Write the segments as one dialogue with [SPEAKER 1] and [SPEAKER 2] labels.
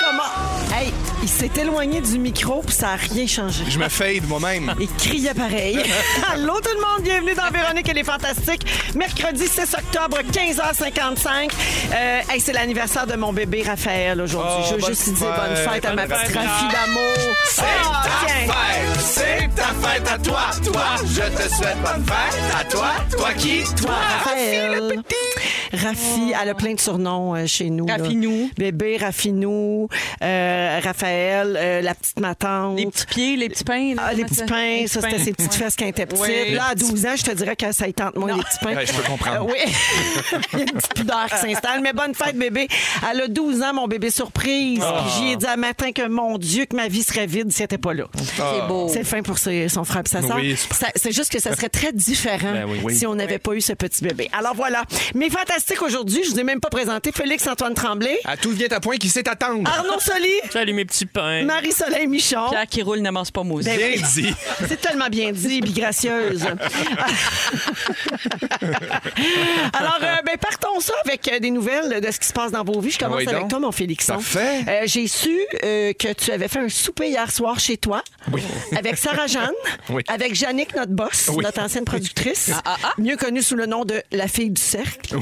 [SPEAKER 1] Comment? Hey, il s'est éloigné du micro, puis ça a rien changé.
[SPEAKER 2] Je me fade moi-même.
[SPEAKER 1] Il criait pareil. Allô tout le monde, bienvenue dans Véronique et les Fantastiques. Mercredi 6 octobre, 15h55. Euh, hey, c'est l'anniversaire de mon bébé Raphaël aujourd'hui.
[SPEAKER 2] Oh,
[SPEAKER 1] Je veux
[SPEAKER 2] bonne
[SPEAKER 1] juste dire bonne
[SPEAKER 2] fête,
[SPEAKER 1] fête à
[SPEAKER 2] bonne
[SPEAKER 1] ma petite
[SPEAKER 2] fête.
[SPEAKER 1] Rafi d'amour.
[SPEAKER 2] C'est
[SPEAKER 1] Ah,
[SPEAKER 2] ta
[SPEAKER 1] tiens.
[SPEAKER 2] fête, c'est ta fête à toi, toi. Je te souhaite bonne fête à toi, toi qui, toi.
[SPEAKER 1] Raphaël. Rafi, elle a plein de surnoms euh, chez nous. là.
[SPEAKER 3] Raffinou.
[SPEAKER 1] Bébé, Raffinou, euh, Raphaël, euh, la petite matante.
[SPEAKER 3] Les petits pieds, les petits pains. là,
[SPEAKER 1] Ah, les
[SPEAKER 3] comment
[SPEAKER 1] petits
[SPEAKER 3] ça-
[SPEAKER 1] pains,
[SPEAKER 3] les
[SPEAKER 1] ça,
[SPEAKER 3] petits
[SPEAKER 1] c'était
[SPEAKER 3] pains.
[SPEAKER 1] ses petites fesses quand elle était petite.
[SPEAKER 3] Oui.
[SPEAKER 1] Là, à 12 ans, je te dirais que ça y tente moins, les petits pains.
[SPEAKER 2] Ouais, je peux comprendre.
[SPEAKER 1] Euh, oui. Il y a une petite pudeur qui s'installe. Mais bonne fête, bébé. Elle a 12 ans, mon bébé surprise.
[SPEAKER 2] Ah.
[SPEAKER 1] Puis J'y ai dit un matin que, mon Dieu, que ma vie serait vide si elle n'était pas là.
[SPEAKER 3] C'est beau.
[SPEAKER 1] C'est fin pour ses- son frère et sa sœur.
[SPEAKER 2] Oh. Oui, c'est pas-
[SPEAKER 1] Ça- c'est juste que ça serait très différent
[SPEAKER 2] Ben oui, oui.
[SPEAKER 1] si on n'avait pas eu ce petit bébé. Alors voilà. Mais fantastique aujourd'hui, je ne vous ai même pas présenté Félix-Antoine Tremblay,
[SPEAKER 2] À tout vient à point qui sait attendre.
[SPEAKER 1] Arnaud Soli,
[SPEAKER 4] Salut mes petits pains.
[SPEAKER 1] Marie-Soleil Michon.
[SPEAKER 3] Pierre qui roule n'avance pas mousse.
[SPEAKER 1] Ben
[SPEAKER 2] Bien
[SPEAKER 1] oui.
[SPEAKER 2] dit.
[SPEAKER 1] C'est tellement bien dit, puis gracieuse. Alors, euh, ben, partons ça avec euh, des nouvelles de ce qui se passe dans vos vies. Je commence
[SPEAKER 2] Ah oui,
[SPEAKER 1] avec
[SPEAKER 2] donc.
[SPEAKER 1] toi, mon Félixon.
[SPEAKER 2] Parfait.
[SPEAKER 1] Euh, J'ai su euh, que tu avais fait un souper hier soir chez toi. Avec Sarah-Jeanne.
[SPEAKER 2] Oui.
[SPEAKER 1] Avec Jannick, notre boss,
[SPEAKER 2] Oui. Ah,
[SPEAKER 1] notre ancienne productrice. Mieux connue sous le nom de La fille du cercle.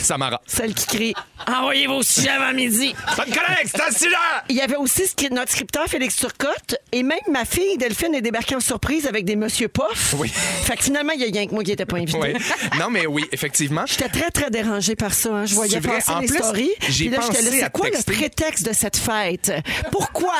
[SPEAKER 2] Samara.
[SPEAKER 1] Celle qui crie « Envoyez vos sujets avant midi ».
[SPEAKER 2] Bonne collègue, c'est un sujet.
[SPEAKER 1] Il y avait aussi scri- notre scripteur Félix Turcotte et même ma fille Delphine est débarquée en surprise avec des Monsieur Poff.
[SPEAKER 2] Oui.
[SPEAKER 1] Fait que finalement, il y a rien que moi qui n'était pas invité.
[SPEAKER 2] Ouais. Non, mais oui, effectivement.
[SPEAKER 1] J'étais très, très dérangée par ça. hein. Je voyais
[SPEAKER 2] C'est vrai.
[SPEAKER 1] passer
[SPEAKER 2] En
[SPEAKER 1] les
[SPEAKER 2] plus,
[SPEAKER 1] stories.
[SPEAKER 2] j'ai
[SPEAKER 1] Puis là, j'étais là,
[SPEAKER 2] pensé à
[SPEAKER 1] c'est quoi
[SPEAKER 2] texter.
[SPEAKER 1] le prétexte de cette fête? Pourquoi?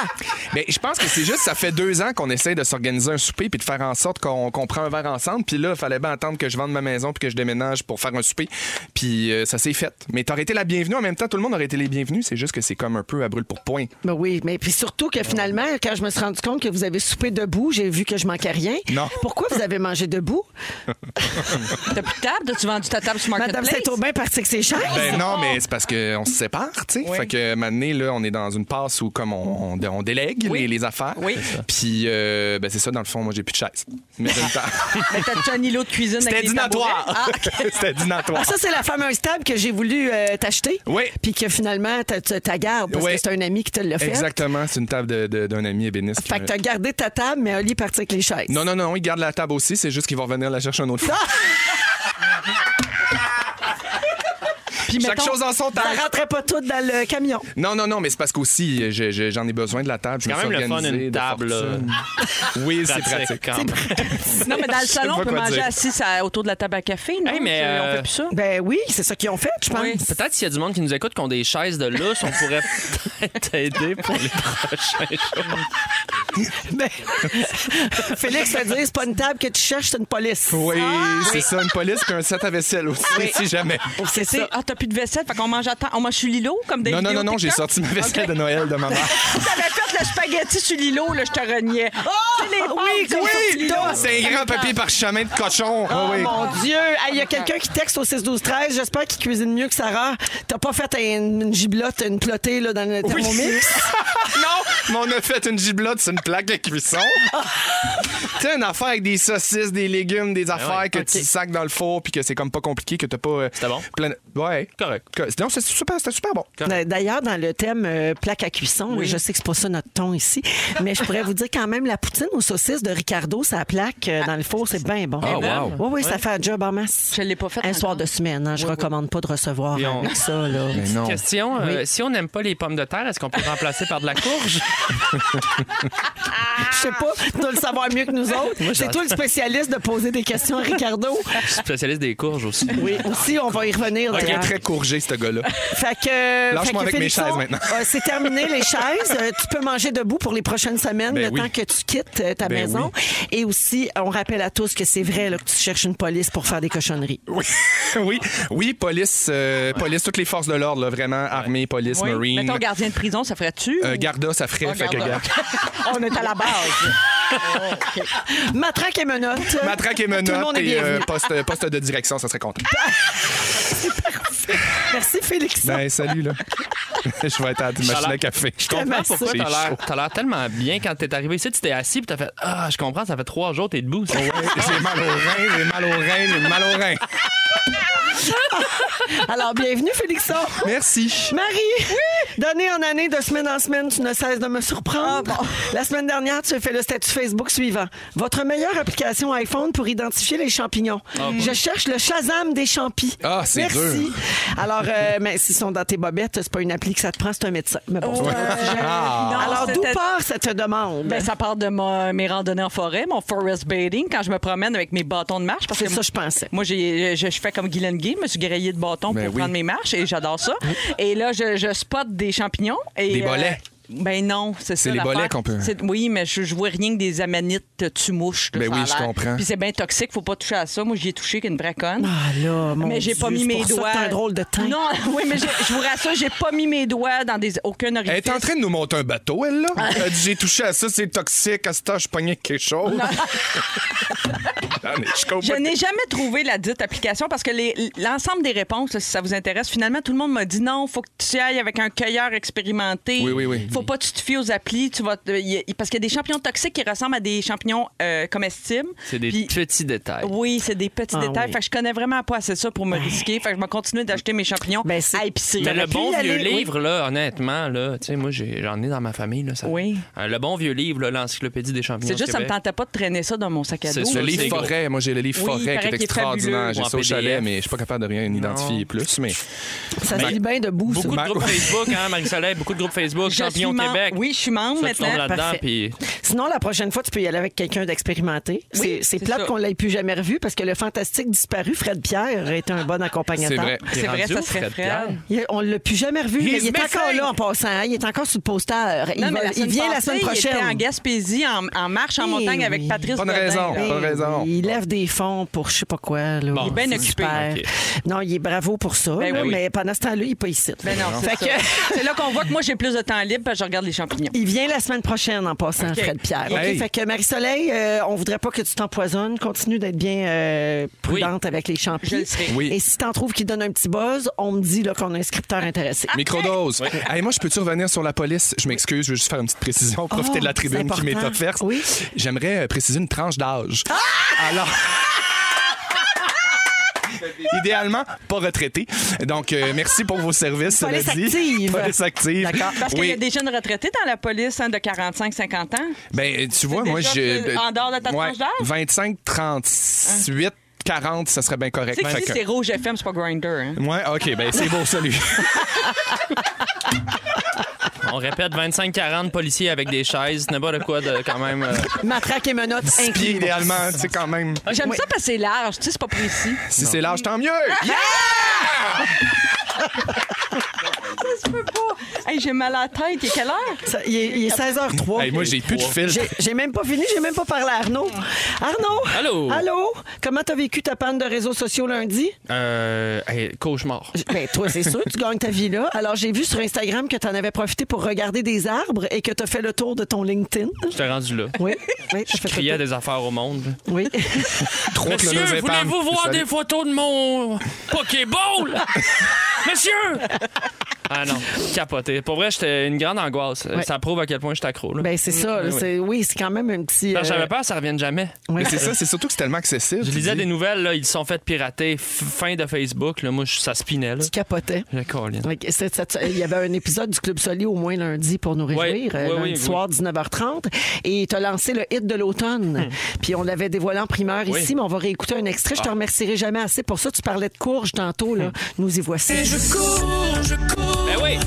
[SPEAKER 2] Mais je pense que c'est juste, ça fait deux ans qu'on essaie de s'organiser un souper puis de faire en sorte qu'on qu'on prend un verre ensemble. Puis là, il fallait bien attendre que je vende ma maison puis que je déménage pour faire un souper. Puis euh, ça s'est fait. Mais t'aurais été la bienvenue en même temps. Tout le monde aurait été les bienvenus. C'est juste que c'est comme un peu à brûle pour point.
[SPEAKER 1] Ben oui, mais puis surtout que finalement, quand je me suis rendu compte que vous avez soupé debout, j'ai vu que je manquais rien.
[SPEAKER 2] Non.
[SPEAKER 1] Pourquoi vous avez mangé debout?
[SPEAKER 3] T'as plus de table? T'as-tu vendu ta table sur
[SPEAKER 1] Madame
[SPEAKER 3] Marketplace?
[SPEAKER 1] Saint-Aubin partie avec ses chaises?
[SPEAKER 2] Ben non, mais c'est parce qu'on se sépare, tu sais. Fait que maintenant, là, on est dans une passe où comme on, on- on délègue les, les affaires.
[SPEAKER 3] Oui.
[SPEAKER 2] Puis euh, ben c'est ça, dans le fond, moi j'ai plus de chaise. Mais d'une part-
[SPEAKER 3] Ben, T'as-tu un îlot de cuisine
[SPEAKER 2] C'était
[SPEAKER 3] avec des tabourets?
[SPEAKER 2] dinatoire.
[SPEAKER 3] Ah,
[SPEAKER 2] C'était
[SPEAKER 1] Ah,
[SPEAKER 2] dinatoire.
[SPEAKER 1] ça, c'est la fameuse table que j'ai voulu euh, t'acheter.
[SPEAKER 2] Oui.
[SPEAKER 1] Puis que finalement, t'as- tu t'as garde parce
[SPEAKER 2] Oui.
[SPEAKER 1] que c'est un ami qui te l'a fait.
[SPEAKER 2] Exactement, c'est une table de- de- d'un ami ébéniste. qui
[SPEAKER 1] Fait que
[SPEAKER 2] me-
[SPEAKER 1] t'as gardé ta table, mais Oli est parti avec les chaises.
[SPEAKER 2] Non, non, non, il garde la table aussi, c'est juste qu'il va revenir la chercher un autre fois.
[SPEAKER 3] puis
[SPEAKER 2] Chaque
[SPEAKER 3] mettons,
[SPEAKER 2] chose en son temps.
[SPEAKER 1] Ça rentrait pas tout dans le camion.
[SPEAKER 2] Non, non, non, mais c'est parce qu'aussi, euh, je- je- j'en ai besoin de la table. C'est
[SPEAKER 4] quand même le fun, une table.
[SPEAKER 2] Oui, c'est pratique.
[SPEAKER 4] quand même.
[SPEAKER 3] Non, mais dans le salon,
[SPEAKER 2] pas
[SPEAKER 3] on peut
[SPEAKER 2] quoi
[SPEAKER 3] manger
[SPEAKER 2] dire.
[SPEAKER 3] assis à- autour de la table à café, non?
[SPEAKER 4] Hey, mais,
[SPEAKER 3] C'est- On
[SPEAKER 4] euh,
[SPEAKER 3] fait plus ça?
[SPEAKER 1] Ben oui, c'est ça qu'ils ont fait, je pense.
[SPEAKER 3] Oui.
[SPEAKER 4] Peut-être s'il y a du monde qui nous écoute qui ont des chaises de lousse, on pourrait peut-être t'aider pour les prochains jours.
[SPEAKER 1] Ben, Félix va dire c'est pas une table que tu cherches, c'est une police.
[SPEAKER 2] Oui, c'est ça, une police puis un set à vaisselle aussi, si jamais.
[SPEAKER 3] C'est ça. Ah, t'as plus de vaisselle, fait qu'on mange à temps. On mange sur l'îlot, comme des
[SPEAKER 2] Non, non, non,
[SPEAKER 3] vidéos
[SPEAKER 2] non, j'ai
[SPEAKER 3] TikTok.
[SPEAKER 2] sorti ma vaisselle de Noël de ma mère.
[SPEAKER 3] T'avais fait le spaghetti sur l'îlot, là, je te reniais. Oh!
[SPEAKER 1] oui, oui, donc.
[SPEAKER 2] C'est un grand papier parchemin de cochon.
[SPEAKER 1] Ah,
[SPEAKER 2] Ah
[SPEAKER 1] Oh
[SPEAKER 2] oui.
[SPEAKER 1] mon Dieu! Hey, Il y a quelqu'un qui texte au 6-12-13. J'espère qu'il cuisine mieux que Sarah. T'as pas fait une, une giblotte, une plotée là, dans le
[SPEAKER 2] Oui.
[SPEAKER 1] thermomix?
[SPEAKER 2] non, mais on a fait une giblotte, c'est une plaque à cuisson. sais, une affaire avec des saucisses, des légumes,
[SPEAKER 4] Ben
[SPEAKER 2] des affaires que tu sacs dans le four puis que c'est comme pas compliqué, que t'as pas. euh,
[SPEAKER 4] C'était bon?
[SPEAKER 2] plein de- Ouais.
[SPEAKER 4] Correct.
[SPEAKER 2] Que- Non, c'est super, c'était super bon.
[SPEAKER 1] Euh, D'ailleurs, dans le thème euh, plaque à cuisson, je sais que c'est pas ça notre ton ici, mais je pourrais vous dire quand même la poutine aux saucisses de Ricardo, sa plaque euh, dans le four, c'est bien bon.
[SPEAKER 4] Ah, wow.
[SPEAKER 1] Oui, oui, ça fait un job en masse.
[SPEAKER 3] Je l'ai pas fait
[SPEAKER 1] Un soir de
[SPEAKER 3] encore.
[SPEAKER 1] semaine, hein, je recommande pas de recevoir
[SPEAKER 4] Et on-
[SPEAKER 1] avec ça. Là.
[SPEAKER 2] non.
[SPEAKER 4] Question, euh, si on n'aime pas les pommes de terre, est-ce qu'on peut remplacer par de la courge?
[SPEAKER 1] Je sais pas, tu dois le savoir mieux que nous autres. C'est toi le spécialiste de poser des questions à Ricardo.
[SPEAKER 4] Je suis spécialiste des courges aussi.
[SPEAKER 1] Oui, aussi, on va y revenir.
[SPEAKER 2] Il est
[SPEAKER 1] d'ailleurs.
[SPEAKER 2] très courgé, ce gars-là.
[SPEAKER 1] Fait que. euh,
[SPEAKER 2] Lâche-moi
[SPEAKER 1] fait que,
[SPEAKER 2] avec mes
[SPEAKER 1] Félixon,
[SPEAKER 2] chaises maintenant.
[SPEAKER 1] euh, c'est terminé les chaises. Euh, tu peux manger debout pour les prochaines semaines,
[SPEAKER 2] Ben
[SPEAKER 1] le
[SPEAKER 2] oui.
[SPEAKER 1] temps que tu quittes euh, ta
[SPEAKER 2] Ben
[SPEAKER 1] maison. Et aussi, on rappelle à tous que c'est vrai là, que tu cherches une police pour faire des cochonneries.
[SPEAKER 2] Oui, oui, oui, police, euh, police, toutes les forces de l'ordre, là, vraiment, armée, police,
[SPEAKER 3] Oui.
[SPEAKER 2] marine.
[SPEAKER 3] Mettons gardien de prison, ça ferait-tu?
[SPEAKER 2] Euh, Garda, ça ferait,
[SPEAKER 3] Oh,
[SPEAKER 2] fait que
[SPEAKER 3] Garda.
[SPEAKER 2] garde.
[SPEAKER 3] On est à la base.
[SPEAKER 1] Matraque et menottes.
[SPEAKER 2] Matraque et
[SPEAKER 1] Tout le
[SPEAKER 2] menottes
[SPEAKER 1] monde est
[SPEAKER 2] et euh,
[SPEAKER 1] bienvenu.
[SPEAKER 2] poste, poste de direction, ça serait content.
[SPEAKER 1] Merci, Félix.
[SPEAKER 2] Ben, salut, là. Je vais être à la machine à café.
[SPEAKER 4] Je comprends pourquoi
[SPEAKER 2] C'est
[SPEAKER 4] t'as
[SPEAKER 2] chaud.
[SPEAKER 4] l'air, t'as l'air tellement bien quand t'es arrivé ici, tu t'es assis puis t'as fait Ah, je comprends, ça fait trois jours, t'es debout.
[SPEAKER 2] J'ai mal au rein, j'ai mal au rein, j'ai mal au rein.
[SPEAKER 1] Alors, bienvenue, Félixon.
[SPEAKER 2] Merci.
[SPEAKER 1] Marie, d'année en année, de semaine en semaine, tu ne cesses de me surprendre. La semaine dernière, tu as fait le statut Facebook suivant. Votre meilleure application iPhone pour identifier les champignons. Je cherche le Shazam des champis.
[SPEAKER 2] Ah, c'est
[SPEAKER 1] Merci.
[SPEAKER 2] dur.
[SPEAKER 1] Alors, euh, mais s'ils sont dans tes bobettes, c'est pas une appli que ça te prend, c'est un médecin. Mais bon, c'est pas
[SPEAKER 3] Euh,
[SPEAKER 1] grave.
[SPEAKER 2] Ah.
[SPEAKER 1] Alors, d'où part cette demande?
[SPEAKER 3] Ben, ça part de ma- mes randonnées en forêt, mon forest bathing, quand je me promène avec mes bâtons de marche. Parce
[SPEAKER 1] c'est
[SPEAKER 3] que
[SPEAKER 1] ça, je pensais.
[SPEAKER 3] Moi, j'ai- je, je fais comme Guylaine Gay, je me suis grillé de bâton
[SPEAKER 2] Ben
[SPEAKER 3] pour
[SPEAKER 2] oui.
[SPEAKER 3] prendre mes marches et j'adore ça. Et là, je, je spot des champignons. Et, euh,
[SPEAKER 2] Des bolets.
[SPEAKER 3] ben non, c'est ça.
[SPEAKER 2] les
[SPEAKER 3] l'affaire.
[SPEAKER 2] bolets qu'on peut-
[SPEAKER 3] C'est- Oui, mais je, je vois rien que des amanites tu mouches. là,
[SPEAKER 2] Ben
[SPEAKER 3] ça
[SPEAKER 2] oui,
[SPEAKER 3] a
[SPEAKER 2] je
[SPEAKER 3] l'air.
[SPEAKER 2] comprends.
[SPEAKER 3] Puis c'est bien toxique, faut pas toucher à ça. Moi, j'y ai touché qu'une braconne.
[SPEAKER 1] Ah là, mon
[SPEAKER 3] mais j'ai
[SPEAKER 1] Dieu,
[SPEAKER 3] pas mis
[SPEAKER 1] c'est
[SPEAKER 3] mes
[SPEAKER 1] pour ça que
[SPEAKER 3] doigts.
[SPEAKER 1] t'as un drôle de teint.
[SPEAKER 3] Non, oui, mais j'ai- je vous rassure, j'ai pas mis mes doigts dans des aucun
[SPEAKER 2] Elle
[SPEAKER 3] orifice.
[SPEAKER 2] est en train de nous monter un bateau, elle, là. Elle dit, j'ai touché à ça, c'est toxique, à ce temps, je pognais quelque chose. Ah, mais je
[SPEAKER 3] Je
[SPEAKER 2] comprends.
[SPEAKER 3] n'ai jamais trouvé la dite application parce que les- l'ensemble des réponses, là, si ça vous intéresse, finalement, tout le monde m'a dit non, faut que tu ailles avec un cueilleur expérimenté.
[SPEAKER 2] Oui, oui, oui.
[SPEAKER 3] Faut pas que tu te fies aux applis. Tu vas te- y a- parce qu'il y a des champignons toxiques qui ressemblent à des champignons euh, comestibles.
[SPEAKER 4] C'est des
[SPEAKER 3] Puis-
[SPEAKER 4] petits détails.
[SPEAKER 3] Oui, c'est des petits
[SPEAKER 1] Ah
[SPEAKER 3] détails.
[SPEAKER 1] oui. Ah.
[SPEAKER 3] Fait que je connais vraiment pas assez ça pour me risquer. Fait que je vais continuer d'acheter mes champignons
[SPEAKER 1] Ben, c'est-
[SPEAKER 3] à épicerie.
[SPEAKER 4] Mais le
[SPEAKER 1] pu
[SPEAKER 4] bon
[SPEAKER 1] y
[SPEAKER 4] vieux
[SPEAKER 1] aller, oui.
[SPEAKER 4] livre, là, honnêtement, là, tu sais, moi, j'ai- j'en ai dans ma famille, là. Ça,
[SPEAKER 3] Oui.
[SPEAKER 4] Euh, le bon vieux livre, là, l'encyclopédie des champignons.
[SPEAKER 3] C'est juste,
[SPEAKER 4] du
[SPEAKER 3] ça me
[SPEAKER 4] Québec.
[SPEAKER 3] tentait pas de traîner ça dans mon sac à
[SPEAKER 4] C'est
[SPEAKER 3] dos.
[SPEAKER 4] ça,
[SPEAKER 2] Le
[SPEAKER 4] le
[SPEAKER 2] livre
[SPEAKER 4] c'est gros.
[SPEAKER 2] forêt, moi j'ai le livre
[SPEAKER 3] Oui, il
[SPEAKER 2] forêt
[SPEAKER 3] paraît
[SPEAKER 2] qui est
[SPEAKER 3] qu'il est
[SPEAKER 2] extraordinaire.
[SPEAKER 3] fabuleux.
[SPEAKER 2] J'ai
[SPEAKER 4] Ou en
[SPEAKER 2] ça au chalet,
[SPEAKER 4] PDF.
[SPEAKER 2] mais je suis pas capable de rien identifier plus. Mais
[SPEAKER 1] Ça se lit bien debout, ça.
[SPEAKER 4] Beaucoup de groupes Facebook, hein, Marie-Soleil, beaucoup de groupes Facebook,
[SPEAKER 3] Je
[SPEAKER 4] Champignons
[SPEAKER 3] suis mem-
[SPEAKER 4] Québec.
[SPEAKER 3] Oui, je suis membre
[SPEAKER 4] Ça, tu tombes
[SPEAKER 3] maintenant.
[SPEAKER 4] là-dedans,
[SPEAKER 1] parfait.
[SPEAKER 4] puis
[SPEAKER 1] Sinon, la prochaine fois, tu peux y aller avec quelqu'un d'expérimenté. C'est- c'est
[SPEAKER 3] c'est
[SPEAKER 1] plate
[SPEAKER 3] ça.
[SPEAKER 1] qu'on ne l'ait plus jamais revu parce que le fantastique disparu, Fred Pierre, est un bon accompagnateur.
[SPEAKER 2] c'est vrai.
[SPEAKER 3] C'est vrai,
[SPEAKER 4] rendu
[SPEAKER 3] ça
[SPEAKER 4] où,
[SPEAKER 3] serait
[SPEAKER 4] Fred
[SPEAKER 3] Fred.
[SPEAKER 4] Pierre?
[SPEAKER 1] Il- on ne l'a plus jamais revu. mais il est
[SPEAKER 3] missing.
[SPEAKER 1] encore là en passant. hein. Il est encore sur le poster. Il,
[SPEAKER 3] Non, mais
[SPEAKER 1] va-
[SPEAKER 3] la
[SPEAKER 1] il
[SPEAKER 3] semaine
[SPEAKER 1] vient la
[SPEAKER 3] passée,
[SPEAKER 1] semaine
[SPEAKER 3] Il était en
[SPEAKER 1] prochaine.
[SPEAKER 3] Gaspésie, en, en marche en
[SPEAKER 1] Eh
[SPEAKER 3] montagne
[SPEAKER 1] oui.
[SPEAKER 3] avec Patrice.
[SPEAKER 2] Pas de
[SPEAKER 3] Godin,
[SPEAKER 2] raison,
[SPEAKER 3] là.
[SPEAKER 2] pas de raison.
[SPEAKER 1] Il lève des fonds pour je sais pas quoi. là.
[SPEAKER 4] Bon,
[SPEAKER 3] Il est bien
[SPEAKER 1] C'est
[SPEAKER 3] occupé.
[SPEAKER 1] super.
[SPEAKER 4] Ok.
[SPEAKER 1] Non, il est bravo pour ça.
[SPEAKER 3] Ben
[SPEAKER 1] là,
[SPEAKER 3] oui.
[SPEAKER 1] Mais pendant ce temps-là, il n'est pas ici.
[SPEAKER 3] Ben non, c'est
[SPEAKER 1] Fait
[SPEAKER 3] ça.
[SPEAKER 1] que-
[SPEAKER 3] C'est là qu'on voit que moi, j'ai plus de temps libre parce que je regarde les champignons.
[SPEAKER 1] Il vient la semaine prochaine en passant, Fred Pierre. OK,
[SPEAKER 2] Hey.
[SPEAKER 1] Fait que Marie-Soleil, euh, on voudrait pas que tu t'empoisonnes. Continue d'être bien euh, prudente avec les
[SPEAKER 3] Je
[SPEAKER 1] champignons.
[SPEAKER 3] le serai.
[SPEAKER 2] Oui.
[SPEAKER 1] Et si t'en trouves qui donne un petit buzz, on me dit là, qu'on a un scripteur intéressé.
[SPEAKER 2] Ah! Microdose. Hey, moi, je peux-tu revenir sur la police? Je m'excuse, je veux juste faire une petite précision,
[SPEAKER 3] Oh,
[SPEAKER 2] profiter de la tribune
[SPEAKER 1] c'est
[SPEAKER 2] qui m'est
[SPEAKER 1] important.
[SPEAKER 2] offerte.
[SPEAKER 1] Oui.
[SPEAKER 2] J'aimerais euh, préciser une tranche d'âge.
[SPEAKER 3] Ah!
[SPEAKER 2] Alors. Idéalement, pas retraité. Donc, euh, merci pour vos services. cela
[SPEAKER 1] Police
[SPEAKER 2] dit.
[SPEAKER 1] active.
[SPEAKER 2] Police active.
[SPEAKER 1] D'accord.
[SPEAKER 3] Parce qu'il
[SPEAKER 2] Oui.
[SPEAKER 3] y a des jeunes retraités dans la police hein, de 45-50 ans.
[SPEAKER 2] Ben, tu vois, moi,
[SPEAKER 3] déjà
[SPEAKER 2] je.
[SPEAKER 3] plus en dehors de ta tranche d'âge?
[SPEAKER 2] 25, 38, 40, ça serait bien correct.
[SPEAKER 3] Tu sais que
[SPEAKER 2] Fait
[SPEAKER 3] si
[SPEAKER 2] que-
[SPEAKER 3] c'est Rouge FM, c'est pas hein. Grinder.
[SPEAKER 2] Ouais, OK, ben, c'est beau, salut.
[SPEAKER 4] On répète 25-40 policiers avec des chaises, n'importe quoi de quand même. euh,
[SPEAKER 1] Matraque et menottes
[SPEAKER 2] Puis,
[SPEAKER 1] inclus.
[SPEAKER 2] idéalement, tu sais, quand même,
[SPEAKER 3] J'aime ça parce que c'est large, tu sais, c'est pas précis.
[SPEAKER 2] si c'est l'âge, tant mieux.
[SPEAKER 3] Hein? Je peux pas. Hey, j'ai mal à la tête. Il est quelle heure?
[SPEAKER 1] Ça, il, est, il est 16h03.
[SPEAKER 2] Hey, moi, j'ai plus de fil.
[SPEAKER 1] J'ai- J'ai même pas fini, j'ai même pas parlé à Arnaud. Arnaud!
[SPEAKER 4] Allô?
[SPEAKER 1] Allô? Comment t'as vécu ta panne de réseaux sociaux lundi?
[SPEAKER 4] euh, hey, cauchemar.
[SPEAKER 1] Ben, toi, c'est sûr, tu gagnes ta vie là. Alors, j'ai vu sur Instagram que t'en avais profité pour regarder des arbres et que t'as fait le tour de ton LinkedIn.
[SPEAKER 4] J'étais rendu là.
[SPEAKER 1] Oui, oui, t'as fait le
[SPEAKER 4] Criais
[SPEAKER 1] tour.
[SPEAKER 4] des affaires au monde.
[SPEAKER 1] Oui.
[SPEAKER 2] Trop
[SPEAKER 4] Monsieur,
[SPEAKER 2] clonos épam.
[SPEAKER 4] voulez-vous voir
[SPEAKER 2] Salut.
[SPEAKER 4] des photos de mon Pokéball? Monsieur!
[SPEAKER 5] Ah non, capoté. Pour vrai, j'étais une grande angoisse. Ça prouve à quel point je suis accro. Là.
[SPEAKER 1] Ben, c'est ça. là,
[SPEAKER 5] Oui.
[SPEAKER 1] c'est- Oui, c'est quand même un petit.
[SPEAKER 5] Non,
[SPEAKER 1] euh,
[SPEAKER 5] J'avais peur, que ça revienne jamais.
[SPEAKER 1] ouais.
[SPEAKER 2] Mais c'est ça, c'est surtout que c'est tellement accessible.
[SPEAKER 5] Je
[SPEAKER 2] tu
[SPEAKER 5] lisais
[SPEAKER 2] dis.
[SPEAKER 5] des nouvelles, là, ils se sont fait pirater f- fin de Facebook. Là, moi, je- ça spinait. Là.
[SPEAKER 1] Tu capotais.
[SPEAKER 5] J'ai colline.
[SPEAKER 1] Fait que c'est- c'est- Il y avait un épisode du Club Soli au moins lundi pour nous réjouir,
[SPEAKER 5] Ouais,
[SPEAKER 1] euh,
[SPEAKER 5] ouais,
[SPEAKER 1] lundi
[SPEAKER 5] oui,
[SPEAKER 1] soir 19h30. Et tu as lancé le hit de l'automne. Puis on l'avait dévoilé en primaire
[SPEAKER 5] Hmm. Oui. Ah.
[SPEAKER 1] ici, mais on va réécouter un extrait. Je te remercierai jamais assez pour ça. Tu parlais de courge tantôt.
[SPEAKER 5] Hmm.
[SPEAKER 1] Là. Nous y voici.
[SPEAKER 5] Ben oui!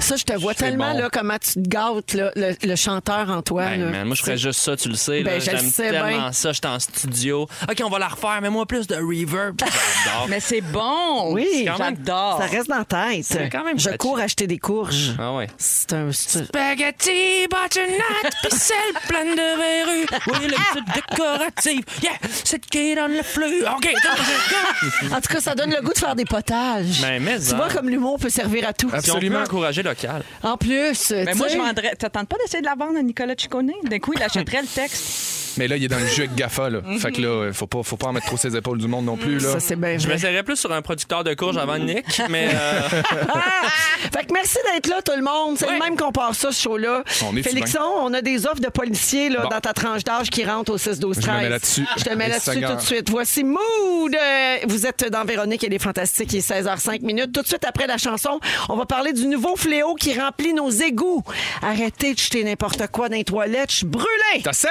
[SPEAKER 1] Ça, je te vois tellement
[SPEAKER 5] bon.
[SPEAKER 1] là, comment tu te gâtes, là, le, le chanteur Antoine.
[SPEAKER 5] Hey,
[SPEAKER 1] là.
[SPEAKER 5] man, moi, je ferais juste ça, tu le sais.
[SPEAKER 1] Ben,
[SPEAKER 5] là.
[SPEAKER 1] je le
[SPEAKER 5] J'aime
[SPEAKER 1] sais
[SPEAKER 5] tellement
[SPEAKER 1] bien.
[SPEAKER 5] ça. J'étais en studio. OK, on va la refaire. Mets-moi plus de reverb. J'adore.
[SPEAKER 3] Mais c'est bon.
[SPEAKER 1] Oui,
[SPEAKER 5] quand même-
[SPEAKER 3] j'adore.
[SPEAKER 1] ça reste dans la tête.
[SPEAKER 5] C'est quand même
[SPEAKER 1] je
[SPEAKER 5] catchy.
[SPEAKER 1] cours acheter des courges.
[SPEAKER 5] Ah ouais.
[SPEAKER 1] C'est un. c'est-
[SPEAKER 5] Spaghetti, butternut, pixel, pleine de verrues. Oui, le petit décoratif. Yeah, cette qui dans le flux. OK,
[SPEAKER 1] En tout cas, ça donne le goût de faire des potages.
[SPEAKER 5] Ben, mais
[SPEAKER 1] tu
[SPEAKER 5] en.
[SPEAKER 1] vois comme l'humour peut servir à tout.
[SPEAKER 5] Absolument
[SPEAKER 2] hein. Absolument.
[SPEAKER 5] encouragé local.
[SPEAKER 1] En plus,
[SPEAKER 3] Mais
[SPEAKER 1] tu
[SPEAKER 3] Ben, moi,
[SPEAKER 1] sais,
[SPEAKER 3] je vendrais. T'attends pas d'essayer de la vendre à Nicolas Ciccone? D'un coup, il achèterait le texte.
[SPEAKER 2] Mais là, il est dans le jeu avec GAFA. Là.
[SPEAKER 5] Mhm.
[SPEAKER 2] Fait que là, faut pas, faut pas en mettre trop ses épaules du monde non plus. Là.
[SPEAKER 1] ça c'est bien
[SPEAKER 5] Je
[SPEAKER 1] vrai.
[SPEAKER 5] m'essayerais plus sur un producteur de courge avant Nick, mais euh,
[SPEAKER 1] Ah! Fait que merci d'être là, tout le monde. C'est le même qu'on part ça, ce show-là.
[SPEAKER 2] On est
[SPEAKER 1] Félixon, on a des offres de policiers là,
[SPEAKER 2] Bon.
[SPEAKER 1] dans ta tranche d'âge qui rentrent au 6 12
[SPEAKER 2] Je
[SPEAKER 1] 13
[SPEAKER 2] me mets là-dessus.
[SPEAKER 1] Je te mets
[SPEAKER 2] Les
[SPEAKER 1] là-dessus
[SPEAKER 2] secondes.
[SPEAKER 1] tout de suite. Voici Mood. Euh, Vous êtes dans Véronique et les Fantastiques. Il est 16h05 minutes. Tout de suite après la chanson, on va parler du nouveau fléau qui remplit nos égouts. Arrêtez de jeter n'importe quoi dans les toilettes. Je suis brûlée.
[SPEAKER 2] T'as sec!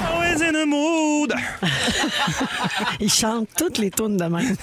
[SPEAKER 2] Always in a mood!
[SPEAKER 1] Ils chantent toutes les tunes de même.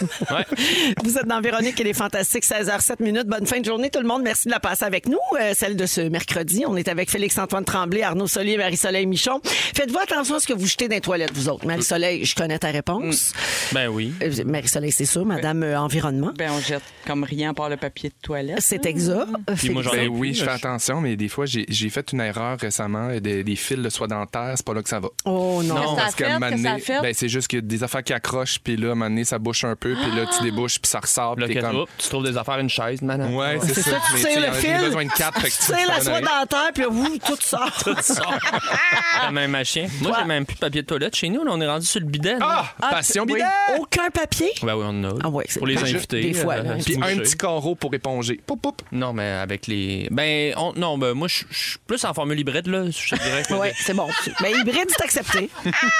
[SPEAKER 1] Vous êtes dans Véronique et les Fantastiques, 16h07 minutes. Bonne fin de journée, tout le monde. Merci de la passer avec nous. Euh, celle de ce mercredi, on est avec Félix-Antoine Tremblay, Arnaud Solier, Marie-Soleil Michon. Faites-vous attention à ce que vous jetez dans les toilettes, vous autres. Marie-Soleil, je connais ta réponse.
[SPEAKER 5] ben oui.
[SPEAKER 1] Euh, Marie-Soleil, c'est sûr, Madame euh, Environnement.
[SPEAKER 3] Ben, on jette comme rien par le papier de toilette.
[SPEAKER 1] C'est exact.
[SPEAKER 5] Puis moi, j'en ai
[SPEAKER 2] Ben oui, je fais
[SPEAKER 5] plus,
[SPEAKER 2] attention, mais des fois, j'ai j'ai fait une erreur récemment. euh, Des, des fils de soie dentaire, c'est pas là que ça va.
[SPEAKER 1] Oh non.
[SPEAKER 5] Non.
[SPEAKER 2] Parce qu'à un moment
[SPEAKER 3] Qu'est-ce que ça a
[SPEAKER 2] donné,
[SPEAKER 3] fait?
[SPEAKER 2] ben, c'est juste qu'il y a des affaires qui accrochent, puis là, à un moment donné, ça bouche un peu, puis
[SPEAKER 1] Ah!
[SPEAKER 2] là, tu débouches, puis ça ressort,
[SPEAKER 5] Là,
[SPEAKER 2] puis t'es
[SPEAKER 5] que-
[SPEAKER 2] comme...
[SPEAKER 5] Oups, tu trouves des affaires une chaise, madame.
[SPEAKER 2] Ouais, c'est ça.
[SPEAKER 1] Tu
[SPEAKER 2] mais
[SPEAKER 1] sais,
[SPEAKER 2] tu
[SPEAKER 1] le
[SPEAKER 2] sais,
[SPEAKER 1] fil.
[SPEAKER 2] J'ai besoin de quatre. fait que
[SPEAKER 1] Tu sais, la
[SPEAKER 2] ça
[SPEAKER 1] soie
[SPEAKER 2] donne
[SPEAKER 1] dentaire, puis ouh, tout sort.
[SPEAKER 5] Comme même machin. Moi, j'ai même plus de papier de toilette chez nous. Là, on est rendu sur le bidet.
[SPEAKER 2] rien.
[SPEAKER 5] là.
[SPEAKER 2] Ah! Passion
[SPEAKER 1] Oui.
[SPEAKER 2] bidet!
[SPEAKER 1] Aucun papier.
[SPEAKER 5] Ben oui, on en a. là.
[SPEAKER 1] Ah ouais, c'est-
[SPEAKER 5] pour les
[SPEAKER 1] ben,
[SPEAKER 5] invités. euh,
[SPEAKER 1] des fois, là.
[SPEAKER 2] Puis
[SPEAKER 5] se
[SPEAKER 2] un
[SPEAKER 5] moucher.
[SPEAKER 2] petit carreau pour éponger. Poup, poup.
[SPEAKER 5] Non, mais avec les. Ben, on- non, ben, moi, je je suis plus en formule hybride, là. Je te dirais que.
[SPEAKER 1] Oui, c'est bon. Mais Ben, hybride, c'est accepté.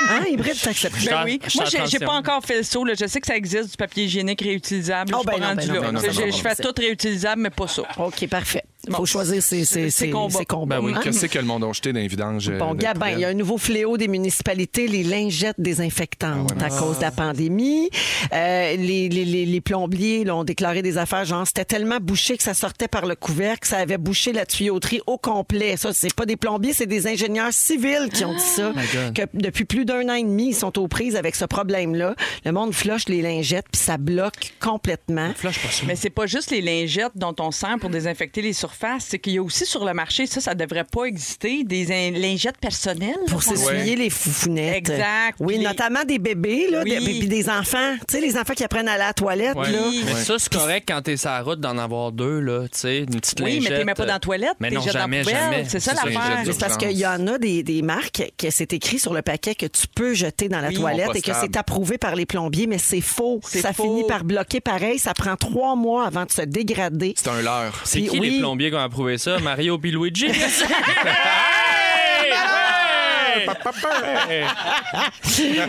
[SPEAKER 1] Hein, hybride, c'est accepté.
[SPEAKER 5] Je suis en-
[SPEAKER 3] Ben oui.
[SPEAKER 5] je suis
[SPEAKER 3] Moi,
[SPEAKER 5] en
[SPEAKER 3] j'ai j'ai
[SPEAKER 5] transition.
[SPEAKER 3] pas encore fait le saut. là. Je sais que ça existe du papier hygiénique réutilisable.
[SPEAKER 1] Oh,
[SPEAKER 3] Je suis
[SPEAKER 1] ben
[SPEAKER 3] pas
[SPEAKER 1] non, ben
[SPEAKER 3] rendue
[SPEAKER 1] non,
[SPEAKER 3] là.
[SPEAKER 1] ben
[SPEAKER 2] non,
[SPEAKER 3] Je-
[SPEAKER 2] ça va,
[SPEAKER 3] je-
[SPEAKER 2] ça
[SPEAKER 3] Je
[SPEAKER 2] va.
[SPEAKER 3] fais tout réutilisable, mais pas ça.
[SPEAKER 1] OK, parfait. Il faut choisir ses, ses, ses-
[SPEAKER 3] combats.
[SPEAKER 1] ses combats.
[SPEAKER 5] Ben oui,
[SPEAKER 1] Hein?
[SPEAKER 2] Qu'est-ce que c'est que le monde a jeté dans les vidanges? euh,
[SPEAKER 1] Bon,
[SPEAKER 2] de
[SPEAKER 1] Gabin,
[SPEAKER 2] poubelle?
[SPEAKER 1] il y a un nouveau fléau des municipalités, les lingettes désinfectantes à cause de la pandémie. Euh, les, les- les- les plombiers là, ont déclaré des affaires, genre c'était tellement bouché que ça sortait par le couvercle, ça avait bouché la tuyauterie au complet. Ça, c'est pas des plombiers, c'est des ingénieurs civils qui ont dit ça. que depuis plus d'un an et demi, ils sont aux prises avec ce problème-là. Le monde floche les lingettes, puis ça bloque complètement.
[SPEAKER 5] Flush pas ça.
[SPEAKER 3] Mais c'est pas juste les lingettes dont on sent pour désinfecter les surfaces, c'est qu'il y a aussi sur le marché, ça, ça devrait pas exister, des in- lingettes personnelles.
[SPEAKER 1] Pour s'essuyer les foufounettes.
[SPEAKER 3] Exact.
[SPEAKER 1] Oui,
[SPEAKER 3] Puis les-
[SPEAKER 1] notamment des bébés, là,
[SPEAKER 3] Oui.
[SPEAKER 1] des- puis des enfants. Tu sais, les enfants qui apprennent à aller à la toilette,
[SPEAKER 5] Ouais.
[SPEAKER 1] là.
[SPEAKER 5] Mais ça, c'est correct quand t'es sur la route d'en avoir deux, là. Tu sais, une petite
[SPEAKER 3] Oui,
[SPEAKER 5] lingette.
[SPEAKER 3] mais t'es mets pas dans
[SPEAKER 1] euh,
[SPEAKER 4] euh,
[SPEAKER 3] la toilette,
[SPEAKER 5] Mais
[SPEAKER 3] t'es
[SPEAKER 5] non,
[SPEAKER 3] jettes dans la
[SPEAKER 5] jamais,
[SPEAKER 3] poubelle.
[SPEAKER 5] jamais.
[SPEAKER 3] C'est ça
[SPEAKER 2] C'est ça,
[SPEAKER 3] l'affaire.
[SPEAKER 2] les
[SPEAKER 1] Mais c'est parce
[SPEAKER 2] d'urgence.
[SPEAKER 1] qu'il y en a des, des marques que c'est écrit sur le paquet que tu peux jeter dans la toilette et que
[SPEAKER 2] compostable.
[SPEAKER 1] c'est approuvé par les plombiers, mais c'est faux.
[SPEAKER 3] C'est
[SPEAKER 1] Ça
[SPEAKER 3] faux.
[SPEAKER 1] finit par bloquer pareil. Ça prend trois mois avant de se dégrader.
[SPEAKER 2] C'est un leurre.
[SPEAKER 5] C'est
[SPEAKER 1] Puis
[SPEAKER 5] qui
[SPEAKER 1] oui.
[SPEAKER 5] les plombiers qui ont approuvé ça? Mario puis Luigi? Hey!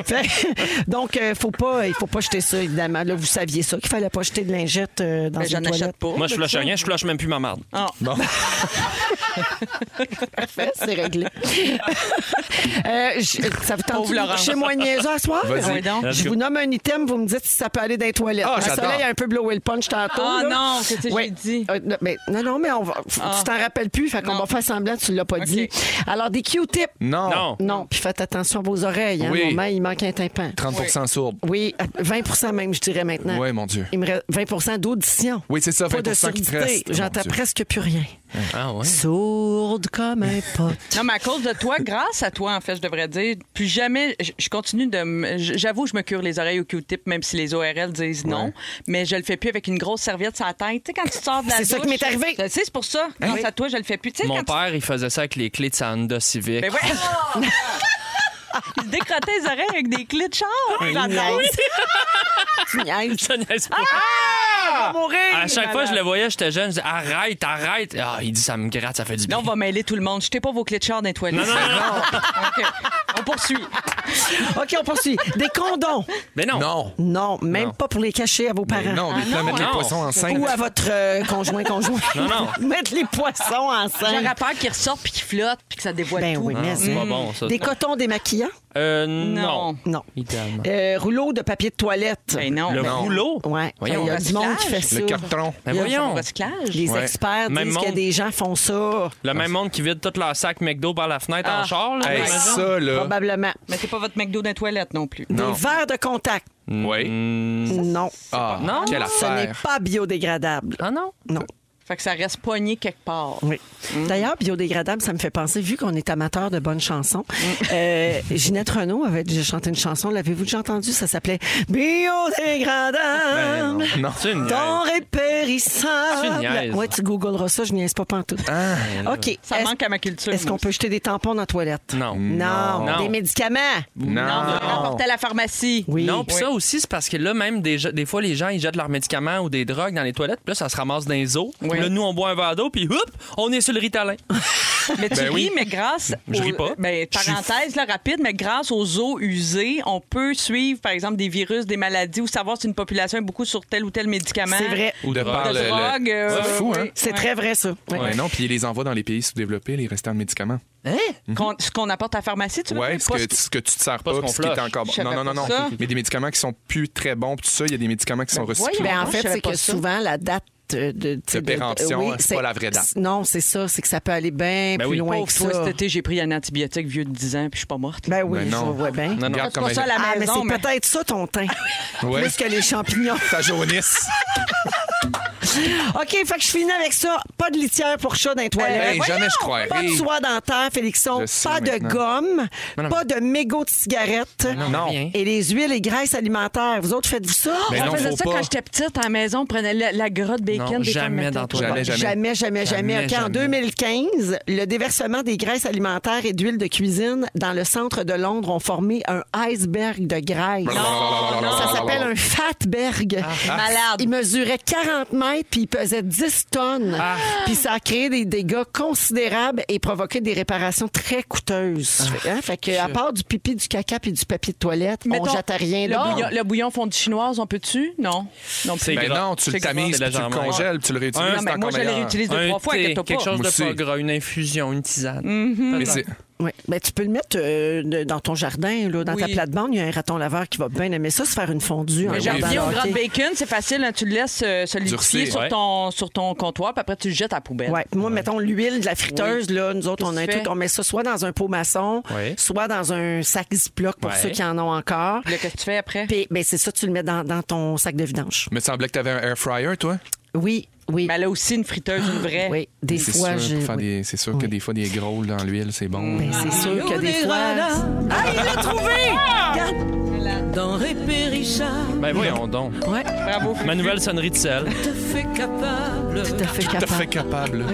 [SPEAKER 1] Fait- Donc, euh, faut pas, il faut pas jeter ça, évidemment. Là, vous saviez ça, qu'il fallait pas jeter de lingette euh, dans
[SPEAKER 3] Mais
[SPEAKER 1] une
[SPEAKER 3] Ben, j'en
[SPEAKER 1] toilette.
[SPEAKER 3] achète pas.
[SPEAKER 4] Moi, je flush rien, je flush même plus ma marde.
[SPEAKER 3] Ah.
[SPEAKER 1] Parfait, c'est réglé. Euh, je- ça vous tente
[SPEAKER 3] Pauvre
[SPEAKER 1] de
[SPEAKER 3] Laurence.
[SPEAKER 1] coucher moins niaiseux à soir?
[SPEAKER 2] Vas-y.
[SPEAKER 3] Oui, donc.
[SPEAKER 1] Je vous nomme un item, vous me dites si ça peut aller dans les toilettes.
[SPEAKER 2] Ah,
[SPEAKER 1] le
[SPEAKER 2] j'adore.
[SPEAKER 1] soleil a un peu blowé le punch tantôt.
[SPEAKER 3] Ah
[SPEAKER 1] là.
[SPEAKER 3] non, c'est ce que j'ai
[SPEAKER 1] Oui.
[SPEAKER 3] dit.
[SPEAKER 1] Euh, non, mais, non, non, mais on va, faut-
[SPEAKER 3] Ah.
[SPEAKER 1] tu t'en rappelles plus, fait qu'on
[SPEAKER 3] Non.
[SPEAKER 1] va faire semblant que tu l'as pas
[SPEAKER 3] Ok.
[SPEAKER 1] dit. Alors, des Q-tips.
[SPEAKER 2] Non.
[SPEAKER 4] Non.
[SPEAKER 1] Non, puis faites attention à vos oreilles. Hein,
[SPEAKER 2] Oui.
[SPEAKER 1] moment, il manque un tympan.
[SPEAKER 2] 30 sourde.
[SPEAKER 1] Oui, 20 même, je dirais maintenant.
[SPEAKER 2] Ouais, mon Dieu.
[SPEAKER 1] Il me reste 20 d'audition.
[SPEAKER 2] Oui, c'est ça,
[SPEAKER 1] Pas de
[SPEAKER 2] 20% qui te
[SPEAKER 1] surdité.
[SPEAKER 2] reste.
[SPEAKER 1] J'entends
[SPEAKER 2] Mon Dieu.
[SPEAKER 1] presque plus rien.
[SPEAKER 4] Ah ouais.
[SPEAKER 1] Sourde comme un pote.
[SPEAKER 3] Non, mais à cause de toi, grâce à toi, en fait, je devrais dire, plus jamais, je je continue de. me- j- J'avoue, je me cure les oreilles au Q-tip, même si les ORL disent non, mais je le fais plus avec une grosse serviette sur la tête. Tu sais, quand tu sors de la
[SPEAKER 1] C'est ça
[SPEAKER 3] douche,
[SPEAKER 1] qui m'est arrivé. Ben
[SPEAKER 3] Tu sais, c'est pour ça. Grâce à toi, je le fais plus. Tu Ben sais,
[SPEAKER 4] Mon
[SPEAKER 3] quand tu-
[SPEAKER 4] père, il faisait ça avec les clés de sa Honda Civic.
[SPEAKER 3] Mais ouais. Il se décrottait les oreilles avec des clés de char. J'adore.
[SPEAKER 1] Tu niaises.
[SPEAKER 4] Je niaise pas.
[SPEAKER 3] Ah,
[SPEAKER 1] On va mourir.
[SPEAKER 4] Ah, À chaque fois que je le voyais, j'étais jeune, je disais arrête, arrête. Ah, il dit ça me gratte, ça fait du bien.
[SPEAKER 3] Là, on va mêler tout le monde. Jetez pas vos clés de char dans les toilettes.
[SPEAKER 4] Non, non, non.
[SPEAKER 3] OK. On poursuit.
[SPEAKER 1] OK, on poursuit. Des condoms.
[SPEAKER 4] Mais non.
[SPEAKER 2] Non.
[SPEAKER 1] Non, même pas pour les cacher à vos
[SPEAKER 2] Mais
[SPEAKER 1] parents.
[SPEAKER 2] non, mais tu vas
[SPEAKER 3] Ah, non,
[SPEAKER 2] mettre les
[SPEAKER 4] non.
[SPEAKER 2] poissons enceintes.
[SPEAKER 1] Ou à votre euh, conjoint, conjoint.
[SPEAKER 4] Non, non.
[SPEAKER 1] Mettre les poissons
[SPEAKER 3] J'aurais
[SPEAKER 1] ensemble.
[SPEAKER 3] peur qu'ils ressortent puis qu'ils flottent puis que ça dévoile
[SPEAKER 1] Ben
[SPEAKER 3] tout.
[SPEAKER 1] oui, mais
[SPEAKER 4] c'est
[SPEAKER 1] hein.
[SPEAKER 4] pas bon, ça.
[SPEAKER 1] Des cotons démaquillants?
[SPEAKER 4] Euh, non.
[SPEAKER 3] Non.
[SPEAKER 1] Non.
[SPEAKER 4] Idéalement.
[SPEAKER 1] Euh, rouleau de papier de toilette?
[SPEAKER 3] Ben non.
[SPEAKER 4] Le
[SPEAKER 3] Ben,
[SPEAKER 4] rouleau.
[SPEAKER 1] Ouais.
[SPEAKER 4] Voyons.
[SPEAKER 1] Il y a du monde qui fait
[SPEAKER 3] Recyclage.
[SPEAKER 1] ça.
[SPEAKER 2] Le carton.
[SPEAKER 4] Mais
[SPEAKER 3] ça,
[SPEAKER 4] voyons.
[SPEAKER 3] au recyclage.
[SPEAKER 1] Les
[SPEAKER 2] Ouais.
[SPEAKER 1] experts
[SPEAKER 4] Même
[SPEAKER 1] disent que
[SPEAKER 4] monde.
[SPEAKER 1] des gens font ça.
[SPEAKER 4] Le même monde qui vide toute leur sac McDo par la fenêtre en
[SPEAKER 3] Ah.
[SPEAKER 4] char. Là,
[SPEAKER 2] Hey,
[SPEAKER 4] j'imagine.
[SPEAKER 2] ça, là.
[SPEAKER 1] Probablement.
[SPEAKER 3] Mettez pas votre McDo dans les toilettes non plus.
[SPEAKER 2] Non.
[SPEAKER 1] Des verres de contact?
[SPEAKER 2] Oui.
[SPEAKER 4] Mm,
[SPEAKER 1] Oh, Non.
[SPEAKER 2] Ah,
[SPEAKER 4] Non.
[SPEAKER 2] quelle
[SPEAKER 1] Ce n'est
[SPEAKER 2] affaire.
[SPEAKER 1] pas biodégradable.
[SPEAKER 4] Ah non.
[SPEAKER 1] Non.
[SPEAKER 3] Fait que ça reste poigné quelque part.
[SPEAKER 1] Oui. Mm. D'ailleurs, biodégradable, ça me fait penser, vu qu'on est amateur de bonnes chansons, euh, Ginette Renault avait déjà chanté une chanson, l'avez-vous déjà entendue? Ça s'appelait Biodégradable.
[SPEAKER 2] Ben non.
[SPEAKER 4] C'est une
[SPEAKER 1] Ton
[SPEAKER 4] Tu niaises.
[SPEAKER 1] répérissable. Ouais, tu googleras ça, je niaise pas pantoute. OK.
[SPEAKER 3] Ça
[SPEAKER 1] Est-ce-
[SPEAKER 3] manque à ma culture.
[SPEAKER 1] Est-ce qu'on
[SPEAKER 3] moi
[SPEAKER 1] peut jeter des tampons dans la toilette?
[SPEAKER 4] Non.
[SPEAKER 1] Non.
[SPEAKER 4] Non.
[SPEAKER 1] Des médicaments?
[SPEAKER 3] aussi. Non,
[SPEAKER 2] Non.
[SPEAKER 3] on peut rapporter à la pharmacie.
[SPEAKER 1] Oui.
[SPEAKER 4] Non, puis ça aussi, c'est parce que là, même des, je- des fois, les gens, ils jettent leurs médicaments ou des drogues dans les toilettes, puis là, ça se ramasse dans les eaux.
[SPEAKER 3] Oui.
[SPEAKER 4] Là, nous, on boit un verre d'eau, puis hop, on est sur le ritalin.
[SPEAKER 3] Mais tu
[SPEAKER 2] Ben
[SPEAKER 3] ris,
[SPEAKER 2] oui.
[SPEAKER 3] mais grâce.
[SPEAKER 4] Je
[SPEAKER 3] aux-
[SPEAKER 4] ris pas.
[SPEAKER 3] Ben,
[SPEAKER 4] Je suis-
[SPEAKER 3] parenthèse là, rapide, mais grâce aux eaux usées, on peut suivre, par exemple, des virus, des maladies ou savoir si une population est beaucoup sur tel ou tel médicament.
[SPEAKER 1] C'est vrai.
[SPEAKER 4] Ou
[SPEAKER 2] De
[SPEAKER 4] drogue.
[SPEAKER 2] par
[SPEAKER 3] De
[SPEAKER 2] Ah, le- le-
[SPEAKER 3] drogue, euh,
[SPEAKER 2] C'est fou, hein?
[SPEAKER 3] oui.
[SPEAKER 1] C'est très vrai, ça. Ouais.
[SPEAKER 2] Ouais, non, puis ils les envoient dans les pays sous-développés, les restants de médicaments.
[SPEAKER 3] Qu'on- ce qu'on apporte à la pharmacie, tu veux
[SPEAKER 2] Mhm. Ouais,
[SPEAKER 3] dire?
[SPEAKER 2] ce
[SPEAKER 3] Pas
[SPEAKER 2] que,
[SPEAKER 3] ce-
[SPEAKER 2] tu- ce que tu te sers
[SPEAKER 4] pas
[SPEAKER 2] pas,
[SPEAKER 4] ce
[SPEAKER 2] puis ce
[SPEAKER 4] qu'on
[SPEAKER 2] qui est
[SPEAKER 4] flush.
[SPEAKER 2] encore bon.
[SPEAKER 3] Je
[SPEAKER 2] Non,
[SPEAKER 3] savais
[SPEAKER 2] non, non,
[SPEAKER 3] pas
[SPEAKER 2] non.
[SPEAKER 3] ça.
[SPEAKER 2] Mais des médicaments qui sont plus très bons, puis tout ça, il y a des médicaments qui sont recyclés.
[SPEAKER 3] voyons.
[SPEAKER 1] Ben, en
[SPEAKER 3] Ah,
[SPEAKER 1] fait,
[SPEAKER 3] je savais
[SPEAKER 1] c'est que
[SPEAKER 3] pas ça.
[SPEAKER 1] souvent, la date de, de, tu sais, de-
[SPEAKER 2] péremption, hein, c'est pas la vraie date.
[SPEAKER 1] c'est- Non, c'est ça. C'est que ça peut aller bien
[SPEAKER 4] Ben
[SPEAKER 1] plus
[SPEAKER 4] oui.
[SPEAKER 1] loin
[SPEAKER 3] Pauvre
[SPEAKER 1] que
[SPEAKER 3] toi,
[SPEAKER 1] ça.
[SPEAKER 3] cet été, j'ai pris un antibiotique vieux de 10 ans, puis je suis pas morte.
[SPEAKER 1] Ben oui,
[SPEAKER 2] Ben
[SPEAKER 1] je
[SPEAKER 2] non.
[SPEAKER 1] vois bien.
[SPEAKER 4] Non, non.
[SPEAKER 2] Regarde
[SPEAKER 3] C'est pas
[SPEAKER 2] comme
[SPEAKER 3] ça
[SPEAKER 2] elle-
[SPEAKER 3] la
[SPEAKER 1] Ah, mais
[SPEAKER 3] maison,
[SPEAKER 1] c'est
[SPEAKER 3] mais-
[SPEAKER 1] peut-être ça ton teint.
[SPEAKER 2] Ouais.
[SPEAKER 1] Plus que les champignons.
[SPEAKER 2] Ça jaunisse.
[SPEAKER 1] OK, fait que je finis avec ça. Pas de litière pour chat dans les toilettes.
[SPEAKER 2] Hey, Ben, jamais je crois.
[SPEAKER 1] Pas de soie dentaire, Félixon.
[SPEAKER 2] Je sais
[SPEAKER 1] Pas de
[SPEAKER 2] maintenant.
[SPEAKER 1] gomme. Pas de mégots de cigarette.
[SPEAKER 2] Non.
[SPEAKER 4] rien.
[SPEAKER 1] Et les huiles et graisses alimentaires. Vous autres, faites-vous ça?
[SPEAKER 2] Mais
[SPEAKER 3] on
[SPEAKER 2] non,
[SPEAKER 3] faisait
[SPEAKER 2] faut
[SPEAKER 3] ça
[SPEAKER 2] pas.
[SPEAKER 3] quand j'étais petite à la maison, on prenait la, la grotte bacon
[SPEAKER 4] Non,
[SPEAKER 3] des
[SPEAKER 4] jamais
[SPEAKER 3] femmes
[SPEAKER 4] dans toi.
[SPEAKER 2] Jamais, jamais.
[SPEAKER 1] Jamais, jamais, jamais.
[SPEAKER 4] Jamais,
[SPEAKER 1] OK, En
[SPEAKER 4] jamais.
[SPEAKER 1] 2015, le déversement des graisses alimentaires et d'huile de cuisine dans le centre de Londres ont formé un iceberg de graisse.
[SPEAKER 2] Ben
[SPEAKER 1] Ça s'appelle un fatberg.
[SPEAKER 3] Ah. Malade.
[SPEAKER 1] Il mesurait 40 mètres puis il pesait 10 tonnes.
[SPEAKER 3] Ah.
[SPEAKER 1] Puis ça a créé des dégâts considérables et provoqué des réparations très
[SPEAKER 3] Ah.
[SPEAKER 1] coûteuses. Hein? Fait que, à part du pipi, du caca puis du papier de toilette, on
[SPEAKER 3] Mettons,
[SPEAKER 1] jette à rien
[SPEAKER 3] le
[SPEAKER 1] d'autre.
[SPEAKER 3] bouillon, le bouillon fondu chinoise, on peut-tu? Non. Non,
[SPEAKER 4] C'est
[SPEAKER 3] plus.
[SPEAKER 2] Ben
[SPEAKER 4] gras.
[SPEAKER 2] non, tu le
[SPEAKER 4] C'est gras,
[SPEAKER 2] tamises,
[SPEAKER 4] c'est
[SPEAKER 2] puis tu le
[SPEAKER 4] légèrement.
[SPEAKER 2] congèles, puis tu le réutilises,
[SPEAKER 4] Un,
[SPEAKER 2] Ah, c'est
[SPEAKER 3] mais moi,
[SPEAKER 2] encore
[SPEAKER 3] je l'ai
[SPEAKER 2] meilleur.
[SPEAKER 3] réutilisé deux,
[SPEAKER 4] Un
[SPEAKER 3] trois fois,
[SPEAKER 4] thé,
[SPEAKER 3] inquiète-toi
[SPEAKER 4] quelque
[SPEAKER 3] pas.
[SPEAKER 4] chose de
[SPEAKER 2] Aussi.
[SPEAKER 4] pas gras, une infusion, une tisane.
[SPEAKER 2] Mais c'est-
[SPEAKER 1] Oui, ben, tu peux le mettre euh, de- dans ton jardin, là, dans
[SPEAKER 3] Oui.
[SPEAKER 1] ta plate-bande. Il y a un raton laveur qui va bien aimer ça, se faire une fondue. en
[SPEAKER 3] Mais
[SPEAKER 2] oui,
[SPEAKER 3] J'en
[SPEAKER 1] jardin
[SPEAKER 3] reviens au
[SPEAKER 1] de
[SPEAKER 3] grand
[SPEAKER 1] hockey.
[SPEAKER 3] bacon, c'est facile, hein, tu le laisses euh, solidifier
[SPEAKER 2] Durcir,
[SPEAKER 3] sur,
[SPEAKER 4] ouais.
[SPEAKER 3] ton, sur ton comptoir, puis après tu le jettes à la poubelle.
[SPEAKER 1] Ouais. Moi, mettons l'huile de la friteuse, là, nous autres,
[SPEAKER 3] Qu'est-ce
[SPEAKER 1] on a un
[SPEAKER 3] que tu
[SPEAKER 1] truc,
[SPEAKER 3] fais?
[SPEAKER 1] on met ça soit dans un pot maçon,
[SPEAKER 4] Oui.
[SPEAKER 1] soit dans un sac Ziploc pour
[SPEAKER 4] Ouais.
[SPEAKER 1] ceux qui en ont encore.
[SPEAKER 3] Puis là, qu'est-ce que tu fais après?
[SPEAKER 1] Puis, ben, c'est ça, tu le mets dans, dans ton sac de vidange.
[SPEAKER 2] me semblait que t'avais un air fryer, toi.
[SPEAKER 1] Oui, oui.
[SPEAKER 3] Mais elle a aussi une friteuse, une vraie.
[SPEAKER 1] Oui, des
[SPEAKER 2] C'est
[SPEAKER 1] fois,
[SPEAKER 2] sûr,
[SPEAKER 1] j'ai.
[SPEAKER 2] Euh, pour faire
[SPEAKER 1] oui.
[SPEAKER 2] des- c'est sûr que des fois, des grôles dans l'huile, c'est bon.
[SPEAKER 1] Ben, c'est sûr que des fois. Ah, il l'a trouvé! Regarde.
[SPEAKER 4] Ben voyons donc.
[SPEAKER 1] Ouais,
[SPEAKER 3] Bravo.
[SPEAKER 4] Ma nouvelle sonnerie de sel.
[SPEAKER 1] tout à fait
[SPEAKER 2] Tout à fait
[SPEAKER 1] capable.
[SPEAKER 2] capable.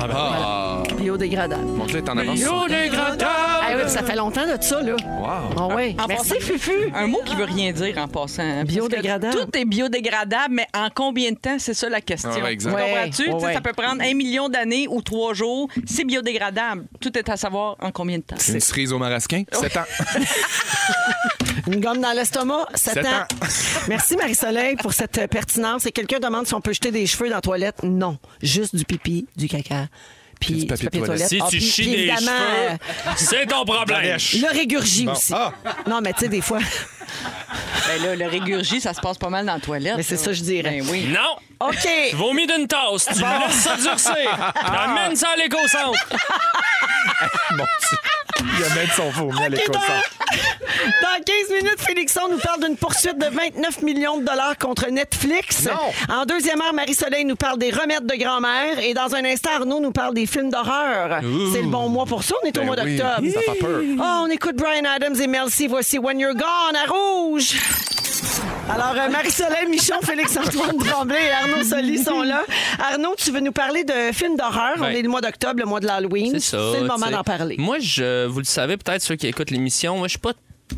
[SPEAKER 4] Ah ben,
[SPEAKER 2] Ah,
[SPEAKER 1] Biodégradable.
[SPEAKER 2] mon Dieu, t'en avances.
[SPEAKER 4] des
[SPEAKER 1] Ah oui, puis ça fait longtemps de ça, là.
[SPEAKER 2] Wow.
[SPEAKER 1] Ah oui.
[SPEAKER 3] En
[SPEAKER 1] Merci,
[SPEAKER 3] passant-
[SPEAKER 1] Fufu.
[SPEAKER 3] Un mot qui veut rien dire en passant. hein, parce que
[SPEAKER 1] Biodégradable.
[SPEAKER 3] Tout est biodégradable, mais en combien de temps, c'est ça la question.
[SPEAKER 2] Ah, Ouais, ouais, exact.
[SPEAKER 3] Tu
[SPEAKER 1] Ouais,
[SPEAKER 3] Comprends-tu?
[SPEAKER 1] ouais,
[SPEAKER 3] Tu sais,
[SPEAKER 1] ouais.
[SPEAKER 3] Ça peut prendre un million d'années ou trois jours. C'est biodégradable. Tout est à savoir en combien de temps.
[SPEAKER 2] Une cerise au marasquin, 7 ans.
[SPEAKER 1] Une gomme dans l'estomac, 7
[SPEAKER 2] Sept
[SPEAKER 1] ans.
[SPEAKER 2] ans.
[SPEAKER 1] Merci Marie-Soleil pour cette euh, pertinence. Et quelqu'un demande si on peut jeter des cheveux dans la toilette. Non, juste du pipi, du caca. Puis
[SPEAKER 2] du papier de toilette.
[SPEAKER 4] Si
[SPEAKER 1] Ah,
[SPEAKER 4] tu
[SPEAKER 1] puis-
[SPEAKER 4] chies
[SPEAKER 1] puis
[SPEAKER 4] des
[SPEAKER 1] évidemment, euh,
[SPEAKER 4] cheveux, c'est ton problème.
[SPEAKER 2] Lèche.
[SPEAKER 1] le régurgie aussi.
[SPEAKER 2] Ah.
[SPEAKER 1] Non, mais tu sais, des fois.
[SPEAKER 3] Ben là, le régurgie, ça se passe pas mal dans la toilette.
[SPEAKER 1] Mais c'est
[SPEAKER 3] là.
[SPEAKER 1] ça, je dirais.
[SPEAKER 3] Ben oui.
[SPEAKER 4] Non,
[SPEAKER 1] OK.
[SPEAKER 4] vaut mieux d'une tasse. Tu laisses ça durcir. Amène ça à l'éco-centre.
[SPEAKER 2] Mon Dieu. Il a même son fourmi à l'école.
[SPEAKER 1] Dans 15 minutes, Félixon nous parle d'une poursuite de 29 millions de dollars contre Netflix. En deuxième heure, Marie-Soleil nous parle des remèdes de grand-mère. Et dans un instant, Arnaud nous parle des films d'horreur. C'est le bon mois pour ça. On est au mois
[SPEAKER 2] oui,
[SPEAKER 1] d'octobre.
[SPEAKER 2] ça fait peur.
[SPEAKER 1] Oh, on écoute Brian Adams et Mel C. Voici When You're Gone à Rouge. Alors, euh, Marie-Soleil Michon, Félix-Antoine Tremblay et Arnaud Soli sont là. Arnaud, tu veux nous parler de films d'horreur. On
[SPEAKER 5] Ouais.
[SPEAKER 1] est le mois d'octobre, le mois de l'Halloween.
[SPEAKER 5] C'est ça.
[SPEAKER 1] le moment
[SPEAKER 5] t'sais.
[SPEAKER 1] d'en parler.
[SPEAKER 5] Moi, je, vous le savez peut-être, ceux qui écoutent l'émission, moi, je suis pas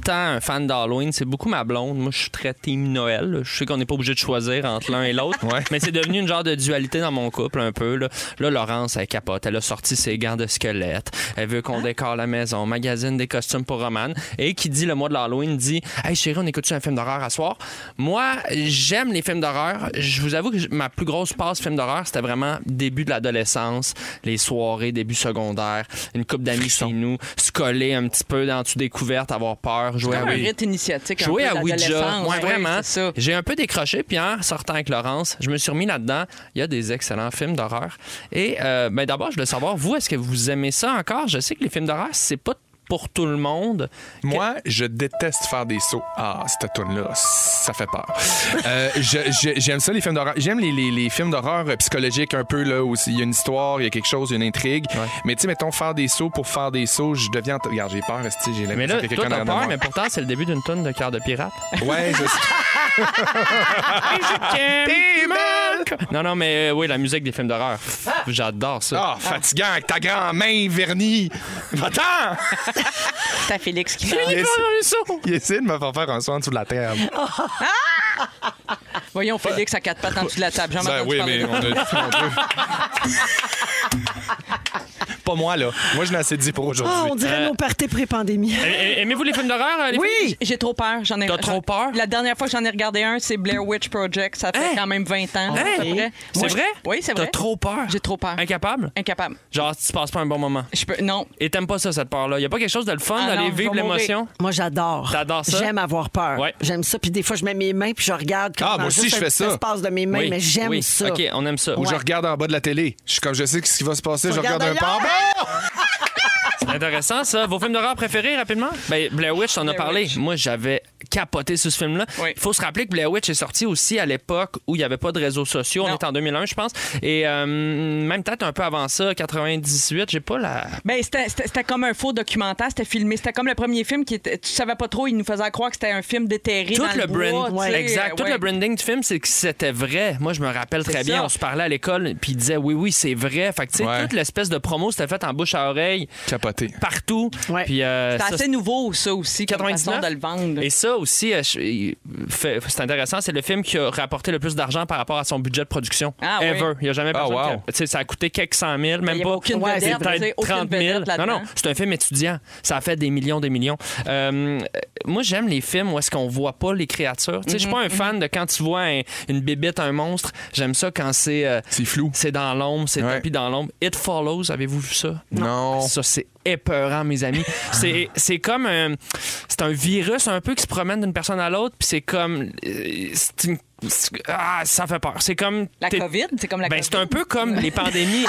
[SPEAKER 5] tant un fan d'Halloween. C'est beaucoup ma blonde. Moi, je suis très team Noël. là. Je sais qu'on n'est pas obligé de choisir entre l'un et l'autre.
[SPEAKER 2] Ouais.
[SPEAKER 5] Mais c'est devenu une genre de dualité dans mon couple, un peu. Là, Là, Laurence, elle capote. Elle a sorti ses gants de squelette. Elle veut
[SPEAKER 1] Hein?
[SPEAKER 5] qu'on décore la maison, magazine des costumes pour Roman. Et qui dit le mois de l'Halloween dit Hey chérie, on écoute un film d'horreur à soir Moi, j'aime les films d'horreur. Je vous avoue que j- ma plus grosse passe film d'horreur, c'était vraiment début de l'adolescence, les soirées, début secondaire, une coupe d'amis chez nous, se coller un petit peu dans tout découverte, avoir peur, jouer à
[SPEAKER 3] Comme un
[SPEAKER 5] Ouija.
[SPEAKER 3] rite initiatique. un
[SPEAKER 5] Jouer
[SPEAKER 3] peu
[SPEAKER 5] à Ouija.
[SPEAKER 3] d'adolescence.
[SPEAKER 5] Moi,
[SPEAKER 3] Oui,
[SPEAKER 5] vraiment.
[SPEAKER 3] c'est ça.
[SPEAKER 5] J'ai un peu décroché, puis en sortant avec Laurence, je me suis remis là-dedans. Il y a des excellents films d'horreur. Et euh, ben, d'abord, je voulais savoir, vous, est-ce que vous aimez ça encore? Je sais que les films d'horreur, c'est pas pour tout le monde.
[SPEAKER 2] Moi, je déteste faire des sauts. Ah, cette toune-là, ça fait peur. Euh, je- je- J'aime ça, les films d'horreur. J'aime les, les- les films d'horreur euh, psychologiques un peu, là, où il y a une histoire, il y a quelque chose, il y a une intrigue. Mais tu sais, mettons, faire des sauts pour faire des sauts, je deviens. Regarde, j'ai peur, esti, j'ai
[SPEAKER 5] Mais
[SPEAKER 2] l'impression
[SPEAKER 5] là,
[SPEAKER 2] qu'il y a
[SPEAKER 5] toi,
[SPEAKER 2] quelqu'un
[SPEAKER 5] t'as
[SPEAKER 2] derrière moi.
[SPEAKER 5] peur, mais pourtant, c'est le début d'une tonne de cœur de pirate.
[SPEAKER 2] Ouais, je
[SPEAKER 3] Ah,
[SPEAKER 2] T'es belle!
[SPEAKER 5] Non, non, mais euh, oui, la musique des films d'horreur. Pff, J'adore ça.
[SPEAKER 2] Ah, fatigant, avec ta grande main vernie. Va-t'en!
[SPEAKER 3] T'as Félix qui parle.
[SPEAKER 2] Il essaie- Il essaie de me faire faire un soin en dessous de la terre.
[SPEAKER 3] Voyons Félix à quatre pattes en dessous de la table.
[SPEAKER 2] Ben
[SPEAKER 3] J'en ai entendu parler.
[SPEAKER 2] Pas moi, là. Moi, je n'ai assez dit pour
[SPEAKER 1] Ah, on
[SPEAKER 2] aujourd'hui.
[SPEAKER 1] dirait nos parties pré-pandémie.
[SPEAKER 5] Eh, eh, Aimez-vous les films d'horreur? euh, les films?
[SPEAKER 1] Oui!
[SPEAKER 3] J'ai trop peur. J'en ai
[SPEAKER 5] T'as trop
[SPEAKER 3] j'en-
[SPEAKER 5] peur?
[SPEAKER 3] La dernière fois que j'en ai regardé un, c'est Blair Witch Project. Ça fait
[SPEAKER 5] Hein?
[SPEAKER 3] quand même 20 ans. à peu
[SPEAKER 5] Hey,
[SPEAKER 3] près.
[SPEAKER 5] C'est
[SPEAKER 3] Moi,
[SPEAKER 5] vrai?
[SPEAKER 3] je- Oui, c'est vrai.
[SPEAKER 5] T'as trop peur?
[SPEAKER 3] J'ai trop peur.
[SPEAKER 5] Incapable?
[SPEAKER 3] Incapable.
[SPEAKER 5] Genre, tu passes pas un bon moment.
[SPEAKER 3] Je peux. Non.
[SPEAKER 5] Et t'aimes pas ça, cette peur-là? Y a pas quelque chose de le fun
[SPEAKER 3] Ah
[SPEAKER 5] d'aller
[SPEAKER 3] non,
[SPEAKER 5] vivre
[SPEAKER 3] je vais
[SPEAKER 5] l'émotion?
[SPEAKER 1] Moi, j'adore.
[SPEAKER 5] T'adores ça?
[SPEAKER 1] J'aime avoir peur.
[SPEAKER 5] Ouais.
[SPEAKER 1] J'aime ça. Puis des fois, je mets mes mains puis je regarde.
[SPEAKER 2] Ah,
[SPEAKER 1] comment
[SPEAKER 2] moi aussi,
[SPEAKER 1] juste
[SPEAKER 2] je fais
[SPEAKER 1] un
[SPEAKER 2] ça.
[SPEAKER 1] petit espace de mes mains,
[SPEAKER 5] Oui,
[SPEAKER 1] mais j'aime
[SPEAKER 5] oui.
[SPEAKER 1] ça.
[SPEAKER 5] OK, on aime ça.
[SPEAKER 2] Ou je
[SPEAKER 1] Ouais.
[SPEAKER 2] regarde en bas de la télé. Je suis comme je sais ce qui va se passer, je regarde
[SPEAKER 1] regardes
[SPEAKER 2] un pan.
[SPEAKER 5] C'est intéressant, ça. Vos films d'horreur préférés, rapidement? Ben, Blair Witch, on a
[SPEAKER 3] Blair
[SPEAKER 5] parlé.
[SPEAKER 3] Witch.
[SPEAKER 5] Moi, j'avais capoté sur ce film-là. Il
[SPEAKER 3] Oui.
[SPEAKER 5] faut se rappeler que Blair Witch est sorti aussi à l'époque où il n'y avait pas de réseaux sociaux. On
[SPEAKER 3] Non.
[SPEAKER 5] était en 2001, je pense. Et euh, même peut-être un peu avant ça, 98, j'ai pas la...
[SPEAKER 3] Ben, c'était- c'était c'était comme un faux documentaire, c'était filmé. C'était comme le premier film qui était. Tu savais pas trop, il nous faisait croire que c'était un film déterré.
[SPEAKER 5] Tout
[SPEAKER 3] dans
[SPEAKER 5] le,
[SPEAKER 3] bois,
[SPEAKER 5] brand-
[SPEAKER 3] tu sais,
[SPEAKER 5] exact.
[SPEAKER 3] euh,
[SPEAKER 5] Tout
[SPEAKER 3] ouais.
[SPEAKER 5] le branding du film, c'est que c'était vrai. Moi, je me rappelle très
[SPEAKER 3] C'est
[SPEAKER 5] bien.
[SPEAKER 3] ça.
[SPEAKER 5] On se parlait à l'école, puis il disait oui, oui, c'est vrai. Fait que, tu sais,
[SPEAKER 2] Ouais.
[SPEAKER 5] toute l'espèce de promo, c'était faite en bouche à oreille,
[SPEAKER 2] Capoté.
[SPEAKER 5] partout.
[SPEAKER 1] Ouais.
[SPEAKER 5] Puis, euh,
[SPEAKER 3] C'était
[SPEAKER 5] ça,
[SPEAKER 3] assez nouveau, ça aussi, comme façon de le vendre.
[SPEAKER 5] Et ça aussi, euh, je- il fait- c'est intéressant. C'est le film qui a rapporté le plus d'argent par rapport à son budget de production.
[SPEAKER 3] Ah oui.
[SPEAKER 5] Ever. Il n'y a jamais personne
[SPEAKER 2] wow.
[SPEAKER 5] qui a- tu sais, Ça a coûté quelques cent mille, même
[SPEAKER 3] Il y a
[SPEAKER 5] pas.
[SPEAKER 3] aucune
[SPEAKER 5] Ouais,
[SPEAKER 3] vedette,
[SPEAKER 5] c'est peut-être
[SPEAKER 3] tu sais, aucune
[SPEAKER 5] 30 000.
[SPEAKER 3] vedette là-dedans.
[SPEAKER 5] non, non, c'est un film étudiant. Ça a fait des millions, des millions. Euh, euh, moi, j'aime les films où est-ce qu'on voit pas les créatures. Tu sais, Je
[SPEAKER 3] Mm-hmm,
[SPEAKER 5] suis pas un fan de quand tu vois un- une bébite, un monstre. J'aime ça quand c'est... euh,
[SPEAKER 2] C'est flou.
[SPEAKER 5] c'est dans l'ombre, c'est
[SPEAKER 2] Ouais.
[SPEAKER 5] tapis dans l'ombre. It Follows, avez-vous vu ça?
[SPEAKER 2] Non.
[SPEAKER 5] Ça, c'est épeurant, mes amis. C'est c'est comme un, c'est un virus un peu qui se promène d'une personne à l'autre, puis c'est comme. euh, c'est une- c'est- ah, ça fait peur. C'est comme.
[SPEAKER 3] La
[SPEAKER 5] t'es-
[SPEAKER 3] COVID, c'est comme la
[SPEAKER 5] ben,
[SPEAKER 3] COVID.
[SPEAKER 5] c'est un peu comme les pandémies.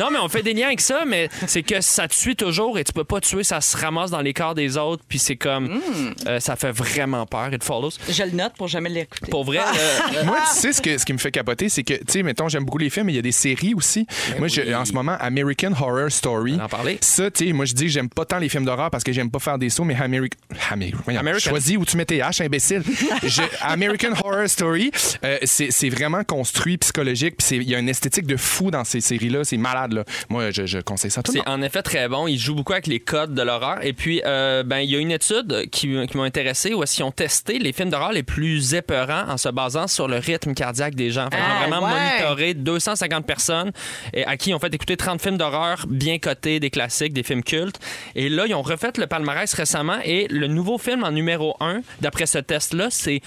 [SPEAKER 5] non, mais on fait des liens avec ça, mais c'est que ça te suit toujours et tu peux pas tuer, ça se ramasse dans les corps des autres, puis c'est comme.
[SPEAKER 3] Hmm.
[SPEAKER 5] euh, ça fait vraiment peur, It Follows.
[SPEAKER 3] Je le note pour jamais l'écouter.
[SPEAKER 5] Pour vrai, euh,
[SPEAKER 2] Moi, tu sais, ce, que- ce qui me fait capoter, c'est que, tu sais, mettons, j'aime beaucoup les films, mais il y a des séries aussi. moi, je- en ce moment, American Horror Story.
[SPEAKER 5] Ben On en parlait.
[SPEAKER 2] Ça, tu sais, moi, je dis que j'aime pas tant les films d'horreur parce que j'aime pas faire des sauts, mais Ameri- Ameri- voyons,
[SPEAKER 5] American.
[SPEAKER 2] Choisis où tu mets tes H, imbécile. Je- American Horror Story, Story, euh, c'est c'est vraiment construit, psychologique, puis c'est- il y a une esthétique de fou dans ces séries-là. C'est malade, là. Moi, je, je conseille ça à tout le
[SPEAKER 5] C'est
[SPEAKER 2] monde.
[SPEAKER 5] en effet très bon. Ils jouent beaucoup avec les codes de l'horreur. Et puis, euh, ben, il y a une étude qui, qui m'a intéressé où est-ce qu'ils ont testé les films d'horreur les plus épeurants en se basant sur le rythme cardiaque des gens. Fait qu'ils
[SPEAKER 3] Ah,
[SPEAKER 5] ont vraiment
[SPEAKER 3] ouais.
[SPEAKER 5] monitoré 250 personnes et à qui ils ont fait écouter 30 films d'horreur bien cotés, des classiques, des films cultes. Et là, ils ont refait le palmarès récemment et le nouveau film en numéro 1, d'après ce test-là, c'est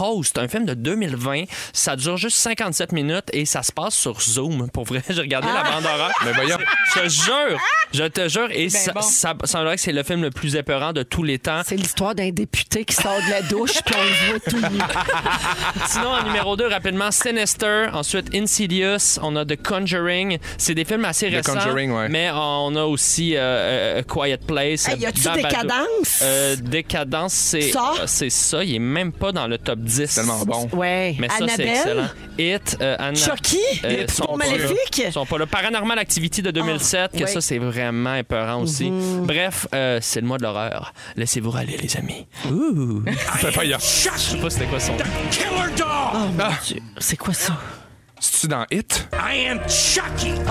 [SPEAKER 5] Host, un film de 2020. Ça dure juste 57 minutes et ça se passe sur Zoom. Pour vrai, j'ai regardé la bande horreur.
[SPEAKER 2] Mais voyons.
[SPEAKER 5] Je te jure, je te jure, et ça,
[SPEAKER 3] bon.
[SPEAKER 5] ça semblerait que c'est le film le plus épeurant de tous les temps.
[SPEAKER 1] C'est l'histoire d'un député qui sort de la douche puis on le voit tout nu.
[SPEAKER 5] Sinon, en numéro 2, rapidement, Sinister, ensuite Insidious, on a The Conjuring. C'est des films assez récents,
[SPEAKER 2] Conjuring, ouais.
[SPEAKER 5] mais on a aussi euh, euh, Quiet Place.
[SPEAKER 1] Hey, y a-tu
[SPEAKER 5] Babadook.
[SPEAKER 1] Décadence?
[SPEAKER 5] Euh, Décadence, c'est
[SPEAKER 1] Ça?
[SPEAKER 5] euh, c'est ça. Il est même pas dans le top 10.
[SPEAKER 2] tellement bon.
[SPEAKER 1] Ouais.
[SPEAKER 5] Mais ça, c'est
[SPEAKER 1] Annabelle?
[SPEAKER 5] excellent. It, euh, Anna-
[SPEAKER 1] Chucky?
[SPEAKER 5] euh,
[SPEAKER 1] Pour
[SPEAKER 5] sont pas
[SPEAKER 1] Maléfique? Ah,
[SPEAKER 5] là. Ils sont pas là. Paranormal Activity de 2007, que
[SPEAKER 1] ouais. Mm-hmm.
[SPEAKER 5] ça, c'est vraiment épeurant aussi. Bref, euh, c'est le mois de l'horreur. Laissez-vous râler, les amis. Ouh!
[SPEAKER 2] Fait pas hier.
[SPEAKER 5] Je sais pas c'était quoi son...
[SPEAKER 1] C'est quoi ça?
[SPEAKER 2] C'est-tu dans Hit?
[SPEAKER 1] Ah,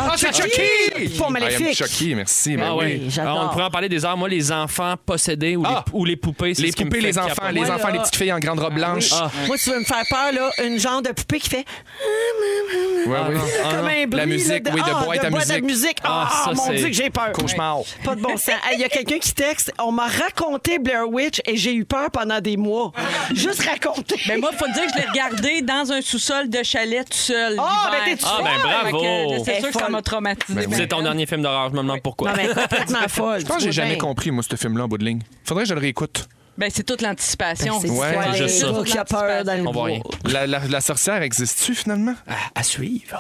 [SPEAKER 1] Pour
[SPEAKER 2] I am
[SPEAKER 1] Maléfique.
[SPEAKER 2] Chucky, merci. mais
[SPEAKER 5] Ah
[SPEAKER 2] oui.
[SPEAKER 5] oui,
[SPEAKER 1] j'adore.
[SPEAKER 5] Alors, on pourrait en parler des heures. Moi, les enfants possédés ou,
[SPEAKER 2] Ah!
[SPEAKER 5] les, ou les poupées, c'est
[SPEAKER 2] Les
[SPEAKER 5] ce qui me
[SPEAKER 2] poupées,
[SPEAKER 5] fait
[SPEAKER 2] les enfants,
[SPEAKER 5] capoter.
[SPEAKER 2] les
[SPEAKER 1] Moi,
[SPEAKER 2] enfants,
[SPEAKER 1] là.
[SPEAKER 2] les petites filles en grande robe blanche.
[SPEAKER 5] Ah.
[SPEAKER 1] Moi, tu veux me faire peur, là, une genre de poupée qui fait euh,
[SPEAKER 2] Ouais, oui.
[SPEAKER 1] comme un bruit.
[SPEAKER 2] La musique,
[SPEAKER 1] là, de,
[SPEAKER 2] oui, de
[SPEAKER 1] ah,
[SPEAKER 2] boîte à musique.
[SPEAKER 1] Ah,
[SPEAKER 5] Ah, ça,
[SPEAKER 1] mon
[SPEAKER 5] c'est-
[SPEAKER 1] Dieu, que j'ai peur.
[SPEAKER 2] Cauchemar.
[SPEAKER 1] Pas de bon sens. Hey, Il y a quelqu'un qui texte On m'a raconté Blair Witch et j'ai eu peur pendant des mois. Juste raconter.
[SPEAKER 3] Mais Ben, moi, il faut dire que je l'ai regardé dans un sous-sol de chalet tout seul.
[SPEAKER 1] Ah,
[SPEAKER 3] l'hiver.
[SPEAKER 1] ben, t'es-tu
[SPEAKER 5] Ah, ben,
[SPEAKER 3] Fait que,
[SPEAKER 5] bravo.
[SPEAKER 3] euh, C'est sûr que ça m'a traumatisé.
[SPEAKER 2] Ben oui. Ah ben,
[SPEAKER 5] C'est ton dernier film d'horreur, je me demande pourquoi.
[SPEAKER 1] Non, mais complètement folle.
[SPEAKER 2] Je pense que j'ai jamais compris, moi, ce film-là, en bout de ligne. Faudrait que je le réécoute.
[SPEAKER 3] Ben, c'est toute l'anticipation.
[SPEAKER 1] Ben, C'est
[SPEAKER 2] Ouais,
[SPEAKER 1] ouais,
[SPEAKER 5] c'est juste ça.
[SPEAKER 1] qui a peur dans le
[SPEAKER 5] On voit rien.
[SPEAKER 2] La, la- la sorcière existe-tu, finalement?
[SPEAKER 5] À, à suivre.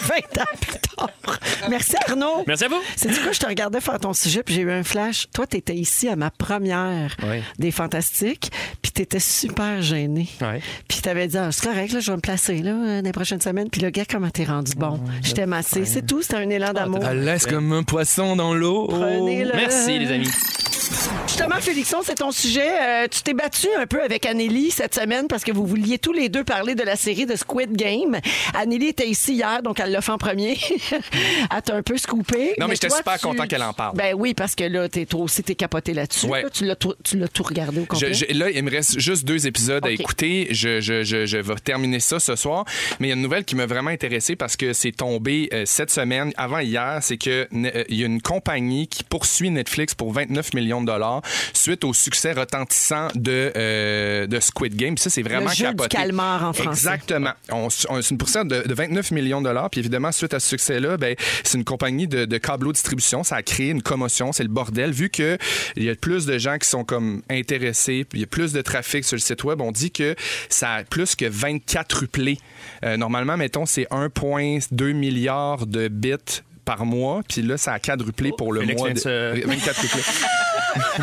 [SPEAKER 1] 20 ans plus tard. Merci Arnaud.
[SPEAKER 5] Merci à vous.
[SPEAKER 1] C'est du coup, je te regardais faire ton sujet, puis j'ai eu un flash. Toi, tu étais ici à ma première
[SPEAKER 5] Oui.
[SPEAKER 1] des Fantastiques, puis tu étais super gêné.
[SPEAKER 5] Ouais.
[SPEAKER 1] Puis tu avais dit, ah, c'est correct, là, je vais me placer là, euh, dans les prochaines semaines. Puis le gars, comment t'es rendu bon? je t'aime assez. C'est tout, c'était un
[SPEAKER 2] Ah,
[SPEAKER 1] élan d'amour.
[SPEAKER 2] Elle laisse comme un poisson dans l'eau.
[SPEAKER 1] Prenez-le.
[SPEAKER 5] Merci, les amis.
[SPEAKER 1] Justement, Félixon, c'est ton sujet. Euh, tu t'es battu un peu avec Anneli cette semaine parce que vous vouliez tous les deux parler de la série de Squid Game. Anneli était ici hier, donc elle l'a fait en premier. elle t'a un peu scoopé.
[SPEAKER 2] Non, mais j'étais
[SPEAKER 1] toi,
[SPEAKER 2] super
[SPEAKER 1] tu-
[SPEAKER 2] content qu'elle en parle.
[SPEAKER 1] Ben oui, parce que là, t'es toi aussi, t'es capoté là-dessus.
[SPEAKER 2] Ouais.
[SPEAKER 1] Là, tu l'as tout- tu l'as tout regardé au complet.
[SPEAKER 2] Je- je- là, il me reste juste deux épisodes à
[SPEAKER 1] Ok.
[SPEAKER 2] écouter. Je, je- je- je vais terminer ça ce soir. Mais il y a une nouvelle qui m'a vraiment intéressé parce que c'est tombé euh, cette semaine, avant hier, c'est que ne- euh, il y a une compagnie qui poursuit Netflix pour 29 millions de dollars suite au succès retentissant de, euh, de Squid Game. Ça, c'est vraiment
[SPEAKER 1] Le jeu du
[SPEAKER 2] capoté.
[SPEAKER 1] calmar en français.
[SPEAKER 2] Exactement. On, on- c'est une pourcent de, de 29 millions de dollars. Puis évidemment, suite à ce succès-là, ben, c'est une compagnie de, de câbleau distribution. Ça a créé une commotion. C'est le bordel. Vu qu'il y a plus de gens qui sont comme intéressés, puis il y a plus de trafic sur le site web, on dit que ça a plus que 24 ruplé. normalement, mettons, c'est 1,2 milliard de bits par mois. Puis là, ça a quadruplé pour le
[SPEAKER 5] Oh, Félix
[SPEAKER 2] mois.
[SPEAKER 5] vient de se-
[SPEAKER 2] 24 ruplés.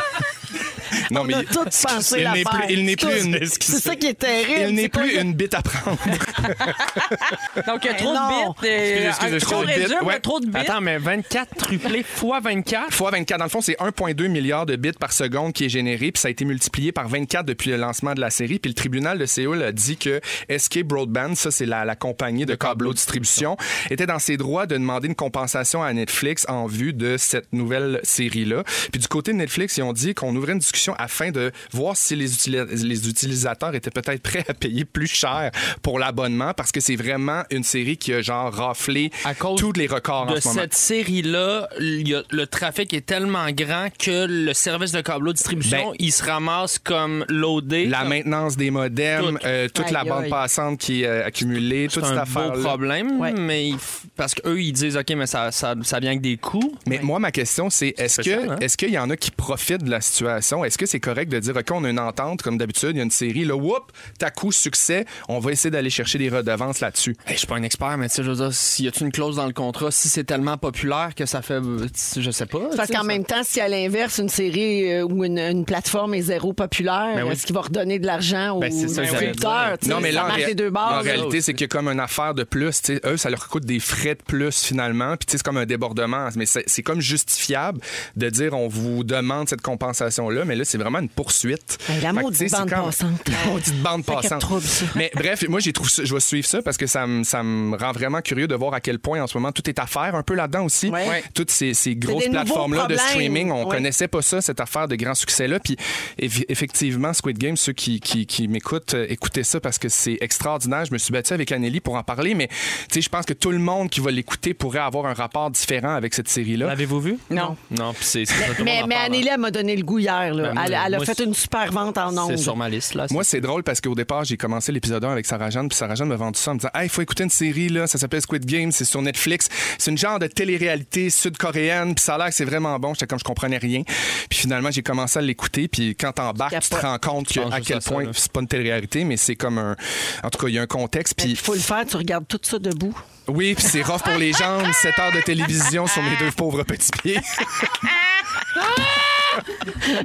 [SPEAKER 2] non,
[SPEAKER 1] On a tout pensé
[SPEAKER 2] il n'est
[SPEAKER 1] l'affaire.
[SPEAKER 2] plus, il n'est
[SPEAKER 1] Tout-
[SPEAKER 2] plus une-
[SPEAKER 1] C'est ça qui est terrible.
[SPEAKER 2] il n'est
[SPEAKER 1] C'est pas
[SPEAKER 2] plus
[SPEAKER 1] que-
[SPEAKER 2] une bite à prendre.
[SPEAKER 3] Donc, il y a
[SPEAKER 1] Ben
[SPEAKER 3] trop
[SPEAKER 1] non.
[SPEAKER 3] de bits. euh,
[SPEAKER 2] Excusez,
[SPEAKER 3] un-
[SPEAKER 2] excusez,
[SPEAKER 3] trop
[SPEAKER 2] trop de bits,
[SPEAKER 3] résume,
[SPEAKER 2] ouais.
[SPEAKER 3] trop de bits.
[SPEAKER 5] Attends, mais 24 truplés fois 24?
[SPEAKER 2] fois 24. Dans le fond, c'est 1,2 milliard de bits par seconde qui est généré, puis ça a été multiplié par 24 depuis le lancement de la série. Puis le tribunal de Séoul a dit que SK Broadband, ça c'est la, la compagnie de câbleau distribution, était dans ses droits de demander une compensation à Netflix en vue de cette nouvelle série-là. Puis du côté de Netflix, ils ont dit qu'on ouvrait une discussion afin de voir si les, utili- les utilisateurs étaient peut-être prêts à payer plus cher pour l'abonnement, parce que c'est vraiment une série qui a genre raflé
[SPEAKER 5] À cause
[SPEAKER 2] tous les records en
[SPEAKER 5] de
[SPEAKER 2] ce moment.
[SPEAKER 5] cette série-là, il y a- le trafic est tellement grand que le service de câbleau distribution,
[SPEAKER 2] Ben,
[SPEAKER 5] il se ramasse comme loadé.
[SPEAKER 2] La
[SPEAKER 5] comme-
[SPEAKER 2] maintenance des modems,
[SPEAKER 5] Tout.
[SPEAKER 2] euh, toute
[SPEAKER 1] Aïe,
[SPEAKER 2] la bande
[SPEAKER 1] aïe.
[SPEAKER 2] passante qui est euh, accumulée,
[SPEAKER 5] C'est
[SPEAKER 2] toute cette
[SPEAKER 5] un beau
[SPEAKER 2] affaire-là.
[SPEAKER 5] problème,
[SPEAKER 1] Ouais.
[SPEAKER 5] mais il f- parce qu'eux, ils disent, OK, mais ça, ça, ça vient avec des coûts.
[SPEAKER 2] Mais moi, ma question, c'est est-ce
[SPEAKER 5] spécial,
[SPEAKER 2] que
[SPEAKER 5] hein?
[SPEAKER 2] est-ce qu'il y en a qui profitent de la situation? Est-ce que c'est correct de dire, OK, on a une entente, comme d'habitude, il y a une série, là, whoop, t'as coup, succès, on va essayer d'aller chercher des redevances là-dessus.
[SPEAKER 5] Hey, je suis pas un expert, mais tu sais, je veux dire, s'il y a une clause dans le contrat, si c'est tellement populaire que ça fait. euh, Je sais pas.
[SPEAKER 1] Parce
[SPEAKER 5] tu sais,
[SPEAKER 1] qu'en
[SPEAKER 5] ça-
[SPEAKER 1] même temps, si à l'inverse, une série euh, ou une, une plateforme est zéro populaire,
[SPEAKER 5] Ben oui.
[SPEAKER 1] est-ce qu'il va redonner de l'argent aux
[SPEAKER 5] Ben, c'est ça que j'allais
[SPEAKER 1] producteurs?
[SPEAKER 5] dire.
[SPEAKER 1] tu sais,
[SPEAKER 2] non, mais
[SPEAKER 1] ça
[SPEAKER 2] là, en,
[SPEAKER 1] marche
[SPEAKER 2] réa-
[SPEAKER 1] des deux bords,
[SPEAKER 2] en
[SPEAKER 1] là.
[SPEAKER 2] réalité, c'est qu'il y a comme une affaire de plus. tu sais, Eux, ça leur coûte des frais de plus, finalement. Puis, tu sais, c'est comme un débordement. Mais c'est c'est comme justifiable de dire on vous demande cette compensation-là, mais là, c'est vraiment une poursuite.
[SPEAKER 1] Hey, la
[SPEAKER 2] Fait que,
[SPEAKER 1] maudite
[SPEAKER 2] tu sais, c'est
[SPEAKER 1] bande
[SPEAKER 2] comme-
[SPEAKER 1] passante.
[SPEAKER 2] La maudite bande
[SPEAKER 1] Paquet de
[SPEAKER 2] passante.
[SPEAKER 1] troubles, ça.
[SPEAKER 2] Mais bref, moi, j'ai trouvé ça- je vais suivre ça parce que ça me ça me rend vraiment curieux de voir à quel point en ce moment tout est à faire un peu là-dedans aussi.
[SPEAKER 1] Ouais. Ouais.
[SPEAKER 2] Toutes ces, ces grosses
[SPEAKER 1] des nouveaux
[SPEAKER 2] plateformes-là de
[SPEAKER 1] problèmes.
[SPEAKER 2] streaming, on
[SPEAKER 1] Ouais.
[SPEAKER 2] connaissait pas ça, cette affaire de grand succès-là. Puis eff- effectivement, Squid Game, ceux qui, qui, qui m'écoutent, euh, écoutez ça parce que c'est extraordinaire. Je me suis battu avec Anneli pour en parler, mais tu sais, je pense que tout le monde qui va l'écouter pourrait avoir un rapport différent avec cette série-là.
[SPEAKER 5] L'avez-vous vu?
[SPEAKER 3] Non.
[SPEAKER 5] Non, puis c'est c'est ça, tout le
[SPEAKER 1] Mais,
[SPEAKER 5] monde en
[SPEAKER 1] mais
[SPEAKER 5] parle,
[SPEAKER 1] Anneli, elle m'a donné le goût hier. là.
[SPEAKER 5] Ben,
[SPEAKER 1] elle elle a
[SPEAKER 5] moi,
[SPEAKER 1] fait
[SPEAKER 5] c'est-
[SPEAKER 1] une super vente en
[SPEAKER 5] hein.
[SPEAKER 1] ondes.
[SPEAKER 5] C'est sur ma liste, là.
[SPEAKER 2] Moi, c'est drôle parce qu'au départ, j'ai commencé l'épisode 1 avec Sarah Jeanne, puis Sarah Jeanne m'a vendu ça en me disant Hey, il faut écouter une série, là, ça s'appelle Squid Game, c'est sur Netflix. C'est une genre de télé-réalité sud-coréenne, puis ça a l'air que c'est vraiment bon. J'étais comme, je comprenais rien. Puis finalement, j'ai commencé à l'écouter, puis quand t'embarques, tu te
[SPEAKER 1] Capote.
[SPEAKER 2] rends compte
[SPEAKER 5] Tu
[SPEAKER 2] que,
[SPEAKER 5] penses
[SPEAKER 2] à
[SPEAKER 5] juste
[SPEAKER 2] quel
[SPEAKER 5] à ça,
[SPEAKER 2] point
[SPEAKER 5] là.
[SPEAKER 2] c'est pas une télé-réalité, mais c'est comme un. En tout cas, il y a un contexte,
[SPEAKER 1] Il
[SPEAKER 2] puis.
[SPEAKER 1] faut le faire, tu regardes tout ça debout.
[SPEAKER 2] Oui, puis c'est rough pour les jambes, 7 heures de télévision sur mes deux pauvres petits pieds.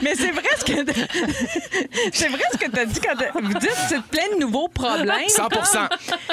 [SPEAKER 3] Mais c'est vrai ce que c'est vrai ce que t'as dit quand t'as- vous dites c'est plein de nouveaux problèmes.
[SPEAKER 2] 100%.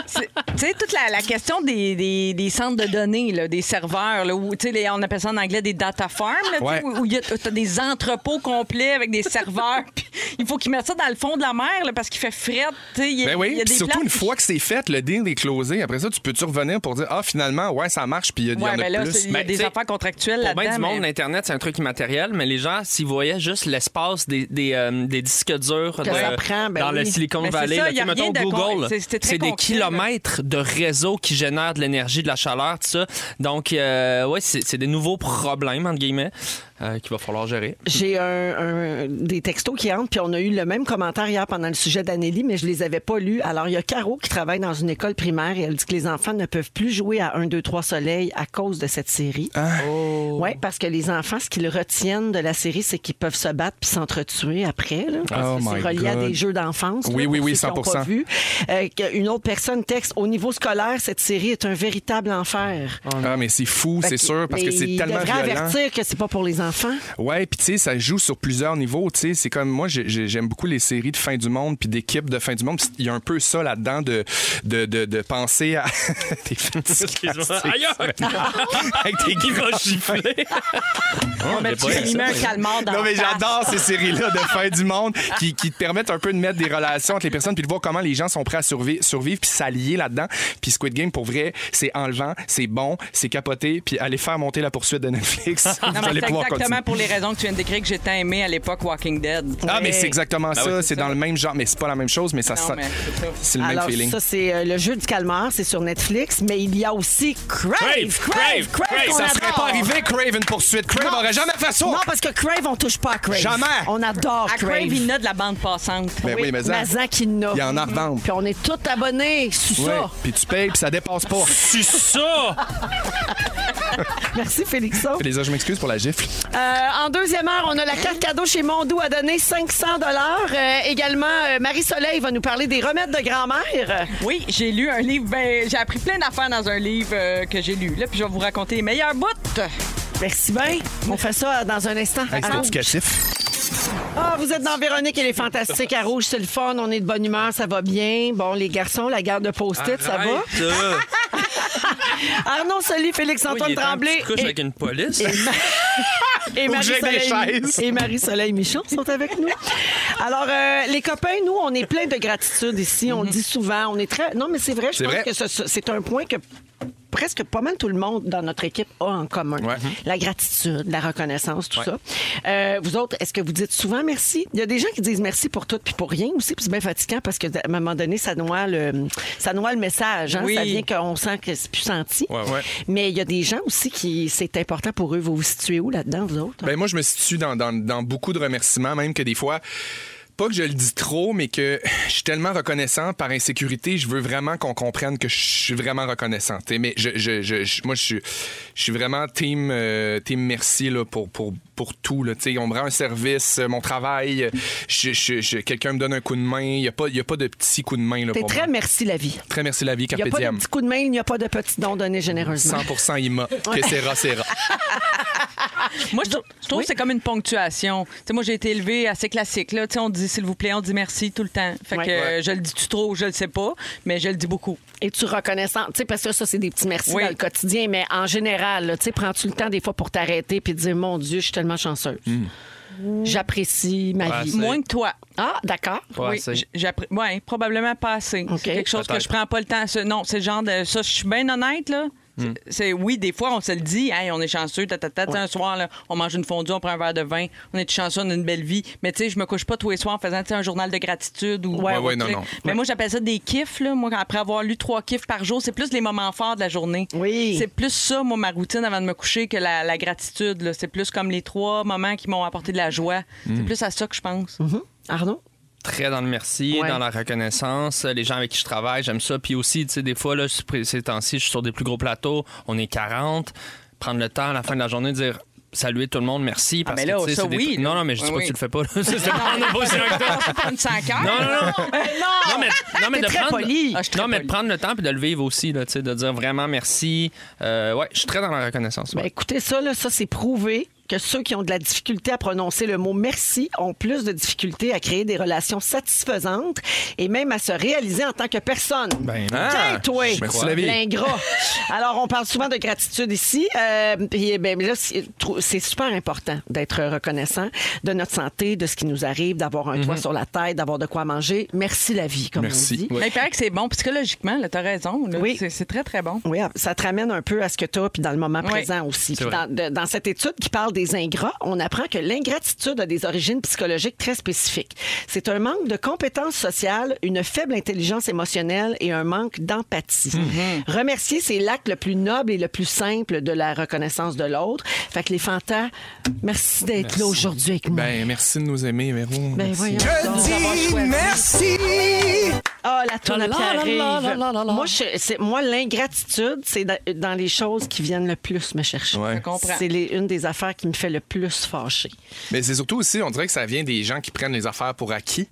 [SPEAKER 3] C'est- Tu sais toute la, la question des, des- des centres de données là, des serveurs là, où, tu sais, les- on appelle ça en anglais des data farms là, tu sais,
[SPEAKER 2] Ouais.
[SPEAKER 3] où il y a t'as des entrepôts complets avec des serveurs. puis il faut qu'ils mettent ça dans le fond de la mer là, parce qu'il fait fret. tu sais, Il y a,
[SPEAKER 2] Ben
[SPEAKER 3] il
[SPEAKER 2] oui,
[SPEAKER 3] y a
[SPEAKER 2] puis
[SPEAKER 3] des
[SPEAKER 2] surtout
[SPEAKER 3] places-
[SPEAKER 2] une fois que c'est fait, le deal est closé. Après ça, tu peux-tu revenir pour dire Ah, finalement, ouais, ça marche, puis il y, a- il y
[SPEAKER 3] Ouais,
[SPEAKER 2] en a
[SPEAKER 3] ben là, c'est-
[SPEAKER 2] plus.
[SPEAKER 3] il y a
[SPEAKER 5] Ben,
[SPEAKER 3] des
[SPEAKER 5] t'sais,
[SPEAKER 3] affaires contractuelles
[SPEAKER 5] Pour
[SPEAKER 3] là-dedans.
[SPEAKER 5] bien du monde,
[SPEAKER 3] mais-
[SPEAKER 5] l'Internet, c'est un truc immatériel, mais les gens, s'ils voyaient juste l'espace des, des, euh, des disques durs de-
[SPEAKER 1] ça prend, ben
[SPEAKER 5] dans
[SPEAKER 1] oui.
[SPEAKER 5] le Silicon
[SPEAKER 3] Mais c'est
[SPEAKER 5] Valley,
[SPEAKER 3] ça, y a
[SPEAKER 5] là, tu sais,
[SPEAKER 3] rien
[SPEAKER 5] mettons
[SPEAKER 3] de con-
[SPEAKER 5] Google,
[SPEAKER 3] c'est- c'était très
[SPEAKER 5] c'est des
[SPEAKER 3] concret, là.
[SPEAKER 5] kilomètres de réseaux qui génèrent de l'énergie, de la chaleur, tout ça. Donc, euh, ouais, c'est c'est des nouveaux problèmes, entre guillemets, euh, qu'il va falloir gérer.
[SPEAKER 1] J'ai un- un- des textos qui entrent, puis on a eu le même commentaire hier pendant le sujet d'Anélie, mais je les avais pas lus. Alors, il y a Caro qui travaille dans une école primaire et elle dit que les enfants ne peuvent plus jouer à 1, 2, 3 soleil à cause de cette série.
[SPEAKER 2] Hein?
[SPEAKER 1] Oui, parce que les enfants, ce qu'ils retiennent de la série, c'est qu'ils peuvent se battre puis s'entretuer après. là.
[SPEAKER 2] Oh
[SPEAKER 1] c'est
[SPEAKER 2] my
[SPEAKER 1] relié à
[SPEAKER 2] God.
[SPEAKER 1] des jeux d'enfance. là,
[SPEAKER 2] Oui,
[SPEAKER 1] pour
[SPEAKER 2] oui, oui,
[SPEAKER 1] ceux qui l'ont pas
[SPEAKER 2] 100%.
[SPEAKER 1] vu. Euh, que- une autre personne texte, au niveau scolaire, cette série est un véritable enfer.
[SPEAKER 2] Ah, mais c'est fou,
[SPEAKER 1] Fait
[SPEAKER 2] c'est
[SPEAKER 1] que-
[SPEAKER 2] sûr, parce
[SPEAKER 1] mais
[SPEAKER 2] que c'est
[SPEAKER 1] il
[SPEAKER 2] tellement
[SPEAKER 1] devrait
[SPEAKER 2] violent.
[SPEAKER 1] avertir que c'est pas pour les enfants.
[SPEAKER 2] Ouais, puis tu sais, ça joue sur plusieurs niveaux. Tu sais, c'est comme moi, j'ai- j'ai- j'aime beaucoup les séries de fin du monde puis d'équipes de fin du monde. Puis Il y a un peu ça là-dedans de, de, de, de penser à. T'es fatigué.
[SPEAKER 5] Aïe,
[SPEAKER 2] Avec tes
[SPEAKER 5] qui va gifler?
[SPEAKER 2] hein,
[SPEAKER 3] On met-
[SPEAKER 5] j'ai pas
[SPEAKER 3] il met un calmar dans
[SPEAKER 2] Non, mais
[SPEAKER 3] la face.
[SPEAKER 2] j'adore ces séries-là de fin du monde qui, qui te permettent un peu de mettre des relations entre les personnes puis de voir comment les gens sont prêts à survivre, survivre puis s'allier là-dedans. Puis Squid Game, pour vrai, c'est enlevant, c'est bon, c'est capoté. Puis allez faire monter la poursuite de Netflix.
[SPEAKER 3] Non,
[SPEAKER 2] Vous
[SPEAKER 3] mais
[SPEAKER 2] allez
[SPEAKER 3] c'est
[SPEAKER 2] pouvoir
[SPEAKER 3] exactement
[SPEAKER 2] continuer.
[SPEAKER 3] pour les raisons que tu viens de décrire que j'ai tant aimé à l'époque Walking Dead.
[SPEAKER 2] Ah, mais
[SPEAKER 1] Ouais.
[SPEAKER 2] c'est exactement ça. c'est dans le même genre, mais c'est pas la même chose, mais ça
[SPEAKER 3] Non,
[SPEAKER 2] sent-
[SPEAKER 3] mais c'est ça.
[SPEAKER 2] C'est le même
[SPEAKER 1] Alors,
[SPEAKER 2] feeling.
[SPEAKER 1] ça, c'est euh, le jeu du calmar, c'est sur Netflix, mais il y a aussi Crave,
[SPEAKER 5] Crave,
[SPEAKER 1] Crave, Crave,
[SPEAKER 5] Crave,
[SPEAKER 1] qu'on
[SPEAKER 2] ça serait
[SPEAKER 1] adore.
[SPEAKER 2] pas arrivé, Crave, une poursuite. Crave
[SPEAKER 1] Non.
[SPEAKER 2] aurait jamais fait ça.
[SPEAKER 1] Non, parce que Crave, on touche pas à Crave.
[SPEAKER 2] Jamais.
[SPEAKER 1] On adore
[SPEAKER 3] À
[SPEAKER 1] Crave.
[SPEAKER 3] Crave, il y en a de la bande passante.
[SPEAKER 2] Ben oui, mais ça.
[SPEAKER 1] Mazan qui n'a.
[SPEAKER 2] Il y en a à revendre.
[SPEAKER 1] Puis on est tous abonnés sous
[SPEAKER 2] Ouais.
[SPEAKER 1] ça.
[SPEAKER 2] Puis tu payes, puis ça dépasse pas.
[SPEAKER 5] C'est ça!
[SPEAKER 1] Merci, Félixon.
[SPEAKER 2] Les je m'excuse pour la gifle.
[SPEAKER 1] Euh, en deuxième heure, on a la carte cadeau chez Mondou à donner 500 dollars. également, euh, Marie-Soleil va nous parler des remèdes de grand-mère.
[SPEAKER 3] Oui, j'ai lu un livre, ben, j'ai appris plein d'affaires dans un livre euh, que j'ai lu. Là, puis je vais vous raconter les meilleurs bouts.
[SPEAKER 1] Merci bien. On fait ça dans un instant.
[SPEAKER 2] Hey, c'est
[SPEAKER 1] Alors,
[SPEAKER 2] éducatif.
[SPEAKER 1] Ah, vous êtes dans Véronique et les Fantastiques à Rouge. C'est le fun. On est de bonne humeur. Ça va bien. Bon, les garçons, la garde de
[SPEAKER 3] Ah,
[SPEAKER 1] post-it, ça va?
[SPEAKER 3] euh.
[SPEAKER 5] va?
[SPEAKER 1] Arnaud Soli, Félix-Antoine Tremblay
[SPEAKER 5] couche
[SPEAKER 1] et,
[SPEAKER 5] avec une police.
[SPEAKER 1] et
[SPEAKER 2] Faut que j'aille des
[SPEAKER 1] Marie-Soleil
[SPEAKER 2] chaises.
[SPEAKER 1] et Marie-Soleil Michon sont avec nous. Alors, euh, les copains, nous, on est plein de gratitude ici. On le dit souvent. On est très... Non, mais c'est vrai. Je
[SPEAKER 2] Mhm. C'est
[SPEAKER 1] pense
[SPEAKER 2] vrai.
[SPEAKER 1] que ce- ce- c'est un point que presque pas mal tout le monde dans notre équipe a en commun.
[SPEAKER 2] Ouais. Mhm.
[SPEAKER 1] La gratitude, la reconnaissance, tout ça. Euh, vous autres, est-ce que vous dites souvent merci? Il y a des gens qui disent merci pour tout puis pour rien aussi, puis c'est bien fatigant parce qu'à un moment donné, ça noie le, ça noie le message. hein.
[SPEAKER 3] Oui.
[SPEAKER 1] Ça vient qu'on sent que c'est plus senti.
[SPEAKER 2] Ouais, ouais.
[SPEAKER 1] Mais il y a des gens aussi qui, c'est important pour eux. Vous vous situez où là-dedans, vous autres?
[SPEAKER 2] Ben moi, je me situe dans, dans- dans beaucoup de remerciements, même que des fois, pas que je le dis trop, mais que je suis tellement reconnaissant par insécurité, je veux vraiment qu'on comprenne que je suis vraiment reconnaissant. T'sais, mais je, je- je- je- moi, je suis, je suis vraiment team, euh, team merci là, pour, pour, pour tout. Là, T'sais, on me rend un service, euh, mon travail, euh, je, je- je- quelqu'un me donne un coup de main. Il n'y a, pas- il y a pas de petit coup de main là,
[SPEAKER 1] T'es
[SPEAKER 2] pour
[SPEAKER 1] très
[SPEAKER 2] moi.
[SPEAKER 1] merci la vie.
[SPEAKER 2] Très merci la vie,
[SPEAKER 1] Il n'y
[SPEAKER 2] Carpe
[SPEAKER 1] a pas de
[SPEAKER 2] diem.
[SPEAKER 1] petit coup de main, il n'y a pas de petit don donné généreusement.
[SPEAKER 2] 100% IMA. Que sera, sera.
[SPEAKER 3] Moi, je, trou- je trouve que c'est comme une ponctuation. Tu sais, moi, j'ai été élevée assez classique. Là. Tu sais, On dit s'il vous plaît, on dit merci tout le temps. Fait
[SPEAKER 1] Ouais.
[SPEAKER 3] que euh, je le dis-tu trop, je le sais pas, mais je le dis beaucoup.
[SPEAKER 1] Et tu reconnaissant, tu sais, parce que ça, c'est des petits merci
[SPEAKER 3] Oui.
[SPEAKER 1] dans le quotidien,
[SPEAKER 2] Hmm.
[SPEAKER 1] mais en général, là, tu sais, prends-tu le temps des fois pour t'arrêter puis te dire, mon Dieu, je suis tellement chanceuse. j'apprécie ma
[SPEAKER 5] Ouais,
[SPEAKER 1] vie.
[SPEAKER 5] c'est-
[SPEAKER 3] Moins que toi.
[SPEAKER 1] Ah, d'accord.
[SPEAKER 5] Pas
[SPEAKER 3] oui,
[SPEAKER 5] assez.
[SPEAKER 3] j- j'appré- ouais, probablement pas assez.
[SPEAKER 1] OK.
[SPEAKER 3] C'est quelque chose que
[SPEAKER 5] Peut-être.
[SPEAKER 3] je prends pas le temps. Ce- Non, c'est le genre de. Ça, je suis bien honnête, là.
[SPEAKER 2] Hmm.
[SPEAKER 3] C'est- C'est, oui, des fois, on se le dit, hey, on est chanceux, ta, ta, ta, tu sais, un soir, là, on mange une fondue, on prend un verre de vin, on est chanceux, on a une belle vie. Mais tu sais, je me couche pas tous les soirs en faisant tu sais, un journal de gratitude ou.
[SPEAKER 2] Ouais, ouais,
[SPEAKER 3] ou
[SPEAKER 2] non,
[SPEAKER 3] truc.
[SPEAKER 2] non.
[SPEAKER 3] Mais moi, j'appelle ça des kiffs, là. Moi, après avoir lu trois kiffs par jour, c'est plus les moments forts de la journée.
[SPEAKER 1] Oui.
[SPEAKER 3] C'est plus ça, moi, ma routine avant de me coucher que la, la gratitude, là. C'est plus comme les trois moments qui m'ont apporté de la joie.
[SPEAKER 2] Hmm.
[SPEAKER 3] C'est plus à ça que je pense.
[SPEAKER 1] Mhm. Arnaud?
[SPEAKER 5] très dans le merci,
[SPEAKER 1] Ouais.
[SPEAKER 5] dans la reconnaissance. Les gens avec qui je travaille, j'aime ça. Puis aussi, tu sais, des fois, là, je suis pré- ces temps-ci, je suis sur des plus gros plateaux, on est 40. Prendre le temps à la fin de la journée de dire saluer tout le monde, merci.
[SPEAKER 3] Ah,
[SPEAKER 5] Parce
[SPEAKER 3] mais là,
[SPEAKER 5] que, tu sais,
[SPEAKER 3] ça,
[SPEAKER 5] c'est des
[SPEAKER 3] oui,
[SPEAKER 5] trucs- Non, non, mais je dis
[SPEAKER 3] Oui,
[SPEAKER 5] pas
[SPEAKER 3] oui.
[SPEAKER 5] que tu le fais pas. là. C'est- c'est-
[SPEAKER 3] Ah.
[SPEAKER 5] on n'est pas aussi loin que toi.
[SPEAKER 3] On peut prendre 5 heures.
[SPEAKER 5] Non, non, non. Non, mais, non, mais
[SPEAKER 1] T'es
[SPEAKER 5] de
[SPEAKER 1] très
[SPEAKER 5] prendre,
[SPEAKER 1] poli.
[SPEAKER 3] Ah, je suis très
[SPEAKER 5] non, mais de
[SPEAKER 3] poli.
[SPEAKER 5] prendre le temps et de le vivre aussi, là, tu sais, de dire vraiment merci. Euh, ouais, je suis très dans la reconnaissance.
[SPEAKER 1] Ben,
[SPEAKER 5] ouais.
[SPEAKER 1] écoutez, ça, là, ça, c'est prouvé que ceux qui ont de la difficulté à prononcer le mot merci ont plus de difficulté à créer des relations satisfaisantes et même à se réaliser en tant que personne.
[SPEAKER 5] Ben,
[SPEAKER 2] ah,
[SPEAKER 1] toi,
[SPEAKER 2] je merci la vie.
[SPEAKER 1] l'ingrat. Alors, on parle souvent de gratitude ici. euh, puis, ben, là, c'est trou- c'est super important d'être reconnaissant de notre santé, de ce qui nous arrive, d'avoir un toit sur la tête, d'avoir de quoi manger. Merci la vie, comme
[SPEAKER 2] Mhm. Merci.
[SPEAKER 1] on dit.
[SPEAKER 3] Mais il paraît que c'est bon psychologiquement, là, t'as raison. là.
[SPEAKER 1] Oui.
[SPEAKER 3] C'est, c'est très, très bon.
[SPEAKER 1] Oui, ah, ça te ramène un peu à ce que tu as, puis dans le moment
[SPEAKER 3] Oui.
[SPEAKER 1] présent aussi.
[SPEAKER 5] C'est
[SPEAKER 1] Puis
[SPEAKER 5] vrai.
[SPEAKER 1] Dans, de- dans cette étude qui parle des ingrats, on apprend que l'ingratitude a des origines psychologiques très spécifiques. C'est un manque de compétences sociales, une faible intelligence émotionnelle et un manque d'empathie. Remercier, c'est l'acte le plus noble et le plus simple de la reconnaissance de l'autre. Fait que les fantas, merci d'être là aujourd'hui avec nous.
[SPEAKER 2] Ben, merci de nous aimer, Véro.
[SPEAKER 1] Ben,
[SPEAKER 2] Merci.
[SPEAKER 1] voyons donc.
[SPEAKER 6] merci!
[SPEAKER 1] Ah, la tourne
[SPEAKER 4] La
[SPEAKER 1] à
[SPEAKER 4] la
[SPEAKER 1] Pierre
[SPEAKER 4] la
[SPEAKER 1] arrive.
[SPEAKER 4] la la la la.
[SPEAKER 1] Moi, je- c'est- moi, l'ingratitude, c'est da- dans les choses qui viennent le plus me chercher.
[SPEAKER 2] Ouais. Je
[SPEAKER 3] comprends.
[SPEAKER 1] C'est les- une des affaires qui me fait le plus fâcher.
[SPEAKER 2] Mais c'est surtout aussi, on dirait que ça vient des gens qui prennent les affaires pour acquis.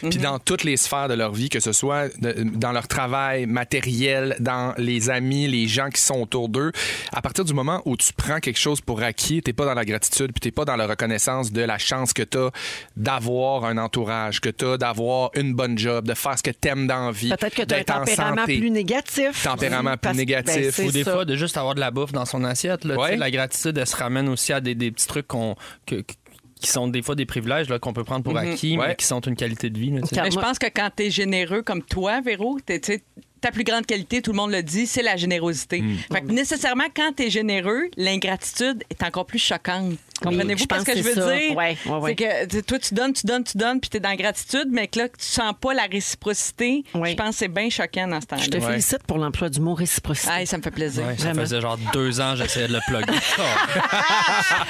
[SPEAKER 2] Puis
[SPEAKER 1] Mhm.
[SPEAKER 2] dans toutes les sphères de leur vie, que ce soit de- dans leur travail matériel, dans les amis, les gens qui sont autour d'eux, à partir du moment où tu prends quelque chose pour acquis, t'es pas dans la gratitude, puis t'es pas dans la reconnaissance de la chance que t'as d'avoir un entourage, que t'as d'avoir une bonne job, de faire ce que t'aimes dans la vie,
[SPEAKER 1] Peut-être que tu as un
[SPEAKER 2] d'être en
[SPEAKER 1] tempérament
[SPEAKER 2] santé.
[SPEAKER 1] plus négatif.
[SPEAKER 2] Tempérament plus
[SPEAKER 1] Parce-
[SPEAKER 2] négatif.
[SPEAKER 1] ben, c'est
[SPEAKER 5] Ou des
[SPEAKER 1] ça.
[SPEAKER 5] fois, de juste avoir de la bouffe dans son assiette. là, tu
[SPEAKER 2] Ouais.
[SPEAKER 5] sais, La gratitude, elle se ramène aussi à des, des petits trucs qu'on- que- qui sont des fois des privilèges là, qu'on peut prendre pour acquis, mais
[SPEAKER 2] Ouais.
[SPEAKER 5] qui sont une qualité de vie. là, tu sais.
[SPEAKER 1] Car-
[SPEAKER 3] Mais je
[SPEAKER 1] Ah, moi-
[SPEAKER 3] pense que quand t'es généreux comme toi, Véro, t'es- tu sais, ta plus grande qualité, tout le monde le dit, c'est la générosité.
[SPEAKER 5] Hmm.
[SPEAKER 3] Fait que nécessairement, quand t'es généreux, l'ingratitude est encore plus choquante.
[SPEAKER 1] je
[SPEAKER 3] Comprenez-vous
[SPEAKER 1] pense
[SPEAKER 3] parce que
[SPEAKER 1] que
[SPEAKER 3] je veux
[SPEAKER 1] c'est ça.
[SPEAKER 3] dire?
[SPEAKER 1] Ouais, ouais, ouais.
[SPEAKER 3] C'est que tu sais, toi, tu donnes, tu donnes, tu donnes, puis t'es dans la gratitude, mais que là, que tu sens pas la réciprocité.
[SPEAKER 1] Ouais.
[SPEAKER 3] Je pense que c'est bien choquant dans ce temps-là.
[SPEAKER 1] Je te félicite pour l'emploi du mot réciprocité.
[SPEAKER 3] Aïe, ça me fait plaisir.
[SPEAKER 5] Ouais, ça
[SPEAKER 1] Vraiment.
[SPEAKER 5] faisait genre deux ans j'essayais de le plugger. Oh.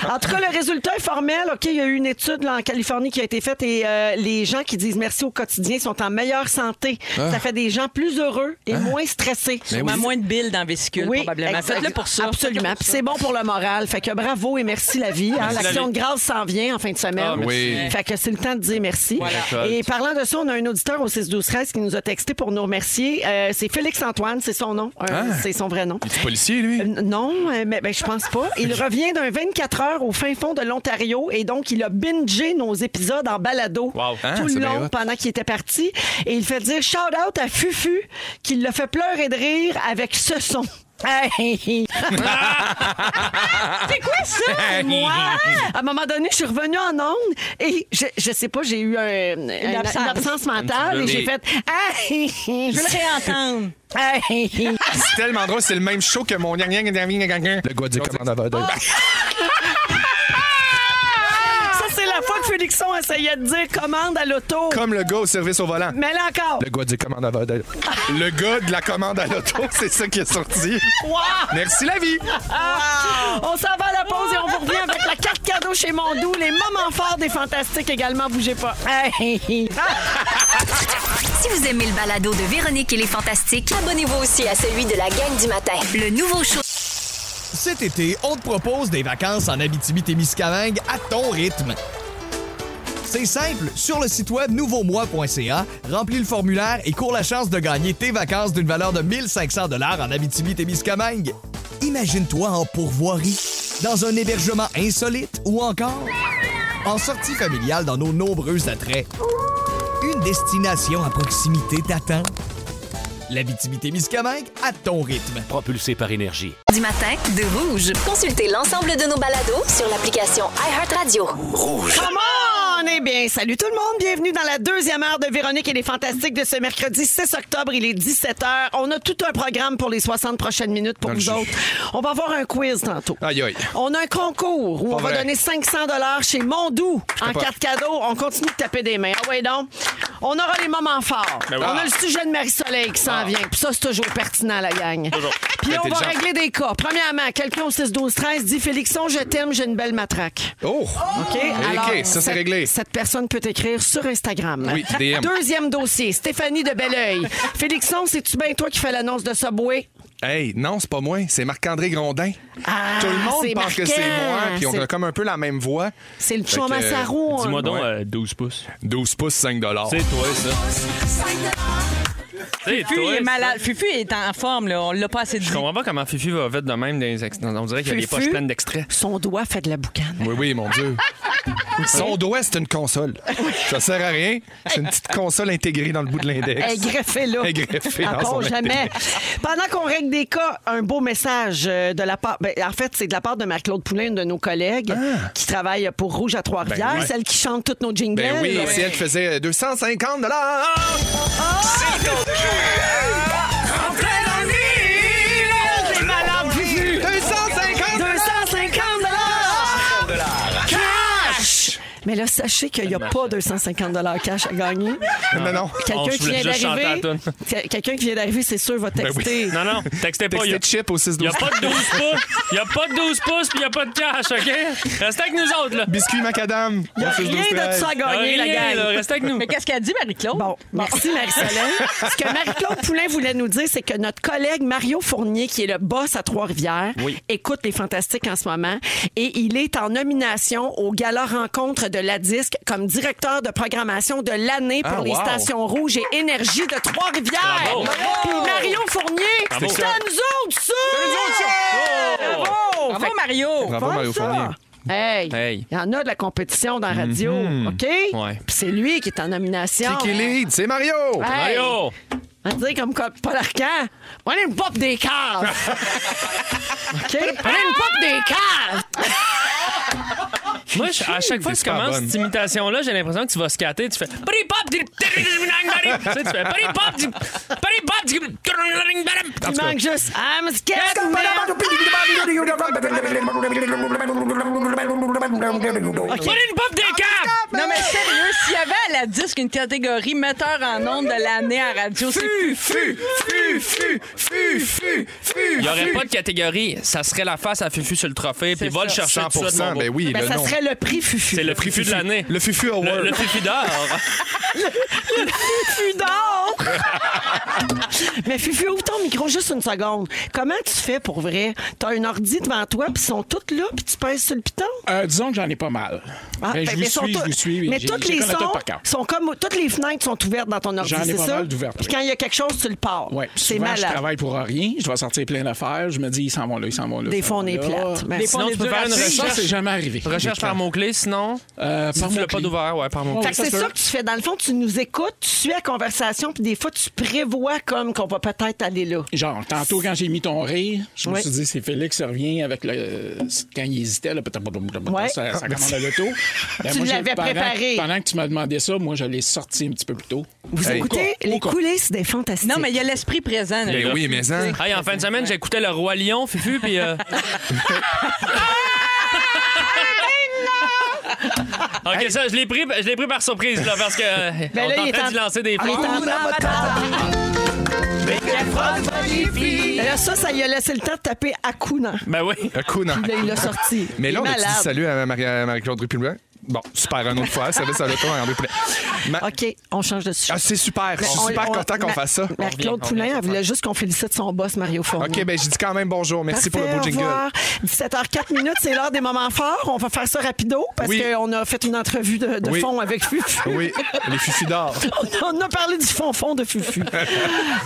[SPEAKER 1] En tout cas, le résultat est formel. OK, il y a eu une étude là, en Californie qui a été faite et euh, les gens qui disent merci au quotidien sont en meilleure santé.
[SPEAKER 2] Ah.
[SPEAKER 1] Ça fait des gens plus heureux et moins stressés.
[SPEAKER 3] Sûrement moins de billes dans le vésicule, probablement.
[SPEAKER 1] exact-
[SPEAKER 3] Faites-le pour ça.
[SPEAKER 1] Absolument. Puis c'est bon pour le moral. Fait que bravo et merci la vie. hein.
[SPEAKER 5] la
[SPEAKER 1] L'action
[SPEAKER 5] vie.
[SPEAKER 1] de grâce s'en vient en fin de semaine.
[SPEAKER 5] Ah,
[SPEAKER 2] merci. Oui.
[SPEAKER 1] Fait que c'est le temps de dire merci.
[SPEAKER 5] Voilà.
[SPEAKER 1] Et parlant de ça, on a un auditeur au 6-12-13 qui nous a texté pour nous remercier. Euh, c'est Félix Antoine, c'est son nom. Euh, C'est son vrai nom.
[SPEAKER 2] Il est policier, lui.
[SPEAKER 1] Euh, Non, euh, mais ben, je pense pas. Il revient d'un 24 heures au fin fond de l'Ontario et donc il a bingé nos épisodes en balado
[SPEAKER 5] Wow.
[SPEAKER 2] Ah,
[SPEAKER 1] tout
[SPEAKER 2] c'est
[SPEAKER 1] le
[SPEAKER 2] bien
[SPEAKER 1] long
[SPEAKER 2] hot.
[SPEAKER 1] pendant qu'il était parti. Et il fait dire shout out à Fufu qui l'a fait pleurer de rire avec ce son. Hey!
[SPEAKER 3] C'est quoi ça?
[SPEAKER 1] Et moi, à un moment donné, je suis revenue en onde et je, je sais pas, j'ai eu un- un- une
[SPEAKER 3] absence.
[SPEAKER 1] absence mentale et j'ai fait Hey!
[SPEAKER 3] Je veux le réentendre.
[SPEAKER 1] Hey!
[SPEAKER 2] C'est tellement drôle, c'est le même show que mon dernier Le gars du Ah! commandant
[SPEAKER 1] Ça, c'est la fois que Félixon essayait de dire commande à l'auto.
[SPEAKER 2] Comme le gars au service au volant.
[SPEAKER 1] Mais là encore.
[SPEAKER 2] Le gars du commande à l'auto. Le gars de la commande à l'auto, c'est ça qui est sorti.
[SPEAKER 1] Wow!
[SPEAKER 2] Merci la vie.
[SPEAKER 1] On s'en va à la pause et on vous revient avec la carte cadeau chez Mondou. Les moments forts des fantastiques également, bougez pas. Hey!
[SPEAKER 7] Si vous aimez le balado de Véronique et les Fantastiques, abonnez-vous aussi à celui de la gang du matin. Le nouveau show
[SPEAKER 6] Cet été, on te propose des vacances en Abitibi-Témiscamingue à ton rythme. C'est simple, sur le site web nouveaumois.ca, remplis le formulaire et cours la chance de gagner tes vacances d'une valeur de 1500 dollars en Abitibi-Témiscamingue. Imagine-toi en pourvoirie, dans un hébergement insolite ou encore en sortie familiale dans nos nombreux attraits. Une destination à proximité t'attend. l'Abitibi-Témiscamingue à ton rythme.
[SPEAKER 8] Propulsé par énergie.
[SPEAKER 7] Du matin, de rouge. Consultez l'ensemble de nos balados sur l'application iHeartRadio.
[SPEAKER 1] Come on! Eh bien, salut tout le monde. Bienvenue dans la deuxième heure de Véronique et les Fantastiques de ce mercredi 6 octobre. Il est 17h. On a tout un programme pour les 60 prochaines minutes pour
[SPEAKER 2] Dans le
[SPEAKER 1] vous
[SPEAKER 2] jus.
[SPEAKER 1] autres. On va avoir un quiz tantôt.
[SPEAKER 2] Aïe, aïe.
[SPEAKER 1] On a un concours où on va
[SPEAKER 2] vrai.
[SPEAKER 1] donner 500 dollars chez Mondou en
[SPEAKER 2] capote.
[SPEAKER 1] carte cadeau. On continue de taper des mains. Ah ouais donc. On aura les moments forts.
[SPEAKER 2] Ben oui.
[SPEAKER 1] On a
[SPEAKER 2] Ah.
[SPEAKER 1] le sujet de Marie-Soleil qui s'en vient. Puis ça, c'est toujours pertinent, la gang. Puis on va
[SPEAKER 2] Intelligent.
[SPEAKER 1] régler des cas. Premièrement, quelqu'un au 6-12-13 dit « Félixon, je t'aime, j'ai une belle matraque. »
[SPEAKER 2] Oh!
[SPEAKER 1] OK?
[SPEAKER 2] OK, ça, c'est
[SPEAKER 1] cette-
[SPEAKER 2] réglé.
[SPEAKER 1] Cette personne peut écrire sur Instagram.
[SPEAKER 2] Oui, DM.
[SPEAKER 1] Deuxième dossier, Stéphanie de Belleuil. Félixon, c'est-tu bien toi qui fais l'annonce de Subway?
[SPEAKER 2] Hey, non, c'est pas moi, c'est Marc-André Grondin.
[SPEAKER 1] Ah,
[SPEAKER 2] Tout le monde
[SPEAKER 1] c'est
[SPEAKER 2] pense que
[SPEAKER 1] marquant.
[SPEAKER 2] c'est moi, puis on
[SPEAKER 1] C'est-
[SPEAKER 2] a comme un peu la même voix.
[SPEAKER 1] C'est le chum
[SPEAKER 2] que,
[SPEAKER 1] à sa roue, hein.
[SPEAKER 5] Dis-moi donc,
[SPEAKER 2] Ouais.
[SPEAKER 5] euh, 12 pouces.
[SPEAKER 2] 12 pouces, 5
[SPEAKER 5] C'est toi, ça. C'est
[SPEAKER 3] Fufu, il
[SPEAKER 5] toi.
[SPEAKER 3] est malade. Fufu est en forme, là. On l'a pas assez dit.
[SPEAKER 5] Je comprends pas comment Fifi va vite de même dans les ex- On dirait qu'il y a des
[SPEAKER 1] Fufu.
[SPEAKER 5] poches pleines d'extraits.
[SPEAKER 1] Son doigt fait de la boucane.
[SPEAKER 2] Oui, oui, mon Dieu. Son doigt, c'est une console. Ça sert à rien. C'est une petite console intégrée dans le bout de
[SPEAKER 1] Elle est
[SPEAKER 2] l'index.
[SPEAKER 1] greffée là.
[SPEAKER 2] Elle est greffée
[SPEAKER 1] Elle
[SPEAKER 2] dans
[SPEAKER 1] part
[SPEAKER 2] son
[SPEAKER 1] jamais. Pendant qu'on règle des cas, un beau message euh, de la part. ben, en fait, c'est de la part de Marc-Claude Poulin, une de nos collègues, qui travaille pour Rouge à Trois-Rivières,
[SPEAKER 2] Ben ouais.
[SPEAKER 1] celle qui chante toutes nos jingles.
[SPEAKER 2] Ben oui, si elle faisait 250
[SPEAKER 1] C'est malade, Fufu.
[SPEAKER 2] 250
[SPEAKER 1] 250 cash! Mais là, sachez qu'il n'y a pas 250 cash à gagner.
[SPEAKER 2] Non, non.
[SPEAKER 5] On
[SPEAKER 1] Quelqu'un qui
[SPEAKER 5] voulait
[SPEAKER 1] vient
[SPEAKER 5] juste chanter
[SPEAKER 1] d'arriver,
[SPEAKER 5] la toune.
[SPEAKER 1] que- quelqu'un qui vient d'arriver, c'est sûr, va
[SPEAKER 2] oui.
[SPEAKER 1] texter.
[SPEAKER 5] Non, non, textez pas. Il Oh, y a-
[SPEAKER 2] Textez chip au 6
[SPEAKER 5] il y
[SPEAKER 2] 12
[SPEAKER 5] a, pas de 12 pouces. Il y a pas de 12 pouces, puis il y a pas de cash, OK? Restez avec nous autres, là.
[SPEAKER 2] Biscuit macadam.
[SPEAKER 1] Il n'y a rien de ça à gagner, la
[SPEAKER 5] Rien,
[SPEAKER 1] gang.
[SPEAKER 5] là, Restez avec nous.
[SPEAKER 3] Mais qu'est-ce qu'elle dit, Marie-Claude?
[SPEAKER 1] Bon, merci Marie-Soleil. Ce que Marie-Claude Poulain voulait nous dire, c'est que notre collègue Mario Fournier, qui est le boss à Trois-Rivières, écoute les Fantastiques en ce moment et il est en nomination au Gala Rencontre de la Disque comme directeur de programmation de l'année pour
[SPEAKER 2] Ah,
[SPEAKER 1] les
[SPEAKER 2] wow.
[SPEAKER 1] stations rouges et énergie de Trois-Rivières.
[SPEAKER 5] Bravo.
[SPEAKER 1] Puis Mario Fournier,
[SPEAKER 5] Bravo.
[SPEAKER 1] c'est à nous autres, ça! Bravo!
[SPEAKER 3] Bravo, Mario!
[SPEAKER 2] Bravo,
[SPEAKER 1] Fun,
[SPEAKER 2] Mario
[SPEAKER 1] ça.
[SPEAKER 2] Fournier.
[SPEAKER 1] Hey, il
[SPEAKER 5] Hey. Mm-hmm.
[SPEAKER 1] y en a de la compétition dans la radio, OK?
[SPEAKER 5] Ouais.
[SPEAKER 1] Puis c'est lui qui est en nomination.
[SPEAKER 2] Qui qui lead? C'est Mario!
[SPEAKER 1] Hey.
[SPEAKER 5] Mario!
[SPEAKER 1] On va dire comme quoi, Paul Arcand, prenez une pop des caves. OK? Ah! Prenez une pop des caves.
[SPEAKER 5] Moi, je- à chaque fois que tu
[SPEAKER 2] super
[SPEAKER 5] commences
[SPEAKER 2] bonne.
[SPEAKER 5] cette imitation-là, j'ai l'impression que tu vas scatter. Tu fais. Pari pop di- Tu sais, tu fais. Pari pop di- Pari pop di-
[SPEAKER 1] Il manque juste I'm scared now.
[SPEAKER 5] Pari une pop des
[SPEAKER 1] Ah,
[SPEAKER 5] câbles!
[SPEAKER 3] Non, mais sérieux, s'il y avait à la disque une catégorie metteur en ondes de l'année à radio, c'est plus.
[SPEAKER 2] Fu, fu, fu, fu, fu, fu.
[SPEAKER 5] Il n'y aurait pas de catégorie. Ça serait la face à Fufu sur le trophée, puis
[SPEAKER 3] C'est
[SPEAKER 5] va le
[SPEAKER 3] ça.
[SPEAKER 5] chercher en tout de suite, mon beau.
[SPEAKER 2] ben
[SPEAKER 9] Eh
[SPEAKER 2] oui,
[SPEAKER 1] Ben,
[SPEAKER 2] le
[SPEAKER 1] ça
[SPEAKER 2] nom.
[SPEAKER 1] serait le prix Fufu.
[SPEAKER 5] C'est le prix Fufu de l'année.
[SPEAKER 2] Le Fufu
[SPEAKER 5] Le,
[SPEAKER 2] Award.
[SPEAKER 5] le Fufu d'or.
[SPEAKER 1] Fufu d'or. Mais Fufu, ouvre ton micro juste une seconde. Comment tu fais pour vrai? T'as un ordi devant toi, puis ils sont toutes là, puis tu pèses sur le piton?
[SPEAKER 9] Euh, disons que j'en ai pas mal.
[SPEAKER 1] Ah,
[SPEAKER 9] Ben, je
[SPEAKER 1] fait-
[SPEAKER 9] vous
[SPEAKER 1] mais sont
[SPEAKER 9] suis,
[SPEAKER 1] tous-
[SPEAKER 9] je vous suis.
[SPEAKER 1] Mais
[SPEAKER 9] j'ai-
[SPEAKER 1] toutes
[SPEAKER 9] j'ai
[SPEAKER 1] les
[SPEAKER 9] connais tout
[SPEAKER 1] sons
[SPEAKER 9] par cœur.
[SPEAKER 1] sont comme toutes les fenêtres sont ouvertes dans ton ordi,
[SPEAKER 9] J'en ai
[SPEAKER 1] c'est
[SPEAKER 9] pas
[SPEAKER 1] ça.
[SPEAKER 9] mal d'ouvertes,
[SPEAKER 1] Puis
[SPEAKER 9] oui.
[SPEAKER 1] quand il y a quelque chose, tu le pars.
[SPEAKER 9] Ouais,
[SPEAKER 1] c'est
[SPEAKER 9] souvent, je
[SPEAKER 1] malade.
[SPEAKER 9] travaille pour rien, je vais sortir plein d'affaires, je me dis, ils s'en vont là, ils s'en vont là.
[SPEAKER 1] Des
[SPEAKER 9] ils s'en
[SPEAKER 1] fois, on
[SPEAKER 9] vont
[SPEAKER 1] est
[SPEAKER 9] là.
[SPEAKER 1] plate. Mais
[SPEAKER 5] Sinon, tu peux faire une
[SPEAKER 9] Ça,
[SPEAKER 5] recherche.
[SPEAKER 9] c'est jamais arrivé.
[SPEAKER 5] Recherche par mot-clé, sinon.
[SPEAKER 9] Euh,
[SPEAKER 5] si
[SPEAKER 9] par
[SPEAKER 5] tu l'as pas
[SPEAKER 9] mot-clé.
[SPEAKER 5] d'ouvert, ouais, par mot-clé.
[SPEAKER 1] Fait que c'est ça que tu fais. Dans le fond, tu nous écoutes, tu suis la conversation, puis des fois, tu prévois comme qu'on va peut-être aller là.
[SPEAKER 9] Genre, tantôt, quand j'ai mis ton rire, je me
[SPEAKER 1] Ouais.
[SPEAKER 9] suis dit, c'est Félix qui revient avec le. Quand il hésitait, là, peut-être
[SPEAKER 1] Ouais.
[SPEAKER 9] ça, ça commande à l'auto. Ben,
[SPEAKER 1] Tu
[SPEAKER 9] moi, j'ai-
[SPEAKER 1] l'avais
[SPEAKER 9] pendant-
[SPEAKER 1] préparé.
[SPEAKER 9] Pendant que tu m'as demandé ça, moi, je l'ai sorti un petit peu plus tôt.
[SPEAKER 1] Vous
[SPEAKER 9] Hey.
[SPEAKER 1] écoutez
[SPEAKER 9] Au cas- au
[SPEAKER 1] les
[SPEAKER 9] cas.
[SPEAKER 1] coulisses des fantastiques.
[SPEAKER 3] Non, mais il y a l'esprit présent. là.
[SPEAKER 2] Ben oui, mais ça.
[SPEAKER 5] Hey, en fin de semaine, j'écoutais le Roi Lion, Fufu, puis. euh, Ah, ok, ça, je l'ai pris, je l'ai pris par surprise, là, parce que. euh,
[SPEAKER 1] Ben
[SPEAKER 5] on
[SPEAKER 1] là,
[SPEAKER 5] est en
[SPEAKER 1] il est
[SPEAKER 5] train
[SPEAKER 1] en-
[SPEAKER 5] de lancer des
[SPEAKER 1] Ah, il est
[SPEAKER 5] fleurs.
[SPEAKER 1] en Mais là, ça, ça lui a laissé le temps de taper à coups, non?
[SPEAKER 5] Ben oui.
[SPEAKER 2] Un coup, non.
[SPEAKER 1] Puis là, il l'a sorti.
[SPEAKER 2] Bah, Mais
[SPEAKER 1] Il
[SPEAKER 2] là,
[SPEAKER 1] est
[SPEAKER 2] on a dit
[SPEAKER 1] malade.
[SPEAKER 2] salut à Marie- à Marie-Claude Rupulin. Bon, super, un autre fois. Ça va, ça va, toi, en deux plaies. Ma-
[SPEAKER 1] OK, on change de sujet.
[SPEAKER 2] Ah, c'est super. Je suis
[SPEAKER 1] On-
[SPEAKER 2] super
[SPEAKER 1] on-
[SPEAKER 2] content qu'on
[SPEAKER 1] Ma-
[SPEAKER 2] fasse ça.
[SPEAKER 1] Marc-Claude
[SPEAKER 5] On revient, on
[SPEAKER 1] Poulin,
[SPEAKER 5] revient,
[SPEAKER 1] elle voulait juste qu'on félicite son boss, Mario Fournier.
[SPEAKER 2] OK, ben j'ai dit quand même bonjour. Merci pour le beau
[SPEAKER 1] Parfait,
[SPEAKER 2] jingle.
[SPEAKER 1] au revoir. 17h04 minutes, c'est l'heure des moments forts. On va faire ça rapido parce
[SPEAKER 2] Oui.
[SPEAKER 1] qu'on a fait une entrevue de, de
[SPEAKER 2] Oui.
[SPEAKER 1] fond avec Fufu.
[SPEAKER 2] Oui, les fufus d'or.
[SPEAKER 1] On a parlé du fond-fond de Fufu.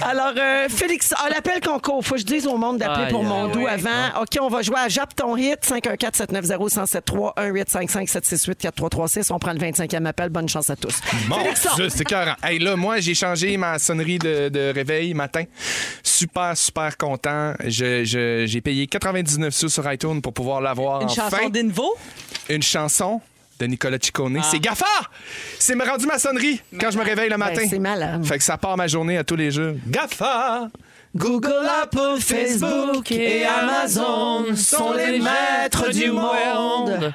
[SPEAKER 1] Alors, euh, Félix, ah, l'appel concours, faut que je dise au monde d'appeler
[SPEAKER 5] Aïe,
[SPEAKER 1] pour
[SPEAKER 5] aïe, Ah.
[SPEAKER 1] mon doux
[SPEAKER 5] oui.
[SPEAKER 1] avant. OK, on va jouer à Jappe ton hit, 514 790 1073 1855768 336. On prend le 25e appel. Bonne chance à tous.
[SPEAKER 2] Bon,
[SPEAKER 1] Félixon.
[SPEAKER 2] ça, c'est écœurant. Hey, là, moi, j'ai changé ma sonnerie de, de réveil matin. Super, super content. Je- je- j'ai payé 99 sous sur iTunes pour pouvoir l'avoir
[SPEAKER 3] Une
[SPEAKER 2] enfin.
[SPEAKER 3] chanson d'Invo?
[SPEAKER 2] Une chanson de Nicolas Ciccone. C'est GAFA! C'est me rendu ma sonnerie quand je me réveille le matin.
[SPEAKER 1] Ah. Ben, c'est malade.
[SPEAKER 2] Fait que ça part ma journée à tous les jeux. GAFA!
[SPEAKER 1] Google, Apple, Facebook et Amazon sont les maîtres du monde.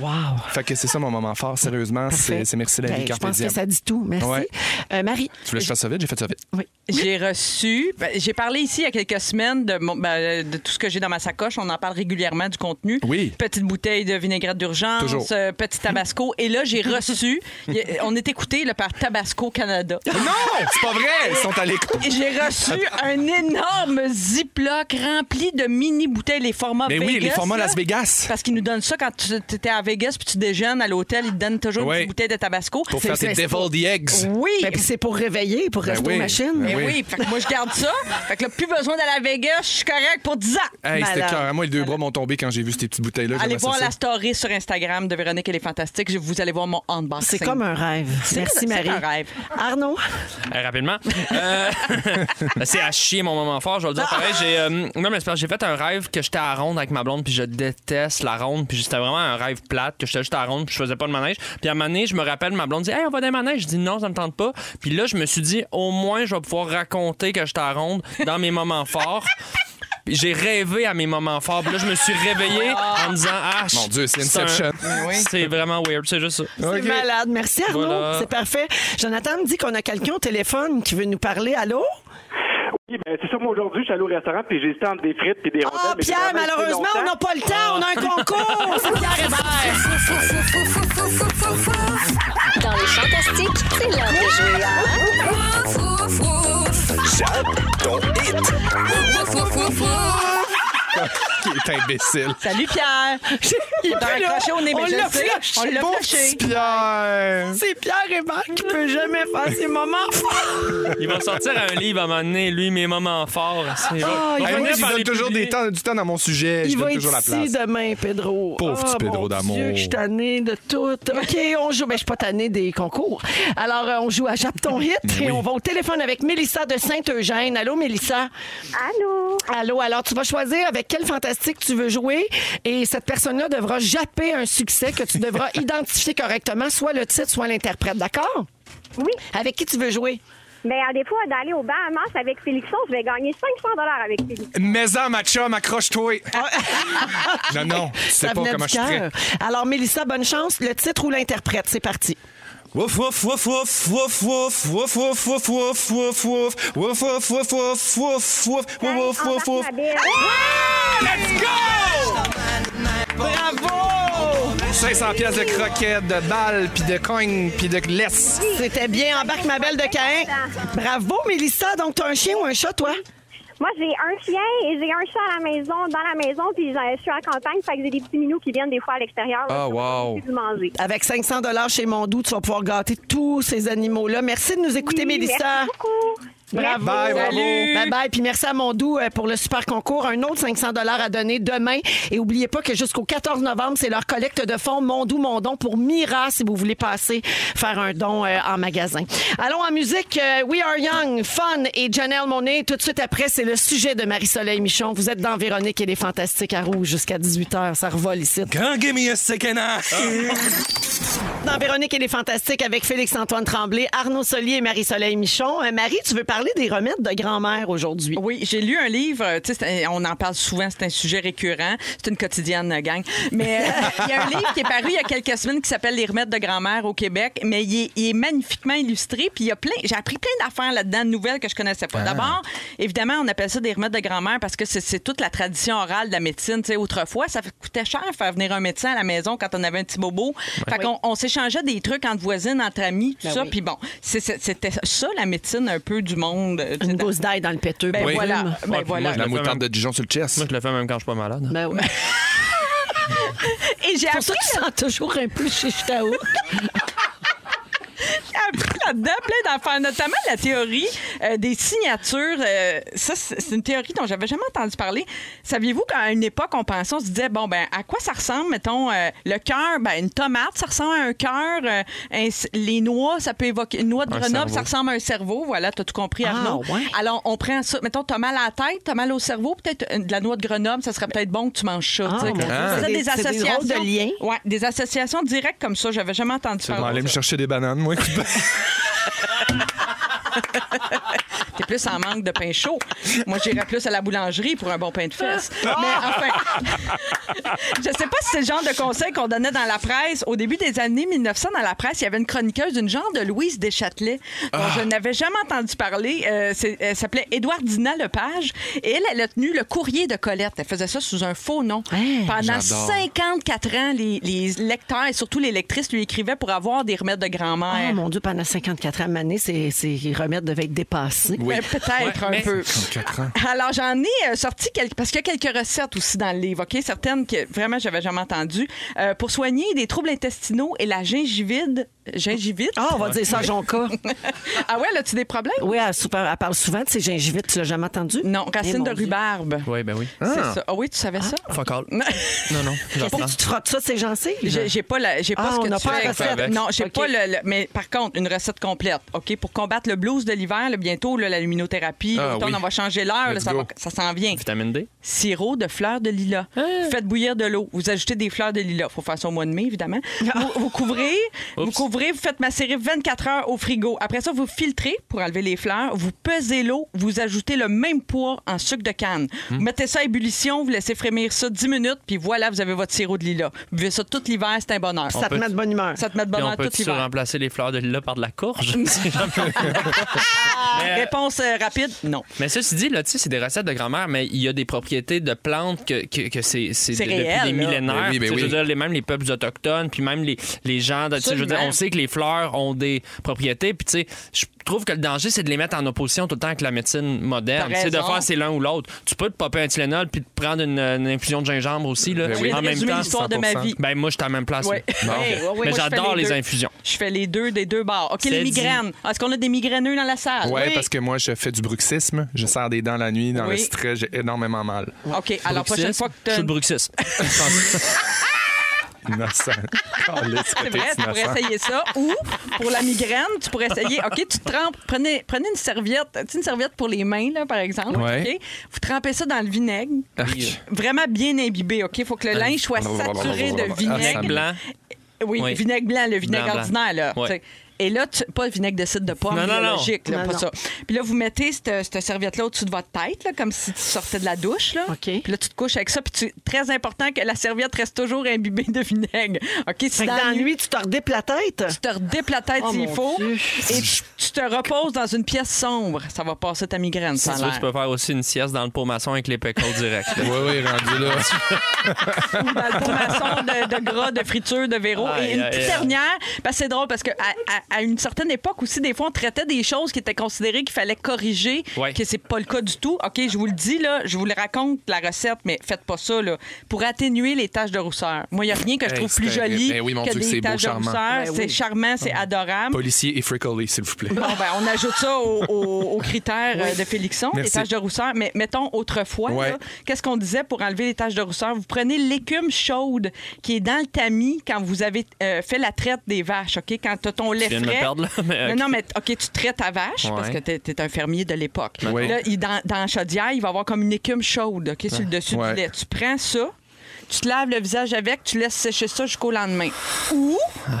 [SPEAKER 1] Wow.
[SPEAKER 2] Fait que c'est ça mon moment fort, sérieusement.
[SPEAKER 1] Parfait.
[SPEAKER 2] C'est c'est merci la
[SPEAKER 1] Ben,
[SPEAKER 2] vie,
[SPEAKER 1] Je
[SPEAKER 2] Carpe
[SPEAKER 1] pense que
[SPEAKER 2] diem.
[SPEAKER 1] ça dit tout. Merci.
[SPEAKER 2] Ouais.
[SPEAKER 1] Euh, Marie.
[SPEAKER 2] Tu voulais que je fasse ça vite? J'ai fait ça vite.
[SPEAKER 3] J'ai reçu, ben, j'ai parlé ici il y a quelques semaines de, mon- ben, de tout ce que j'ai dans ma sacoche. On en parle régulièrement du contenu.
[SPEAKER 2] Oui.
[SPEAKER 3] Petite bouteille de vinaigrette
[SPEAKER 2] Toujours.
[SPEAKER 3] d'urgence, euh, petit tabasco. Et là, j'ai reçu, il y a- on est écouté là, par Tabasco Canada.
[SPEAKER 1] Oh!
[SPEAKER 2] Non! C'est pas vrai! Ils sont à l'écoute.
[SPEAKER 3] Et J'ai reçu un énorme ziploc rempli de mini bouteilles, les formats
[SPEAKER 2] Mais
[SPEAKER 3] Vegas.
[SPEAKER 2] Ben oui, les formats
[SPEAKER 3] là.
[SPEAKER 2] Las Vegas.
[SPEAKER 3] Parce qu'ils nous donnent ça quand tu étais à Vegas puis tu déjeunes à l'hôtel, ils te donnent toujours une
[SPEAKER 2] Ouais.
[SPEAKER 3] petite bouteille de tabasco.
[SPEAKER 2] Pour faire
[SPEAKER 1] c'est-
[SPEAKER 2] tes
[SPEAKER 1] c'est
[SPEAKER 2] Devil the Eggs.
[SPEAKER 3] Oui!
[SPEAKER 1] Ben, puis c'est pour réveiller, pour rester
[SPEAKER 2] oui.
[SPEAKER 1] aux machines.
[SPEAKER 2] Ben
[SPEAKER 3] Mais oui, fait que moi je garde ça. Fait que là, plus besoin d'aller à Vegas, je suis correct pour 10 ans.
[SPEAKER 2] Hey, c'était
[SPEAKER 3] Malade.
[SPEAKER 2] carrément Moi, les deux bras m'ont tombé quand j'ai vu ces petites bouteilles-là.
[SPEAKER 3] Allez
[SPEAKER 2] J'aimais ça,
[SPEAKER 3] voir
[SPEAKER 2] ça.
[SPEAKER 3] la story sur Instagram de Véronique, elle est fantastique. Je- Vous allez voir mon handbox.
[SPEAKER 1] C'est comme un rêve.
[SPEAKER 3] C'est-
[SPEAKER 1] Merci,
[SPEAKER 3] c'est
[SPEAKER 1] Marie.
[SPEAKER 3] un rêve.
[SPEAKER 1] Arnaud,
[SPEAKER 5] Euh, rapidement. Euh, c'est à chier mon moment fort, je vais le dire pareil. J'ai, euh, non, mais c'est parce que j'ai fait un rêve que j'étais à ronde avec ma blonde, puis je déteste la ronde, puis c'était vraiment un rêve plate, que j'étais juste à ronde, puis je faisais pas de manège. Puis à un moment donné, je me rappelle, ma blonde dit Hey, on va dans les manèges. Je dis non, ça me tente pas. Puis là, je me suis dit Au moins, je vais pouvoir raconter que j'étais à ronde dans mes moments forts. Puis J'ai rêvé à mes moments forts. Puis là, je me suis réveillé en me disant Ah,
[SPEAKER 2] Mon Dieu, c'est
[SPEAKER 5] un-
[SPEAKER 2] Inception.
[SPEAKER 5] C'est vraiment weird, c'est juste ça.
[SPEAKER 1] c'est
[SPEAKER 2] Ok.
[SPEAKER 1] malade. Merci, Arnaud.
[SPEAKER 5] Voilà.
[SPEAKER 1] C'est parfait. Jonathan me dit qu'on a quelqu'un au téléphone qui veut nous parler. Allô?
[SPEAKER 8] Oui, ben, c'est ça, moi, aujourd'hui, je suis allé au restaurant, puis j'hésitais entre des frites puis des rondelles.
[SPEAKER 1] Ah,
[SPEAKER 8] mais j'ai
[SPEAKER 1] Pierre,
[SPEAKER 8] vraiment été
[SPEAKER 1] malheureusement, on n'a
[SPEAKER 8] longtemps.
[SPEAKER 1] pas le temps. On a un concours. C'est Pierre Hébert.
[SPEAKER 7] Dans les fantastiques, c'est l'heure de jouer
[SPEAKER 2] Qui est imbécile.
[SPEAKER 3] Salut Pierre!
[SPEAKER 1] Il est
[SPEAKER 3] On t'a
[SPEAKER 1] plus là.
[SPEAKER 3] raccroché au nez, mais
[SPEAKER 1] On
[SPEAKER 3] je
[SPEAKER 1] l'a
[SPEAKER 3] le sais.
[SPEAKER 1] flashé.
[SPEAKER 3] On l'a
[SPEAKER 1] Bon
[SPEAKER 3] flashé.
[SPEAKER 2] Pierre!
[SPEAKER 1] C'est Pierre Hébert qui peut jamais faire ses moments forts.
[SPEAKER 5] Il va sortir un livre à un moment donné, lui, mes moments forts. C'est
[SPEAKER 1] Ah, il
[SPEAKER 2] Hey,
[SPEAKER 1] va
[SPEAKER 2] moi,
[SPEAKER 1] être-
[SPEAKER 2] je donne toujours des temps, du temps dans mon sujet.
[SPEAKER 1] Il
[SPEAKER 2] je
[SPEAKER 1] va
[SPEAKER 2] donne
[SPEAKER 1] être
[SPEAKER 2] toujours la
[SPEAKER 1] ici
[SPEAKER 2] place.
[SPEAKER 1] demain, Pedro.
[SPEAKER 2] Pauvre petit
[SPEAKER 1] Ah,
[SPEAKER 2] Pedro
[SPEAKER 1] mon
[SPEAKER 2] d'amour.
[SPEAKER 1] Dieu, je suis tannée de tout. OK, on joue. Mais je suis pas tannée des concours. Alors, euh, on joue à Jappe ton hit
[SPEAKER 2] Ben
[SPEAKER 1] et on va au téléphone avec Mélissa de Saint-Eugène. Allô, Mélissa?
[SPEAKER 10] Allô?
[SPEAKER 1] Allô, alors tu vas choisir avec quel fantastique tu veux jouer et cette personne-là devra japper un succès que tu devras identifier correctement, soit le titre, soit l'interprète, d'accord?
[SPEAKER 10] Oui.
[SPEAKER 1] Avec qui tu veux jouer?
[SPEAKER 10] Bien, à des fois, d'aller Ben, au Bahamas avec Félixon, je vais gagner 500 avec Félixon.
[SPEAKER 2] Maison, ma chum, accroche-toi. non, non, tu sais
[SPEAKER 1] Ah, Ça
[SPEAKER 2] pas
[SPEAKER 1] venait
[SPEAKER 2] comment
[SPEAKER 1] du
[SPEAKER 2] je suis
[SPEAKER 1] cœur. Alors, Mélissa, bonne chance. Le titre ou l'interprète, c'est parti.
[SPEAKER 2] Wouf, wouf, wouf, wouf, wouf, wouf, wouf, wouf, wouf, wouf, wouf, wouf, wouf, wouf, wouf, wouf, wouf, wouf,
[SPEAKER 10] Hey,
[SPEAKER 2] wouf, wouf,
[SPEAKER 10] on
[SPEAKER 2] wouf,
[SPEAKER 10] passe
[SPEAKER 2] wouf.
[SPEAKER 10] ma bille.
[SPEAKER 2] Let's go! Bravo! 500 pièces de croquettes, de balles, puis de coins, puis de laisse.
[SPEAKER 1] C'était bien. Embarque ma belle de Caen. Bravo, Mélissa. Donc, t'as un chien ou un chat, toi?
[SPEAKER 10] Moi, j'ai un chien et j'ai un chat à la maison, dans la maison, puis euh, je suis à la campagne, fait que j'ai des petits minous qui viennent des fois à l'extérieur. là,
[SPEAKER 2] Ah,
[SPEAKER 10] pour
[SPEAKER 2] wow.
[SPEAKER 10] essayer de manger.
[SPEAKER 1] Avec 500 chez Mondou, tu vas pouvoir gâter tous ces animaux-là. Merci de nous écouter,
[SPEAKER 10] Oui,
[SPEAKER 1] Mélissa.
[SPEAKER 10] Merci beaucoup.
[SPEAKER 1] Bravo.
[SPEAKER 2] Bye, bravo. Salut.
[SPEAKER 1] Bye bye. Puis merci à Mondou euh, pour le super concours. Un autre 500 à donner demain. Et oubliez pas que jusqu'au 14 novembre, c'est leur collecte de fonds Mondou Mondon pour Mira si vous voulez passer faire un don euh, en magasin. Allons en musique. euh, We Are Young, Fun et Janelle Monet. Tout de suite après, c'est le sujet de Marie-Soleil Michon. Vous êtes dans Véronique et les Fantastiques à Rouge jusqu'à 18h. Ça revole ici.
[SPEAKER 2] Come give me a second eye.
[SPEAKER 1] Dans Véronique et les Fantastiques avec Félix-Antoine Tremblay, Arnaud Solier et Marie-Soleil Michon. Euh, Marie, tu veux parler des remèdes de grand-mère aujourd'hui?
[SPEAKER 3] Oui, j'ai lu un livre, euh, tu sais, c'est un- on en parle souvent, c'est un sujet récurrent, c'est une quotidienne euh, gang, mais euh, il y a un livre qui est paru il y a quelques semaines qui s'appelle Les remèdes de grand-mère au Québec, mais il est, il est magnifiquement illustré, puis il y a plein, j'ai appris plein d'affaires là-dedans, de nouvelles que je connaissais pas. D'abord, évidemment, on appelle ça des remèdes de grand-mère parce que c'est- c'est toute la tradition orale de la médecine, tu sais, autrefois, ça coûtait cher faire venir un médecin à la maison quand on avait un petit bobo. Fait qu'on on s'échangeait des trucs entre voisines, entre amis, tout ça, puis bon, c'est- c'est- c'était ça la médecine un peu du monde. euh, tu sais,
[SPEAKER 1] Une gousse d'ail dans le péteux.
[SPEAKER 3] ben
[SPEAKER 1] pour
[SPEAKER 3] voilà,
[SPEAKER 1] Brume.
[SPEAKER 3] ben
[SPEAKER 5] Ouais,
[SPEAKER 3] voilà.
[SPEAKER 5] puis
[SPEAKER 2] La
[SPEAKER 5] moi,
[SPEAKER 2] moutarde de Dijon sur le chest.
[SPEAKER 5] Moi, je le fais même quand je suis pas malade.
[SPEAKER 1] Ben ouais.
[SPEAKER 3] Et j'ai
[SPEAKER 1] C'est pour ça
[SPEAKER 3] appris,
[SPEAKER 1] qu'il sent toujours un peu chez Chitaou.
[SPEAKER 3] appris là-dedans, plein d'affaires, notamment la théorie euh, des signatures. Euh, ça, c'est c'est une théorie dont j'avais jamais entendu parler. Saviez-vous qu'à une époque, on pensait, on se disait, bon, ben, à quoi ça ressemble, mettons, euh, le cœur, ben, une tomate, ça ressemble à un cœur. euh, un- les noix, ça peut évoquer. Une noix de
[SPEAKER 5] Un
[SPEAKER 3] Grenoble,
[SPEAKER 5] cerveau.
[SPEAKER 3] ça ressemble à un cerveau. Voilà, t'as tout compris,
[SPEAKER 1] Ah,
[SPEAKER 3] Arnaud.
[SPEAKER 1] ouais.
[SPEAKER 3] Alors, on prend ça. Mettons, t'as mal à la tête, t'as mal au cerveau, peut-être euh, de la noix de Grenoble, ça serait peut-être bon que tu manges ça.
[SPEAKER 1] Ah,
[SPEAKER 3] tu sais.
[SPEAKER 1] mon Dieu,
[SPEAKER 3] Ça,
[SPEAKER 1] c'est des- c'est des drôles de liens.
[SPEAKER 3] Ouais, des associations directes comme ça, j'avais jamais entendu
[SPEAKER 2] Je vais
[SPEAKER 3] parler.
[SPEAKER 2] aller me
[SPEAKER 3] de ça.
[SPEAKER 2] chercher des bananes, moi.
[SPEAKER 3] T'es plus en manque de pain chaud. Moi, j'irais plus à la boulangerie pour un bon pain de fesses. Mais enfin, je sais pas si c'est le genre de conseil qu'on donnait dans la presse. Au début des années 1900, dans la presse, il y avait une chroniqueuse d'une genre de Louise Deschâtelet dont je n'avais jamais entendu parler. Euh, c'est- elle s'appelait Édouardina Lepage. Et elle, elle a tenu le courrier de Colette. Elle faisait ça sous un faux nom.
[SPEAKER 1] Hein?
[SPEAKER 3] Pendant 54 ans, les, les lecteurs et surtout les lectrices lui écrivaient pour avoir des remèdes de grand-mère.
[SPEAKER 1] Ah, mon Dieu, pendant 54 ans, année, ces ces remèdes devaient être dépassés.
[SPEAKER 2] Oui.
[SPEAKER 3] Euh, Peut-être un peu. Alors, j'en ai euh, sorti quelques. Parce qu'il y a quelques recettes aussi dans le livre, OK? Certaines que vraiment, j'avais jamais entendues. Euh, pour soigner des troubles intestinaux et la gingivide. Gingivite?
[SPEAKER 1] Ah, on va dire ça à Jonca.
[SPEAKER 3] Ah ouais, là, tu des problèmes?
[SPEAKER 1] Oui, elle, sou- elle parle souvent de ses gingivites. Tu l'as jamais entendu?
[SPEAKER 3] Non,
[SPEAKER 1] Eh,
[SPEAKER 3] racine
[SPEAKER 1] mon
[SPEAKER 3] de
[SPEAKER 1] Dieu.
[SPEAKER 3] rhubarbe.
[SPEAKER 5] Oui, ben oui.
[SPEAKER 3] C'est ça. Ah oui, tu savais ça?
[SPEAKER 5] Fuck all. Non, non,
[SPEAKER 1] Qu'est-ce
[SPEAKER 5] j'apprends.
[SPEAKER 1] que tu te frottes ça, de ses gencives?
[SPEAKER 3] J'ai j'ai pas, la, j'ai pas
[SPEAKER 1] Ah,
[SPEAKER 3] ce que
[SPEAKER 1] on n'a
[SPEAKER 3] tu
[SPEAKER 1] pas la
[SPEAKER 3] fais.
[SPEAKER 1] recette.
[SPEAKER 5] Avec.
[SPEAKER 3] Non, j'ai
[SPEAKER 1] Ok.
[SPEAKER 3] pas le, le- Mais par contre, une recette complète. OK? Pour combattre le blues de l'hiver, là, bientôt, là, la luminothérapie,
[SPEAKER 2] Ah
[SPEAKER 3] l'automne,
[SPEAKER 2] oui.
[SPEAKER 3] on va changer l'heure, là,
[SPEAKER 2] Let's
[SPEAKER 3] ça,
[SPEAKER 2] go.
[SPEAKER 3] va- ça s'en vient.
[SPEAKER 5] Vitamine D.
[SPEAKER 3] sirop de fleurs de lilas.
[SPEAKER 5] Ah.
[SPEAKER 3] Faites bouillir de l'eau. Vous ajoutez des fleurs de lilas. faut faire ça au mois de mai, évidemment.
[SPEAKER 5] Ah.
[SPEAKER 3] Vous, vous couvrez, vous couvrez, vous faites macérer 24 heures au frigo. Après ça, vous filtrez pour enlever les fleurs. Vous pesez l'eau. Vous ajoutez le même poids en sucre de canne.
[SPEAKER 5] Hmm.
[SPEAKER 3] Vous mettez ça à ébullition. Vous laissez frémir ça 10 minutes. Puis voilà, vous avez votre sirop de lilas. Vous buvez ça tout l'hiver. C'est un bonheur.
[SPEAKER 1] Ça te
[SPEAKER 5] peut-
[SPEAKER 1] met de bonne humeur.
[SPEAKER 3] Ça te met de
[SPEAKER 5] Puis
[SPEAKER 3] bonheur
[SPEAKER 5] on
[SPEAKER 3] tout
[SPEAKER 5] peut-tu
[SPEAKER 3] l'hiver.
[SPEAKER 5] remplacer les fleurs de lilas par de la courge?
[SPEAKER 3] Réponse euh, rapide, non.
[SPEAKER 5] Mais ceci dit, là, tu sais, c'est des recettes de grand-mère, mais il y a des propriétés de plantes que, que, que c'est, c'est,
[SPEAKER 3] C'est
[SPEAKER 5] de-
[SPEAKER 3] réel,
[SPEAKER 5] depuis des
[SPEAKER 3] là.
[SPEAKER 5] millénaires.
[SPEAKER 2] Ben oui, ben
[SPEAKER 5] Tu sais, Je veux
[SPEAKER 2] oui.
[SPEAKER 5] dire, les, même les peuples autochtones, puis même les, les gens, de- tu sais, je veux dire,
[SPEAKER 3] Absolument.
[SPEAKER 5] on sait que les fleurs ont des propriétés, puis tu sais, je trouve que le danger, c'est de les mettre en opposition tout le temps avec la médecine moderne.
[SPEAKER 3] T'as
[SPEAKER 5] C'est de
[SPEAKER 3] raison.
[SPEAKER 5] faire c'est l'un ou l'autre. Tu peux te popper un Tylenol puis te prendre une, une infusion de gingembre aussi, là,
[SPEAKER 2] Ben
[SPEAKER 3] Je
[SPEAKER 2] oui.
[SPEAKER 3] viens
[SPEAKER 5] en
[SPEAKER 3] de
[SPEAKER 5] même
[SPEAKER 3] résumer
[SPEAKER 5] temps.
[SPEAKER 3] l'histoire de ma
[SPEAKER 2] 100%.
[SPEAKER 3] vie.
[SPEAKER 5] Ben moi, je suis à la même place.
[SPEAKER 3] Ouais.
[SPEAKER 5] là. Bon.
[SPEAKER 3] Ouais, ouais, ouais, moi,
[SPEAKER 5] mais
[SPEAKER 3] je fais
[SPEAKER 5] j'adore
[SPEAKER 3] les
[SPEAKER 5] les,
[SPEAKER 3] deux.
[SPEAKER 5] infusions.
[SPEAKER 3] Je fais les deux des deux bars. OK,
[SPEAKER 5] C'est
[SPEAKER 3] les
[SPEAKER 5] dit.
[SPEAKER 3] migraines. Ah, Est-ce qu'on a des migraineux dans la salle?
[SPEAKER 2] Ouais, parce que moi, je fais du bruxisme. Je serre des dents la nuit, dans le
[SPEAKER 3] Oui.
[SPEAKER 2] stress, j'ai énormément mal.
[SPEAKER 3] OK, alors prochaine
[SPEAKER 5] Bruxisme.
[SPEAKER 3] fois que tu
[SPEAKER 5] Je suis le bruxisme. Je pense-
[SPEAKER 2] Innocent. Calisse,
[SPEAKER 3] C'est vrai,
[SPEAKER 2] t'es
[SPEAKER 3] tu
[SPEAKER 2] innocent.
[SPEAKER 3] pourrais essayer ça. Ou pour la migraine, tu pourrais essayer. OK, tu trempes. Prenez, prenez une serviette. Tu sais, une serviette pour les mains, là, par exemple.
[SPEAKER 2] Ouais.
[SPEAKER 3] OK? Vous trempez ça dans le vinaigre.
[SPEAKER 2] Arc.
[SPEAKER 3] Vraiment bien imbibé. OK? Il faut que le linge soit saturé de
[SPEAKER 2] Ah, ça
[SPEAKER 3] vinaigre.
[SPEAKER 2] me-
[SPEAKER 5] blanc.
[SPEAKER 3] Oui,
[SPEAKER 5] Oui.
[SPEAKER 3] vinaigre blanc, le vinaigre
[SPEAKER 5] Blanc, blanc.
[SPEAKER 3] ordinaire. Là,
[SPEAKER 5] Ouais.
[SPEAKER 3] Tu sais. Et là, tu- pas vinaigre de cidre de pomme,
[SPEAKER 5] Non, non,
[SPEAKER 3] là,
[SPEAKER 5] non.
[SPEAKER 3] logique, là,
[SPEAKER 1] Non,
[SPEAKER 3] pas
[SPEAKER 1] non.
[SPEAKER 3] ça. Puis là, vous mettez cette, cette serviette-là au-dessus de votre tête, là, comme si tu sortais de la douche. Là.
[SPEAKER 1] OK.
[SPEAKER 3] Puis là, tu te couches avec ça. Puis tu- très important que la serviette reste toujours imbibée de vinaigre. OK, si
[SPEAKER 1] Fait que dans
[SPEAKER 3] dans la
[SPEAKER 1] la
[SPEAKER 3] nuit,
[SPEAKER 1] nuit, tu te redipes la tête?
[SPEAKER 3] tu te redipes la tête
[SPEAKER 1] Oh,
[SPEAKER 3] s'il
[SPEAKER 1] mon
[SPEAKER 3] faut
[SPEAKER 1] Dieu.
[SPEAKER 3] et tu, tu te reposes dans une pièce sombre. Ça va passer ta migraine,
[SPEAKER 5] Si
[SPEAKER 3] ça a
[SPEAKER 5] tu veux, tu
[SPEAKER 3] l'air.
[SPEAKER 5] peux faire aussi une sieste dans le pot maçon avec les pécos directs.
[SPEAKER 2] Ah, Oui, oui, rendu là.
[SPEAKER 3] Ou dans le pot maçon de, de gras, de friture, de véro.
[SPEAKER 5] Aïe,
[SPEAKER 3] et une
[SPEAKER 5] aïe,
[SPEAKER 3] petite
[SPEAKER 5] aïe.
[SPEAKER 3] dernière, parce que c'est drôle, parce qu'à à, à une certaine époque aussi, des fois, on traitait des choses qui étaient considérées qu'il fallait corriger,
[SPEAKER 5] Ouais.
[SPEAKER 3] que c'est pas le cas du tout. OK, je vous le dis, là, je vous le raconte, la recette, mais faites pas ça, là. Pour atténuer les taches de rousseur. Moi, il n'y a rien que je
[SPEAKER 2] Hey,
[SPEAKER 3] trouve
[SPEAKER 2] c'est
[SPEAKER 3] plus
[SPEAKER 2] terrible.
[SPEAKER 3] joli
[SPEAKER 2] Eh oui, mon
[SPEAKER 3] que
[SPEAKER 2] Dieu,
[SPEAKER 3] des
[SPEAKER 2] c'est beau,
[SPEAKER 3] taches de
[SPEAKER 2] charmant. Mm-hmm.
[SPEAKER 3] rousseur.
[SPEAKER 1] Ben
[SPEAKER 3] C'est
[SPEAKER 1] oui.
[SPEAKER 3] charmant, c'est adorable.
[SPEAKER 2] Policier et Fricoli, s'il vous plaît.
[SPEAKER 3] Bon, ben, on ajoute ça au- au- aux critères euh, de Félixon, les
[SPEAKER 2] Merci.
[SPEAKER 3] taches de rousseur. Mais mettons autrefois,
[SPEAKER 2] Ouais.
[SPEAKER 3] là, qu'est-ce qu'on disait pour enlever les taches de rousseur? Vous prenez l'écume chaude qui est dans le tamis quand vous avez euh, fait la traite des vaches, OK? Quand tu as ton lait
[SPEAKER 5] viens de me
[SPEAKER 3] frais.
[SPEAKER 5] perdre, là, mais,
[SPEAKER 3] Non,
[SPEAKER 5] OK.
[SPEAKER 3] Non, mais OK, tu traites ta vache parce
[SPEAKER 5] Ouais.
[SPEAKER 3] que tu es, un fermier de l'époque.
[SPEAKER 2] Ouais.
[SPEAKER 3] Là, il- dans, dans la chaudière, il va avoir comme une écume chaude OK, sur le dessus
[SPEAKER 2] Ouais.
[SPEAKER 3] du lait. Tu prends ça. Tu te laves le visage avec, tu laisses sécher ça jusqu'au lendemain. Ou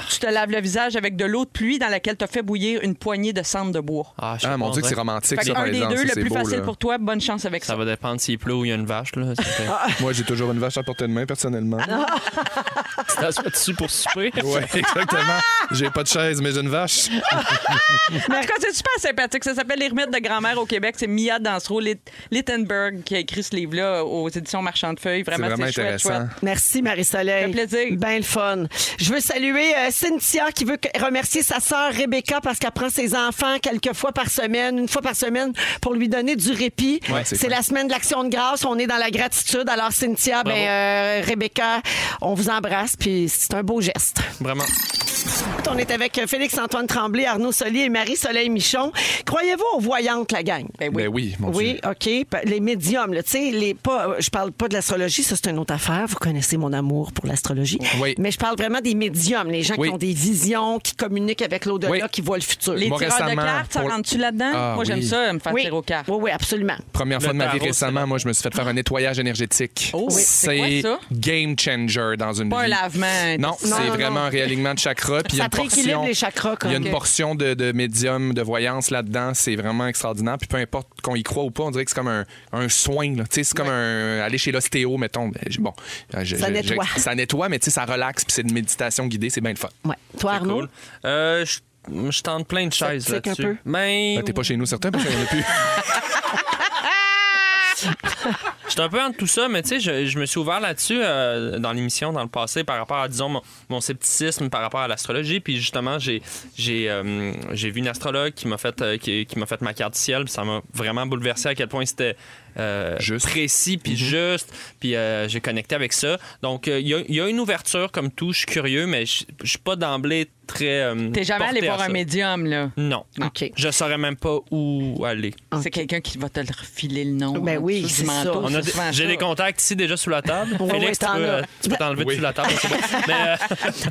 [SPEAKER 3] tu te laves le visage avec de l'eau de pluie dans laquelle tu as fait bouillir une poignée de cendre de bois.
[SPEAKER 5] Ah, je
[SPEAKER 2] Ah, mon
[SPEAKER 5] comprends.
[SPEAKER 2] Dieu, que c'est romantique,
[SPEAKER 3] Fait
[SPEAKER 2] ça,
[SPEAKER 3] que
[SPEAKER 2] par
[SPEAKER 3] un des
[SPEAKER 2] exemple.
[SPEAKER 3] deux,
[SPEAKER 2] Ça,
[SPEAKER 3] le
[SPEAKER 2] c'est
[SPEAKER 3] plus
[SPEAKER 2] beau,
[SPEAKER 3] facile
[SPEAKER 2] là.
[SPEAKER 3] pour toi, bonne chance avec ça.
[SPEAKER 5] Ça va dépendre s'il pleut ou il y a une vache. Là. Ça fait-
[SPEAKER 2] Moi, j'ai toujours une vache à portée de main, personnellement.
[SPEAKER 3] Ah.
[SPEAKER 5] Tu t'assois dessus pour souper.
[SPEAKER 2] Ouais, exactement. J'ai pas de chaise, mais j'ai une vache.
[SPEAKER 3] Mais en tout cas, c'est super sympathique. Ça s'appelle Les remèdes de grand-mère au Québec. C'est Mia Dansereau Lit- Littenberg qui a écrit ce livre-là aux éditions Marchand de Feuilles. Vraiment,
[SPEAKER 2] C'est vraiment
[SPEAKER 3] c'est chouette,
[SPEAKER 2] intéressant.
[SPEAKER 3] chouette.
[SPEAKER 1] Merci, Marie-Soleil.
[SPEAKER 3] Ça fait plaisir.
[SPEAKER 1] Ben le fun. Je veux saluer euh, Cynthia qui veut que- remercier sa sœur Rebecca parce qu'elle prend ses enfants quelques fois par semaine, une fois par semaine, pour lui donner du répit.
[SPEAKER 2] Ouais, c'est
[SPEAKER 1] c'est
[SPEAKER 2] cool.
[SPEAKER 1] la semaine de l'action de grâce. On est dans la gratitude. Alors, Cynthia, ben,
[SPEAKER 5] Bravo.
[SPEAKER 1] euh, Rebecca, on vous embrasse. Puis c'est un beau geste.
[SPEAKER 5] Vraiment.
[SPEAKER 1] On est avec euh, Félix-Antoine Tremblay, Arnaud Solier et Marie-Soleil Michon. Croyez-vous aux voyantes, la gang?
[SPEAKER 3] Ben oui.
[SPEAKER 2] Ben oui, mon
[SPEAKER 1] Oui, OK. Pa- Les médiums, là, tu sais, les pas. euh, Je parle pas de l'astrologie, ça c'est une autre affaire. Vous connaissez mon amour pour l'astrologie.
[SPEAKER 2] Oui.
[SPEAKER 1] Mais je parle vraiment des médiums, les gens
[SPEAKER 2] Oui.
[SPEAKER 1] qui ont des visions, qui communiquent avec l'au-delà,
[SPEAKER 2] Oui.
[SPEAKER 1] qui voient le futur.
[SPEAKER 3] Les
[SPEAKER 2] Moi,
[SPEAKER 3] tireurs de
[SPEAKER 2] récemment,
[SPEAKER 3] cartes, ça
[SPEAKER 2] pour-
[SPEAKER 3] rentre-tu là-dedans?
[SPEAKER 2] Ah,
[SPEAKER 3] Moi, j'aime
[SPEAKER 2] oui.
[SPEAKER 3] ça, me faire
[SPEAKER 1] oui.
[SPEAKER 3] tirer aux cartes.
[SPEAKER 1] oui, oui, absolument.
[SPEAKER 2] Première
[SPEAKER 5] Le
[SPEAKER 2] fois de ma vie
[SPEAKER 5] tarot, c'est
[SPEAKER 2] récemment, moi, je me suis fait faire un nettoyage énergétique.
[SPEAKER 3] Oh, oui. C'est quoi,
[SPEAKER 2] C'est
[SPEAKER 3] ça?
[SPEAKER 2] game changer dans une
[SPEAKER 3] Pas un
[SPEAKER 2] vie.
[SPEAKER 3] lavement.
[SPEAKER 2] Non,
[SPEAKER 3] Non,
[SPEAKER 2] c'est
[SPEAKER 1] non,
[SPEAKER 2] vraiment
[SPEAKER 1] non.
[SPEAKER 2] un réalignement de chakras. Puis il y a
[SPEAKER 1] Ça
[SPEAKER 2] une
[SPEAKER 1] te rééquilibre
[SPEAKER 2] portion-
[SPEAKER 1] les chakras, comme-
[SPEAKER 2] Il y a une
[SPEAKER 1] Ok.
[SPEAKER 2] portion de, de médium, de voyance là-dedans. C'est vraiment extraordinaire. Puis peu importe qu'on y croit ou pas, on dirait que c'est comme un, un soin. là. Tu sais, C'est comme un, aller chez l'ostéo, mettons. Ben, je- Bon, je-
[SPEAKER 1] Ça
[SPEAKER 2] je-
[SPEAKER 1] nettoie.
[SPEAKER 2] je- ça nettoie, mais tu sais, ça relaxe. Puis c'est une méditation guidée. C'est bien le fun.
[SPEAKER 1] Ouais. Toi, Arnaud?
[SPEAKER 5] Cool. Euh, je, je tente plein de choses
[SPEAKER 1] tique un
[SPEAKER 5] là-dessus.
[SPEAKER 1] peu?
[SPEAKER 5] Mais
[SPEAKER 2] Ben, T'es pas chez nous, certain, parce qu'il y en a plus.
[SPEAKER 5] J'étais un peu entre tout ça, mais tu sais, je, je me suis ouvert là-dessus euh, dans l'émission, dans le passé, par rapport à, disons, mon, mon scepticisme par rapport à l'astrologie. Puis justement, j'ai j'ai euh, j'ai vu une astrologue qui m'a fait, euh, qui, qui m'a fait ma carte ciel, puis ça m'a vraiment bouleversé à quel point c'était euh,
[SPEAKER 2] Juste.
[SPEAKER 5] précis, puis juste, puis euh, j'ai connecté avec ça. Donc, euh, il y a- il y, a une ouverture comme tout, je suis curieux, mais je je suis pas d'emblée très. euh,
[SPEAKER 3] T'es jamais
[SPEAKER 5] porté
[SPEAKER 3] allé
[SPEAKER 5] à
[SPEAKER 3] voir un
[SPEAKER 5] ça.
[SPEAKER 3] médium, là.
[SPEAKER 5] Non.
[SPEAKER 1] OK.
[SPEAKER 5] Je saurais même pas où aller.
[SPEAKER 3] C'est quelqu'un qui va te le refiler le nom.
[SPEAKER 1] Ben
[SPEAKER 3] là,
[SPEAKER 1] oui,
[SPEAKER 3] du
[SPEAKER 1] c'est
[SPEAKER 3] manteau,
[SPEAKER 1] ça.
[SPEAKER 5] On a
[SPEAKER 3] c'est
[SPEAKER 5] des-
[SPEAKER 3] souvent
[SPEAKER 5] J'ai
[SPEAKER 3] ça.
[SPEAKER 5] des contacts ici déjà sous la table.
[SPEAKER 1] Ouais,
[SPEAKER 5] Félix,
[SPEAKER 1] ouais,
[SPEAKER 5] tu, peux,
[SPEAKER 1] t'en as.
[SPEAKER 5] euh, tu peux t'enlever
[SPEAKER 2] Oui.
[SPEAKER 5] sous la table. c'est bon. Mais, euh,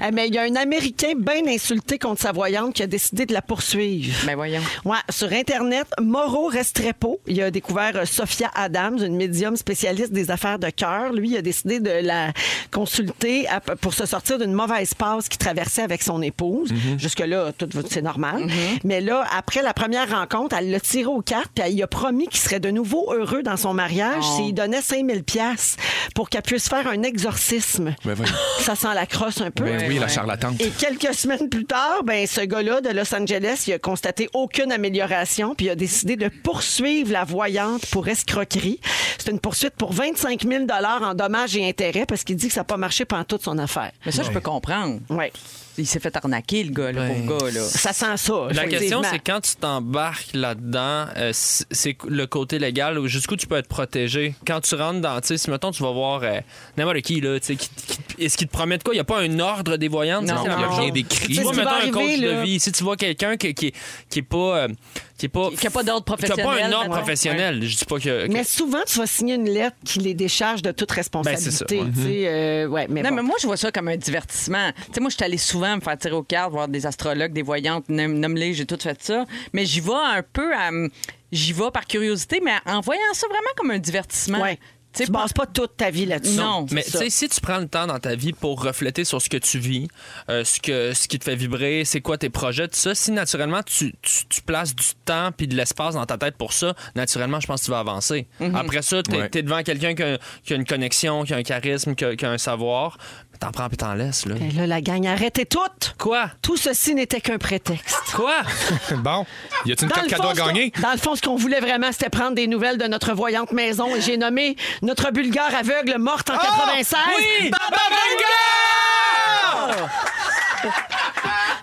[SPEAKER 1] Ah, mais il y a un Américain bien insulté contre sa voyante qui a décidé de la poursuivre.
[SPEAKER 3] Ben voyons.
[SPEAKER 1] Ouais, sur Internet, Moreau Restrepo, il a découvert euh, Sophia Adams, une médium spécialiste des affaires de cœur. Lui, il a décidé de la consulter à- pour se sortir d'une mauvaise passe qu'il traversait avec son épouse. Jusque-là, tout va- c'est normal. Mais là, après la première rencontre, elle l'a tiré aux cartes, puis elle lui a promis qu'il serait de nouveau heureux dans son mariage
[SPEAKER 3] Oh.
[SPEAKER 1] s'il donnait 5000 pièces pour qu'elle puisse faire un exorcisme.
[SPEAKER 2] Ben, voyons.
[SPEAKER 1] Ça sent la crosse un peu.
[SPEAKER 2] Ben oui, la
[SPEAKER 3] ouais.
[SPEAKER 2] charlatante.
[SPEAKER 1] Et quelques semaines plus tard, ben, ce gars-là de Los Angeles, il a constaté aucune amélioration, puis il a décidé de poursuivre la voyante pour escroquerie. C'est une poursuite pour 25 000 en dommages et intérêts, parce qu'il dit que ça n'a pas marché pendant toute son affaire.
[SPEAKER 3] Mais ça, je peux comprendre.
[SPEAKER 1] Ouais.
[SPEAKER 3] Il s'est fait arnaquer, le gars, le pauvre gars, là.
[SPEAKER 1] Ça sent ça.
[SPEAKER 5] La question,
[SPEAKER 1] effectivement.
[SPEAKER 5] c'est quand tu t'embarques là-dedans, euh, c- c'est le côté légal ou jusqu'où tu peux être protégé. Quand tu rentres dans, tu sais, si mettons, tu vas voir euh, n'importe qui, là, tu sais, qui- qui- est-ce qu'il te promet de quoi? Il n'y a pas un ordre des voyantes.
[SPEAKER 3] Non,
[SPEAKER 5] ça, c'est la
[SPEAKER 3] non.
[SPEAKER 5] même
[SPEAKER 3] Il y a
[SPEAKER 5] chose.
[SPEAKER 2] d'écrit.
[SPEAKER 5] Tu
[SPEAKER 1] Tu sais,
[SPEAKER 5] vois,
[SPEAKER 1] ce qui
[SPEAKER 5] mettons,
[SPEAKER 1] va
[SPEAKER 5] un coach
[SPEAKER 1] arriver,
[SPEAKER 5] de
[SPEAKER 1] là-
[SPEAKER 5] vie. Si tu vois quelqu'un qui, qui, qui est pas... euh, qui est pas...
[SPEAKER 3] Qui- qui a pas d'ordre
[SPEAKER 5] Qui a pas un
[SPEAKER 3] professionnel,
[SPEAKER 5] ordre
[SPEAKER 3] ouais.
[SPEAKER 5] professionnel. Je dis pas que... que-
[SPEAKER 1] Mais souvent, tu vas signer une lettre qui les décharge de toute responsabilité.
[SPEAKER 5] Ben,
[SPEAKER 1] tu sais, euh, ouais, mais
[SPEAKER 3] Non,
[SPEAKER 1] bon.
[SPEAKER 3] mais moi, je vois ça comme un divertissement. Tu sais, moi, je suis allée souvent me faire tirer aux cartes, voir des astrologues, des voyantes, nomme- nomme-les, j'ai tout fait ça. Mais j'y vais un peu à. J'y vais par curiosité, mais en voyant ça vraiment comme un divertissement.
[SPEAKER 1] Ouais.
[SPEAKER 3] Tu sais,
[SPEAKER 1] tu ne
[SPEAKER 3] pas-
[SPEAKER 1] bases pas toute ta vie là-dessus.
[SPEAKER 3] Non.
[SPEAKER 5] Mais
[SPEAKER 1] c'est
[SPEAKER 5] tu
[SPEAKER 1] ça.
[SPEAKER 5] sais, si tu prends le temps dans ta vie pour refléter sur ce que tu vis, euh, ce, que, ce qui te fait vibrer, c'est quoi tes projets, tout ça, si naturellement tu, tu- tu places du temps puis de l'espace dans ta tête pour ça, naturellement, je pense que tu vas avancer.
[SPEAKER 2] Mm-hmm.
[SPEAKER 5] Après ça, tu es,
[SPEAKER 2] Ouais.
[SPEAKER 5] devant quelqu'un qui, a- qui a une connexion, qui a un charisme, qui a, qui a un savoir. T'en prends puis t'en laisses, là.
[SPEAKER 1] Ben là, la gang, arrêtez toutes.
[SPEAKER 5] Quoi?
[SPEAKER 1] Tout ceci n'était qu'un prétexte.
[SPEAKER 5] Quoi?
[SPEAKER 2] bon, y a-t-il une
[SPEAKER 1] Dans
[SPEAKER 2] carte
[SPEAKER 1] le,
[SPEAKER 2] cadeau
[SPEAKER 1] fond,
[SPEAKER 2] à
[SPEAKER 1] ce qu'on-
[SPEAKER 2] gagner?
[SPEAKER 1] dans le fond, ce qu'on voulait vraiment, c'était prendre des nouvelles de notre voyante maison. Et j'ai nommé notre bulgare aveugle morte
[SPEAKER 2] Ah!
[SPEAKER 1] en 96. Baba Vanga!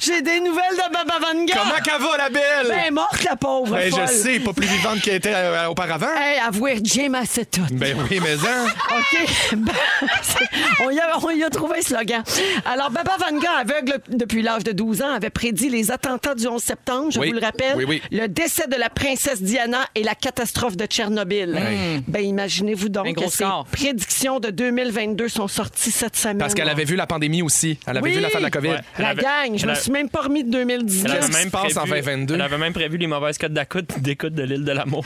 [SPEAKER 1] J'ai des nouvelles de Baba Vanga.
[SPEAKER 2] Comment qu'elle va, la belle?
[SPEAKER 1] Ben, morte, la pauvre.
[SPEAKER 2] Ben,
[SPEAKER 1] folle.
[SPEAKER 2] je sais, pas plus vivante qu'elle était euh, auparavant.
[SPEAKER 1] Hey, avouez, Jim a c'est tout.
[SPEAKER 2] Ben oui, mais hein.
[SPEAKER 1] OK. Ben, c'est- on, y a, on y a trouvé un slogan. Alors, Baba Vanga, aveugle depuis l'âge de 12 ans, avait prédit les attentats du 11 septembre, je
[SPEAKER 2] Oui.
[SPEAKER 1] vous le rappelle,
[SPEAKER 2] Oui, oui.
[SPEAKER 1] le décès de la princesse Diana et la catastrophe de Tchernobyl.
[SPEAKER 5] Hmm.
[SPEAKER 2] Hey.
[SPEAKER 1] Ben, imaginez-vous
[SPEAKER 3] Un
[SPEAKER 1] donc
[SPEAKER 3] gros
[SPEAKER 1] que ces
[SPEAKER 3] score.
[SPEAKER 1] prédictions de 2022 sont sorties cette semaine.
[SPEAKER 2] Parce qu'elle avait vu la pandémie aussi. Elle avait
[SPEAKER 1] Oui.
[SPEAKER 2] vu la fin de la COVID.
[SPEAKER 5] Ouais. Elle
[SPEAKER 1] La
[SPEAKER 5] avait-
[SPEAKER 1] gang, je
[SPEAKER 5] elle
[SPEAKER 1] me
[SPEAKER 5] avait-
[SPEAKER 1] suis même pas remis de 2019.
[SPEAKER 5] Elle avait
[SPEAKER 2] qui se passe en 2022?
[SPEAKER 5] elle avait même prévu les mauvaises codes d'écoute d'écoute de l'île de l'amour.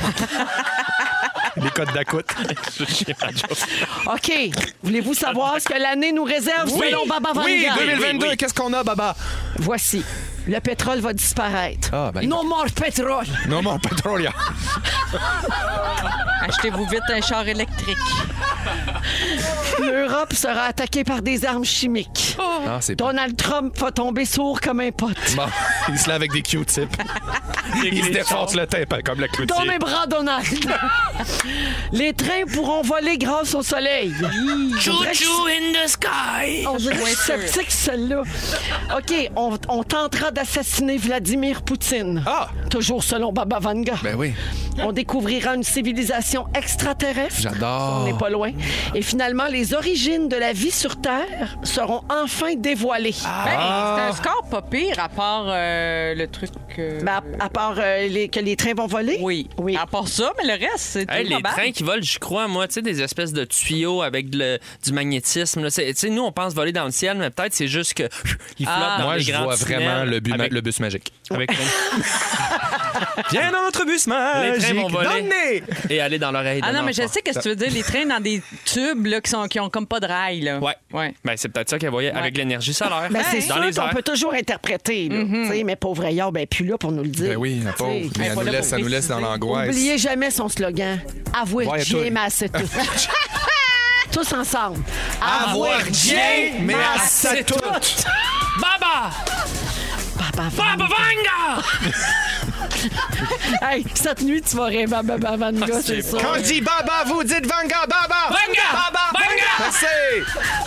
[SPEAKER 2] Les codes d'accoute.
[SPEAKER 5] Je sais pas, je-
[SPEAKER 1] OK. Voulez-vous savoir ce que l'année nous réserve
[SPEAKER 2] Oui.
[SPEAKER 1] selon Baba Vanga?
[SPEAKER 2] Oui, 2022,
[SPEAKER 5] Oui, oui.
[SPEAKER 2] qu'est-ce qu'on a, Baba?
[SPEAKER 1] Voici. Le pétrole va disparaître.
[SPEAKER 2] Ah, ben-
[SPEAKER 1] non more pétrole.
[SPEAKER 2] Non, mon pétrole.
[SPEAKER 3] Achetez-vous vite un char électrique.
[SPEAKER 1] L'Europe sera attaquée par des armes chimiques.
[SPEAKER 2] Ah, c'est bon.
[SPEAKER 1] Donald Trump va tomber sourd comme un pote.
[SPEAKER 2] Il se lave avec des Q-tips. Il se défonce le tympan comme le cloutier.
[SPEAKER 1] Dans mes bras, Donald! Les trains pourront voler grâce au soleil. Oh, Chouchou in the sky! On dirait que je suis sceptique, celle-là. OK, on, on tentera d'assassiner Vladimir Poutine.
[SPEAKER 2] Ah!
[SPEAKER 1] Toujours selon Baba Vanga.
[SPEAKER 2] Ben oui,
[SPEAKER 1] On découvrira une civilisation extraterrestre.
[SPEAKER 2] j'adore.
[SPEAKER 1] On n'est pas loin. Et finalement, les origines de la vie sur Terre seront enfin dévoilées.
[SPEAKER 2] Ah.
[SPEAKER 5] Ah.
[SPEAKER 3] Ben, c'est un score pas pire à part euh, le truc. euh,
[SPEAKER 1] Ben, à, à part euh, les- que les trains vont voler.
[SPEAKER 3] oui.
[SPEAKER 1] Oui.
[SPEAKER 5] Ah,
[SPEAKER 3] À part ça, mais le reste, c'est
[SPEAKER 5] Hey,
[SPEAKER 3] tout
[SPEAKER 5] les
[SPEAKER 3] pas mal.
[SPEAKER 5] trains qui volent, je crois, moi, tu sais, des espèces de tuyaux avec de le- du magnétisme. là. C'est- Tu sais, nous, on pense voler dans le ciel, mais peut-être c'est juste que pff, ils flottent
[SPEAKER 3] Ah.
[SPEAKER 5] dans
[SPEAKER 2] Moi,
[SPEAKER 5] les
[SPEAKER 2] je
[SPEAKER 5] grands
[SPEAKER 2] vois
[SPEAKER 5] tunnels
[SPEAKER 2] vraiment le, bu-
[SPEAKER 5] avec-
[SPEAKER 2] le bus magique.
[SPEAKER 5] avec-
[SPEAKER 2] Viens dans notre bus magique!
[SPEAKER 5] trains vont voler.
[SPEAKER 2] Donnez!
[SPEAKER 5] et aller dans l'oreille.
[SPEAKER 3] Ah
[SPEAKER 5] d'un
[SPEAKER 3] non, mais je
[SPEAKER 5] enfant.
[SPEAKER 3] sais que ce que tu veux dire, les trains dans des tubes là, qui, sont, qui ont comme pas de rails. Là.
[SPEAKER 5] Ouais.
[SPEAKER 3] ouais.
[SPEAKER 5] Ben, c'est peut-être ça qu'elle voyait avec l'énergie solaire.
[SPEAKER 1] Ben, c'est
[SPEAKER 5] Hey.
[SPEAKER 1] sûr
[SPEAKER 5] dans les
[SPEAKER 1] qu'on
[SPEAKER 5] airs. Mhm.
[SPEAKER 1] peut toujours interpréter. là. Tu sais, Mais pauvre Ayard, ben plus là pour nous le dire.
[SPEAKER 2] Ben oui, la pauvre. Mais elle nous laisse, ça nous laisse dans l'angoisse.
[SPEAKER 1] N'oubliez jamais son slogan. Avouez
[SPEAKER 2] Ouais, toi.
[SPEAKER 1] j'ai mais assez tout. Tous ensemble.
[SPEAKER 6] Avoir rien, mais assez tout.
[SPEAKER 5] Baba!
[SPEAKER 1] Papa,
[SPEAKER 5] Baba Vanga!
[SPEAKER 1] Hey, cette nuit, tu vas rêver à Baba Vanga, c'est
[SPEAKER 5] c'est
[SPEAKER 1] ça.
[SPEAKER 2] Ah, Quand je dis baba, vous dites vanga, baba!
[SPEAKER 5] Vanga!
[SPEAKER 2] Baba!
[SPEAKER 5] Vanga!
[SPEAKER 2] Merci!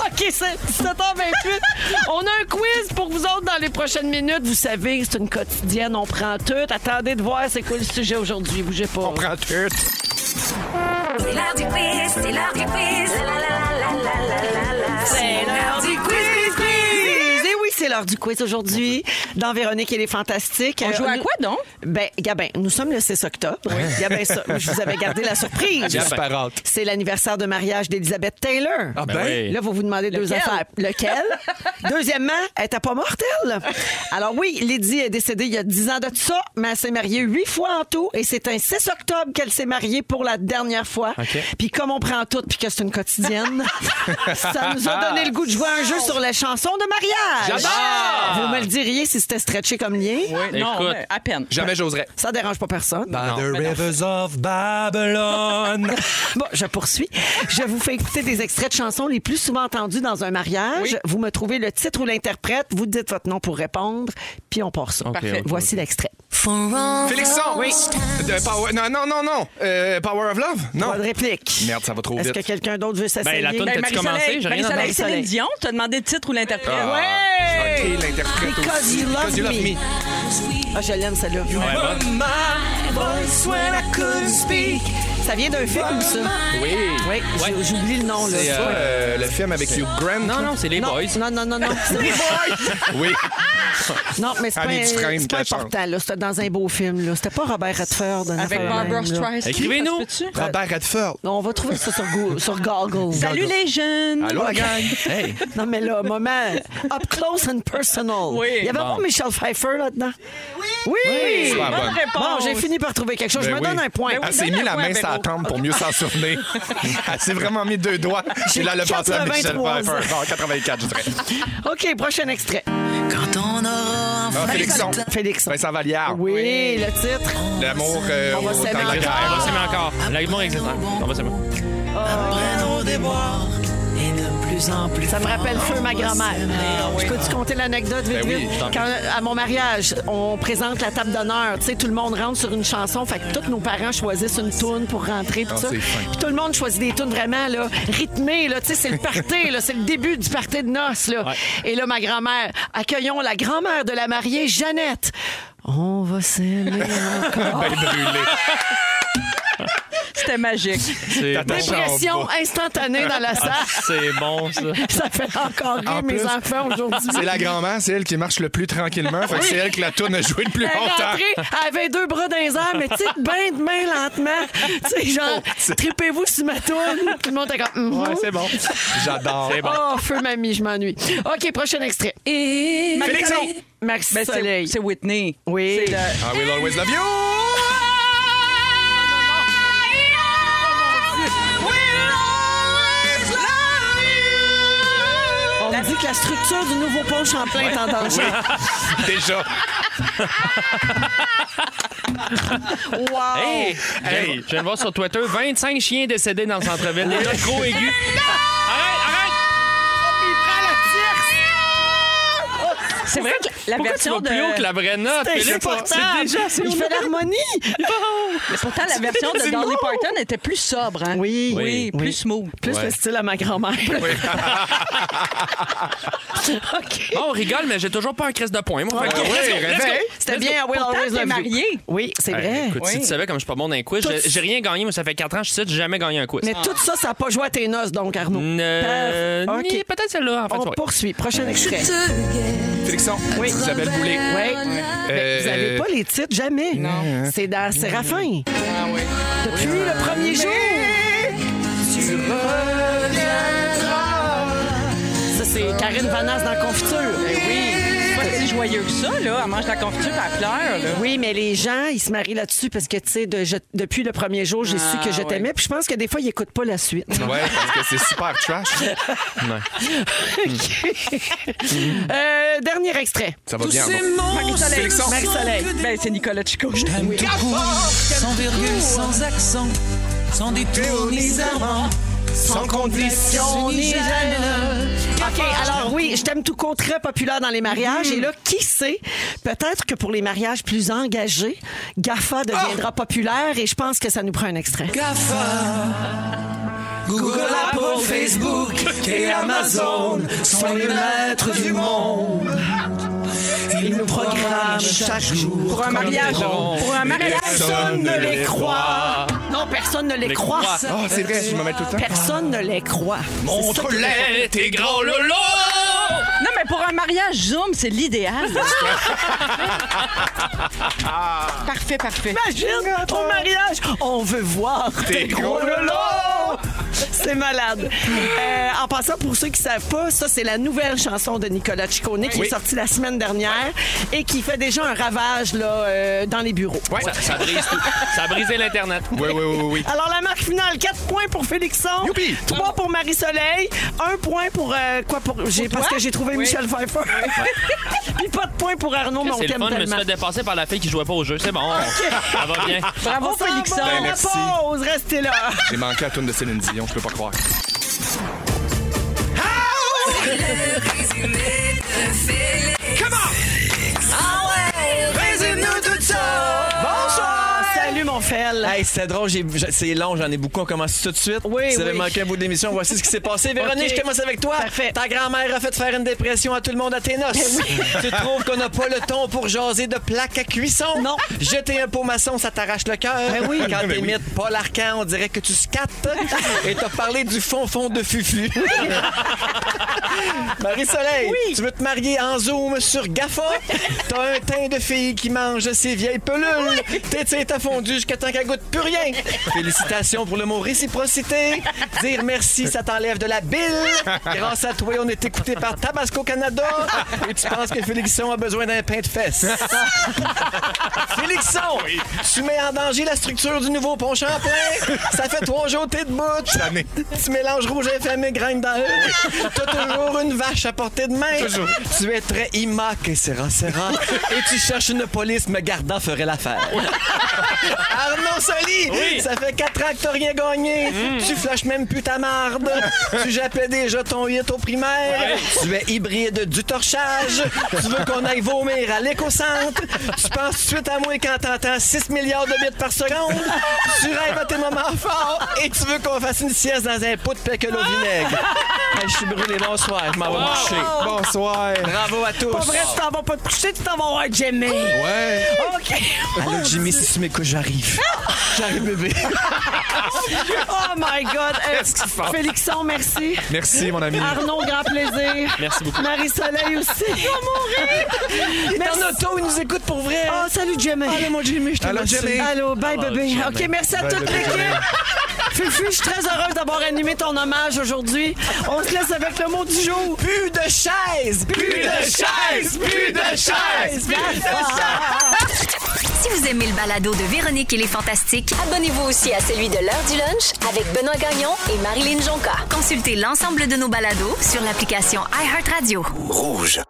[SPEAKER 1] OK, c'est 17h28. On a un quiz pour vous autres dans les prochaines minutes. Vous savez, c'est une quotidienne, on prend tout. Attendez de voir c'est quoi le sujet aujourd'hui. Bougez pas.
[SPEAKER 2] On prend tout.
[SPEAKER 7] C'est l'heure du quiz, c'est l'heure du quiz. La, la, la, la, la, la, la, la. C'est l'heure du quiz,
[SPEAKER 1] Et oui, c'est l'heure du quiz aujourd'hui dans Véronique et les Fantastiques.
[SPEAKER 3] On
[SPEAKER 1] Euh,
[SPEAKER 3] joue à
[SPEAKER 1] nous-
[SPEAKER 3] quoi donc?
[SPEAKER 1] Ben, Gabin, nous sommes le 6 octobre. Gabin, ça, je vous avais gardé la surprise.
[SPEAKER 2] J'ai super hâte.
[SPEAKER 1] C'est l'anniversaire de mariage d'Elisabeth Taylor.
[SPEAKER 2] ben- Ah ben,
[SPEAKER 5] Ben oui.
[SPEAKER 1] Là, vous vous demandez deux
[SPEAKER 3] Lequel?
[SPEAKER 1] affaires. Lequel? Deuxièmement, elle n'était pas mortelle. Alors oui, Lydie est décédée il y a 10 ans de ça, mais elle s'est mariée huit fois en tout et c'est un 6 octobre qu'elle s'est mariée pour la dernière fois. Puis comme on prend tout puis que c'est une quotidienne, ça nous a donné le goût de jouer à un jeu sur les chansons de mariage.
[SPEAKER 5] J'adore!
[SPEAKER 1] Vous me le diriez si c'était stretché comme lien.
[SPEAKER 3] Ouais, Euh, non,
[SPEAKER 5] Écoute.
[SPEAKER 3] mais à peine.
[SPEAKER 2] jamais j'oserais.
[SPEAKER 1] Ça dérange pas personne.
[SPEAKER 2] Dans
[SPEAKER 5] the
[SPEAKER 2] rivers of Babylon.
[SPEAKER 1] Bon, je poursuis. Je vous fais écouter des extraits de chansons les plus souvent entendues dans un mariage. Vous me trouvez le titre ou l'interprète, vous dites votre nom pour répondre, puis on part ça.
[SPEAKER 5] Parfait. ok,
[SPEAKER 1] Voici l'extrait.
[SPEAKER 2] Félixon! Oui. De Power... Non, non, non, non. Euh, Power of Love? Non.
[SPEAKER 1] Pas de réplique.
[SPEAKER 2] Merde, ça va trop
[SPEAKER 1] Est-ce
[SPEAKER 2] vite.
[SPEAKER 1] que quelqu'un d'autre veut s'essayer?
[SPEAKER 5] Ben, la toune, t'as-tu commencé? J'ai rien
[SPEAKER 3] Marie-Soleil
[SPEAKER 5] entendu. Ah.
[SPEAKER 3] Céline Dion, tu as demandé le titre ou l'interprète.
[SPEAKER 2] Ouais! Ah. OK, l'interprète
[SPEAKER 1] Because
[SPEAKER 2] aussi.
[SPEAKER 1] you love me. Ah, je l'aime, celle-là. Ça vient d'un film, ça?
[SPEAKER 2] Oui.
[SPEAKER 1] Oui, j- j'oublie le nom. Là.
[SPEAKER 2] C'est euh, le film avec Hugh Grant.
[SPEAKER 5] Non, non, c'est les
[SPEAKER 1] non,
[SPEAKER 5] boys.
[SPEAKER 1] non, non, non, non.
[SPEAKER 2] Oui.
[SPEAKER 1] Non, mais c'est pas,
[SPEAKER 2] Annie
[SPEAKER 1] un-
[SPEAKER 2] Dufresne,
[SPEAKER 1] c'est pas
[SPEAKER 2] qu'elle chante.
[SPEAKER 1] important. là. C'était dans un beau film. là. C'était pas Robert Redford. une
[SPEAKER 3] Avec
[SPEAKER 1] affaire
[SPEAKER 3] Barbara
[SPEAKER 1] de même, là.
[SPEAKER 3] Streisand.
[SPEAKER 5] Écrivez-nous.
[SPEAKER 3] Ça se peut-tu?
[SPEAKER 2] Robert Redford.
[SPEAKER 1] Non, on va trouver ça sur, Go- sur Google.
[SPEAKER 3] Salut les jeunes.
[SPEAKER 2] Allô, la gang?
[SPEAKER 5] Hey,
[SPEAKER 1] Non, mais là, moment, up close and personal.
[SPEAKER 3] Oui.
[SPEAKER 1] Il y avait
[SPEAKER 5] Bon.
[SPEAKER 1] pas Michel Pfeiffer là-dedans? Oui!
[SPEAKER 2] Super
[SPEAKER 3] Bonne
[SPEAKER 2] bonne.
[SPEAKER 3] réponse. Ah,
[SPEAKER 1] Bon, j'ai fini par trouver quelque chose.
[SPEAKER 2] Ben
[SPEAKER 1] Je me
[SPEAKER 2] oui.
[SPEAKER 1] donne un point.
[SPEAKER 2] Elle s'est
[SPEAKER 3] donne
[SPEAKER 2] mis
[SPEAKER 3] un
[SPEAKER 2] la
[SPEAKER 3] point,
[SPEAKER 2] main sur la
[SPEAKER 3] Véro.
[SPEAKER 2] tempe pour mieux s'en souvenir. Elle s'est vraiment mis deux doigts. Et là, le passé à Michel
[SPEAKER 1] 83
[SPEAKER 2] Pfeiffer. Non, 84, je dirais.
[SPEAKER 1] OK, prochain extrait.
[SPEAKER 2] Ah, Félixon.
[SPEAKER 1] Félix.
[SPEAKER 2] Vincent Vallière.
[SPEAKER 1] Oui, le titre.
[SPEAKER 2] L'amour euh,
[SPEAKER 1] On va
[SPEAKER 2] au temps
[SPEAKER 1] s'aimer
[SPEAKER 2] de la
[SPEAKER 1] encore.
[SPEAKER 2] guerre.
[SPEAKER 5] on va s'aimer encore. L'argument existe. On va s'aimer.
[SPEAKER 1] Ça me rappelle feu ma grand-mère. Je peux-tu compter l'anecdote vite,
[SPEAKER 2] Ah, Ben oui,
[SPEAKER 1] vite?
[SPEAKER 2] je t'en prie.
[SPEAKER 1] Quand, à mon mariage, on présente la table d'honneur. Tu sais, tout le monde rentre sur une chanson. Fait que tous nos parents choisissent une toune pour rentrer. Tout,
[SPEAKER 2] Ah,
[SPEAKER 1] ça.
[SPEAKER 2] c'est fin.
[SPEAKER 1] Puis tout le monde choisit des tounes vraiment là, rythmées. Là, tu sais, c'est le party. là, c'est le début du party de noces. Là. Et là, ma grand-mère, accueillons la grand-mère de la mariée, Jeannette. On va s'aimer encore.
[SPEAKER 2] Ben brûlé.
[SPEAKER 3] C'était magique.
[SPEAKER 5] C'est bon.
[SPEAKER 1] Dépression instantanée dans la salle.
[SPEAKER 5] C'est bon, ça.
[SPEAKER 1] Ça fait encore rire
[SPEAKER 2] En
[SPEAKER 1] mes
[SPEAKER 2] plus,
[SPEAKER 1] enfants aujourd'hui.
[SPEAKER 2] C'est la grand-mère, c'est elle qui marche le plus tranquillement. Fait que c'est elle que la tourne a joué le plus
[SPEAKER 1] Elle est
[SPEAKER 2] longtemps.
[SPEAKER 1] rentrée, elle avait deux bras dans les airs, mais tu sais, ben de main lentement. Tu sais, genre, tripez-vous sur ma toune. Tout le monde est comme, mhm.
[SPEAKER 2] Ouais, c'est bon. J'adore. C'est
[SPEAKER 1] Oh, feu mamie, je m'ennuie. OK, prochain extrait.
[SPEAKER 3] Et...
[SPEAKER 2] Félixon.
[SPEAKER 1] Max
[SPEAKER 3] Ben, c'est-
[SPEAKER 1] Soleil.
[SPEAKER 3] C'est Whitney.
[SPEAKER 1] Oui.
[SPEAKER 3] C'est le-
[SPEAKER 2] I will always Ah love you.
[SPEAKER 1] On me dit que la structure du nouveau pont Champlain est en danger.
[SPEAKER 2] Déjà.
[SPEAKER 1] Wow!
[SPEAKER 5] Hey, hey, je viens de voir sur Twitter 25 chiens décédés dans le centre-ville. Des notes trop aigus. Arrête, arrête!
[SPEAKER 1] Il prend la tierce!
[SPEAKER 3] C'est vrai que la
[SPEAKER 5] Pourquoi
[SPEAKER 3] version
[SPEAKER 5] tu vas plus haut
[SPEAKER 3] de.
[SPEAKER 5] que la Brenna?
[SPEAKER 1] euh, C'est
[SPEAKER 5] Philippe?
[SPEAKER 1] insupportable.
[SPEAKER 5] C'est déjà assez
[SPEAKER 1] Ah, Il fait l'harmonie.
[SPEAKER 3] Mais pourtant, la version de Dolly Parton était plus sobre. hein?
[SPEAKER 1] Oui.
[SPEAKER 3] Oui,
[SPEAKER 1] Oui.
[SPEAKER 3] plus smooth.
[SPEAKER 1] Plus le style à ma grand-mère. OK.
[SPEAKER 5] Bon, on rigole, mais j'ai toujours pas un crest de poing. Moi, Fait que-
[SPEAKER 2] Ah oui,
[SPEAKER 5] Let's go, ben, let's go.
[SPEAKER 2] réveille.
[SPEAKER 1] C'était bien à Will
[SPEAKER 3] Pourtant,
[SPEAKER 1] Always
[SPEAKER 3] t'es
[SPEAKER 1] Love You.
[SPEAKER 3] mariée.
[SPEAKER 1] Oui, c'est vrai.
[SPEAKER 5] Écoute, si
[SPEAKER 3] Oui.
[SPEAKER 5] tu savais comme je suis pas bon d'un quiz, j'ai- j'ai rien gagné, mais ça fait 4 ans que je suis ici, j'ai jamais gagné un quiz.
[SPEAKER 1] Mais tout ça, ça n'a pas joué à tes noces, donc, Arnaud.
[SPEAKER 5] Euh,
[SPEAKER 1] Parf-
[SPEAKER 5] ni-
[SPEAKER 1] OK.
[SPEAKER 5] Peut-être celle-là, en fait.
[SPEAKER 1] On poursuit. Prochain extrait.
[SPEAKER 2] Félixon, Isabelle
[SPEAKER 1] Oui.
[SPEAKER 2] Boulay.
[SPEAKER 3] Euh,
[SPEAKER 1] Mais Ben, Vous n'avez pas les titres, jamais. Non. C'est dans Séraphin.
[SPEAKER 3] Ah oui.
[SPEAKER 1] Depuis le premier jour. Ça, c'est Karine Vanasse dans Confiture.
[SPEAKER 3] Ben C'est pas si joyeux que ça, là. Elle mange de la confiture et elle pleure, là.
[SPEAKER 1] Oui, mais les gens, ils se marient là-dessus parce que, tu sais, de- je- depuis le premier jour, j'ai su que je
[SPEAKER 3] Ah ouais.
[SPEAKER 1] t'aimais. Puis je pense que des fois, ils n'écoutent pas la suite.
[SPEAKER 2] Ouais, parce que c'est super trash.
[SPEAKER 1] Euh, dernier extrait.
[SPEAKER 2] Ça va bien. bon.
[SPEAKER 3] Marie-Soleil.
[SPEAKER 2] Félixon.
[SPEAKER 1] Marie-Soleil.
[SPEAKER 3] Ben, c'est Nicolas Chico.
[SPEAKER 4] Sans virgule, sans accent, sans détour ni serment.
[SPEAKER 2] hein. Sans condition.
[SPEAKER 1] OK, alors oui, je t'aime tout court, très populaire dans les mariages. Et là, qui sait? Peut-être que pour les mariages plus engagés, GAFA deviendra populaire et je pense que ça nous prend un extrait.
[SPEAKER 4] Google, Apple, Facebook et Amazon sont les maîtres du monde. Ils nous programment chaque jour.
[SPEAKER 3] Pour un mariage. Pour un mariage.
[SPEAKER 1] Personne ne les croit. Non, personne ne les, croit.
[SPEAKER 2] Ah, c'est vrai, je me mets tout le temps.
[SPEAKER 1] Personne ne les croit.
[SPEAKER 5] Montre-les tes grands lolos!
[SPEAKER 3] Non, mais pour un mariage Zoom, c'est l'idéal. parfait, parfait.
[SPEAKER 1] Imagine, au mariage, on veut voir tes gros lolos. C'est malade. Euh, en passant, pour ceux qui savent pas, ça, c'est la nouvelle chanson de Nicolas Ciccone qui est sortie la semaine dernière et qui fait déjà un ravage là, euh, dans les bureaux.
[SPEAKER 2] Ouais.
[SPEAKER 5] Ça, ça brise tout. Ça a brisé l'Internet.
[SPEAKER 2] Oui, oui, oui, oui.
[SPEAKER 1] Alors, la marque finale, 4 points pour Félixon,
[SPEAKER 2] Youpi!
[SPEAKER 1] 3 pour Marie-Soleil, 1 point pour... euh, quoi pour... j'ai- parce que j'ai trouvé Michel Pfeiffer. Puis pas de point pour Arnaud, mais on
[SPEAKER 5] C'est le
[SPEAKER 1] t'aime
[SPEAKER 5] fun, je me suis
[SPEAKER 1] tellement.
[SPEAKER 5] fait dépasser par la fille qui jouait pas au jeu. C'est bon. Ça va bien.
[SPEAKER 1] Bravo, Félixon.
[SPEAKER 2] Ben,
[SPEAKER 1] la
[SPEAKER 2] merci.
[SPEAKER 1] pause, restez là.
[SPEAKER 2] J'ai manqué la tune de Céline Dion, je peux pas croire.
[SPEAKER 1] Bonsoir! Ah, Salut, mon fel.
[SPEAKER 4] Hey, c'est drôle, j'ai- je- c'est long, j'en ai beaucoup. On commence tout de suite.
[SPEAKER 1] Oui,
[SPEAKER 4] Vous avez
[SPEAKER 1] oui.
[SPEAKER 4] manqué un bout de l'émission. Voici ce qui s'est passé. Véronique,
[SPEAKER 1] Ok.
[SPEAKER 4] je commence avec toi.
[SPEAKER 1] Parfait.
[SPEAKER 4] Ta grand-mère a fait faire une dépression à tout le monde à tes noces. tu trouves qu'on n'a pas le ton pour jaser de plaques à cuisson?
[SPEAKER 1] Non.
[SPEAKER 4] Jeter un pot maçon, ça t'arrache le cœur.
[SPEAKER 1] Ben oui.
[SPEAKER 4] Quand
[SPEAKER 2] Ben oui.
[SPEAKER 4] t'imites Paul Arcan, on dirait que tu scattes. Et t'as parlé du fond-fond de Fufu. Marie-Soleil, tu veux te marier en Zoom sur GAFA? T'as un teint de fille qui mange ses vieilles pelules. T'es T'es t'as fondu jusqu'à temps qu'elle goûte plus rien. Félicitations pour le mot réciprocité. Dire merci, ça t'enlève de la bile. Grâce à toi, on est écouté par Tabasco Canada. Et tu penses que Félixon a besoin d'un pain de fesses. Félixon, tu mets en danger la structure du nouveau pont Champlain. Ça fait trois jours que t'es debout.
[SPEAKER 2] Tanné.
[SPEAKER 4] Tu mélanges rouge FM et graines dans eux. T'as toujours une vache à portée de main.
[SPEAKER 2] Toujours.
[SPEAKER 4] Tu es très imac et serra, serra. Et tu cherches une police me gardant ferait l'affaire. Arnaud Soli, ça fait quatre ans que t'as rien gagné. Tu flashes même plus ta marde. tu jappais déjà ton 8 au primaire. Tu es hybride du torchage. tu veux qu'on aille vomir à l'éco-centre. Tu penses tout de suite à moi quand t'entends 6 milliards de bits par seconde. tu rêves à tes moments forts et tu veux qu'on fasse une sieste dans un pot de pécule au vinaigre. Hey, je suis brûlé, bonsoir. Je m'en vais me coucher.
[SPEAKER 2] Bonsoir.
[SPEAKER 4] Bravo à tous.
[SPEAKER 1] Pas vrai, tu t'en vas pas te coucher, tu t'en vas voir Jimmy.
[SPEAKER 2] Ouais.
[SPEAKER 1] OK.
[SPEAKER 4] Allô, Jimmy, si tu m'écoutes, j'arrive. J'arrive, bébé.
[SPEAKER 1] Oh my God. Euh, Félixon, merci.
[SPEAKER 2] Merci, mon ami.
[SPEAKER 1] Arnaud, grand plaisir.
[SPEAKER 5] Merci beaucoup.
[SPEAKER 1] Marie-Soleil aussi. Je mourir. Merci.
[SPEAKER 4] En auto, il nous écoute pour vrai.
[SPEAKER 1] Oh, salut Jimmy. Allô, mon Jimmy, je
[SPEAKER 2] Allô, Jimmy.
[SPEAKER 1] Allô, bye,
[SPEAKER 4] Ah,
[SPEAKER 1] bébé. OK, merci à
[SPEAKER 2] Bye,
[SPEAKER 1] toute
[SPEAKER 2] bébé
[SPEAKER 1] l'équipe. Fufu, je suis très heureuse d'avoir animé ton hommage aujourd'hui. On se laisse avec le mot du jour.
[SPEAKER 4] Plus de chaise. Plus de chaise. Plus de chaise.
[SPEAKER 7] Si vous aimez le balado de Véronique et les Fantastiques, abonnez-vous aussi à celui de l'heure du lunch avec Benoît Gagnon et Marilyn Jonca. Consultez l'ensemble de nos balados sur l'application iHeartRadio.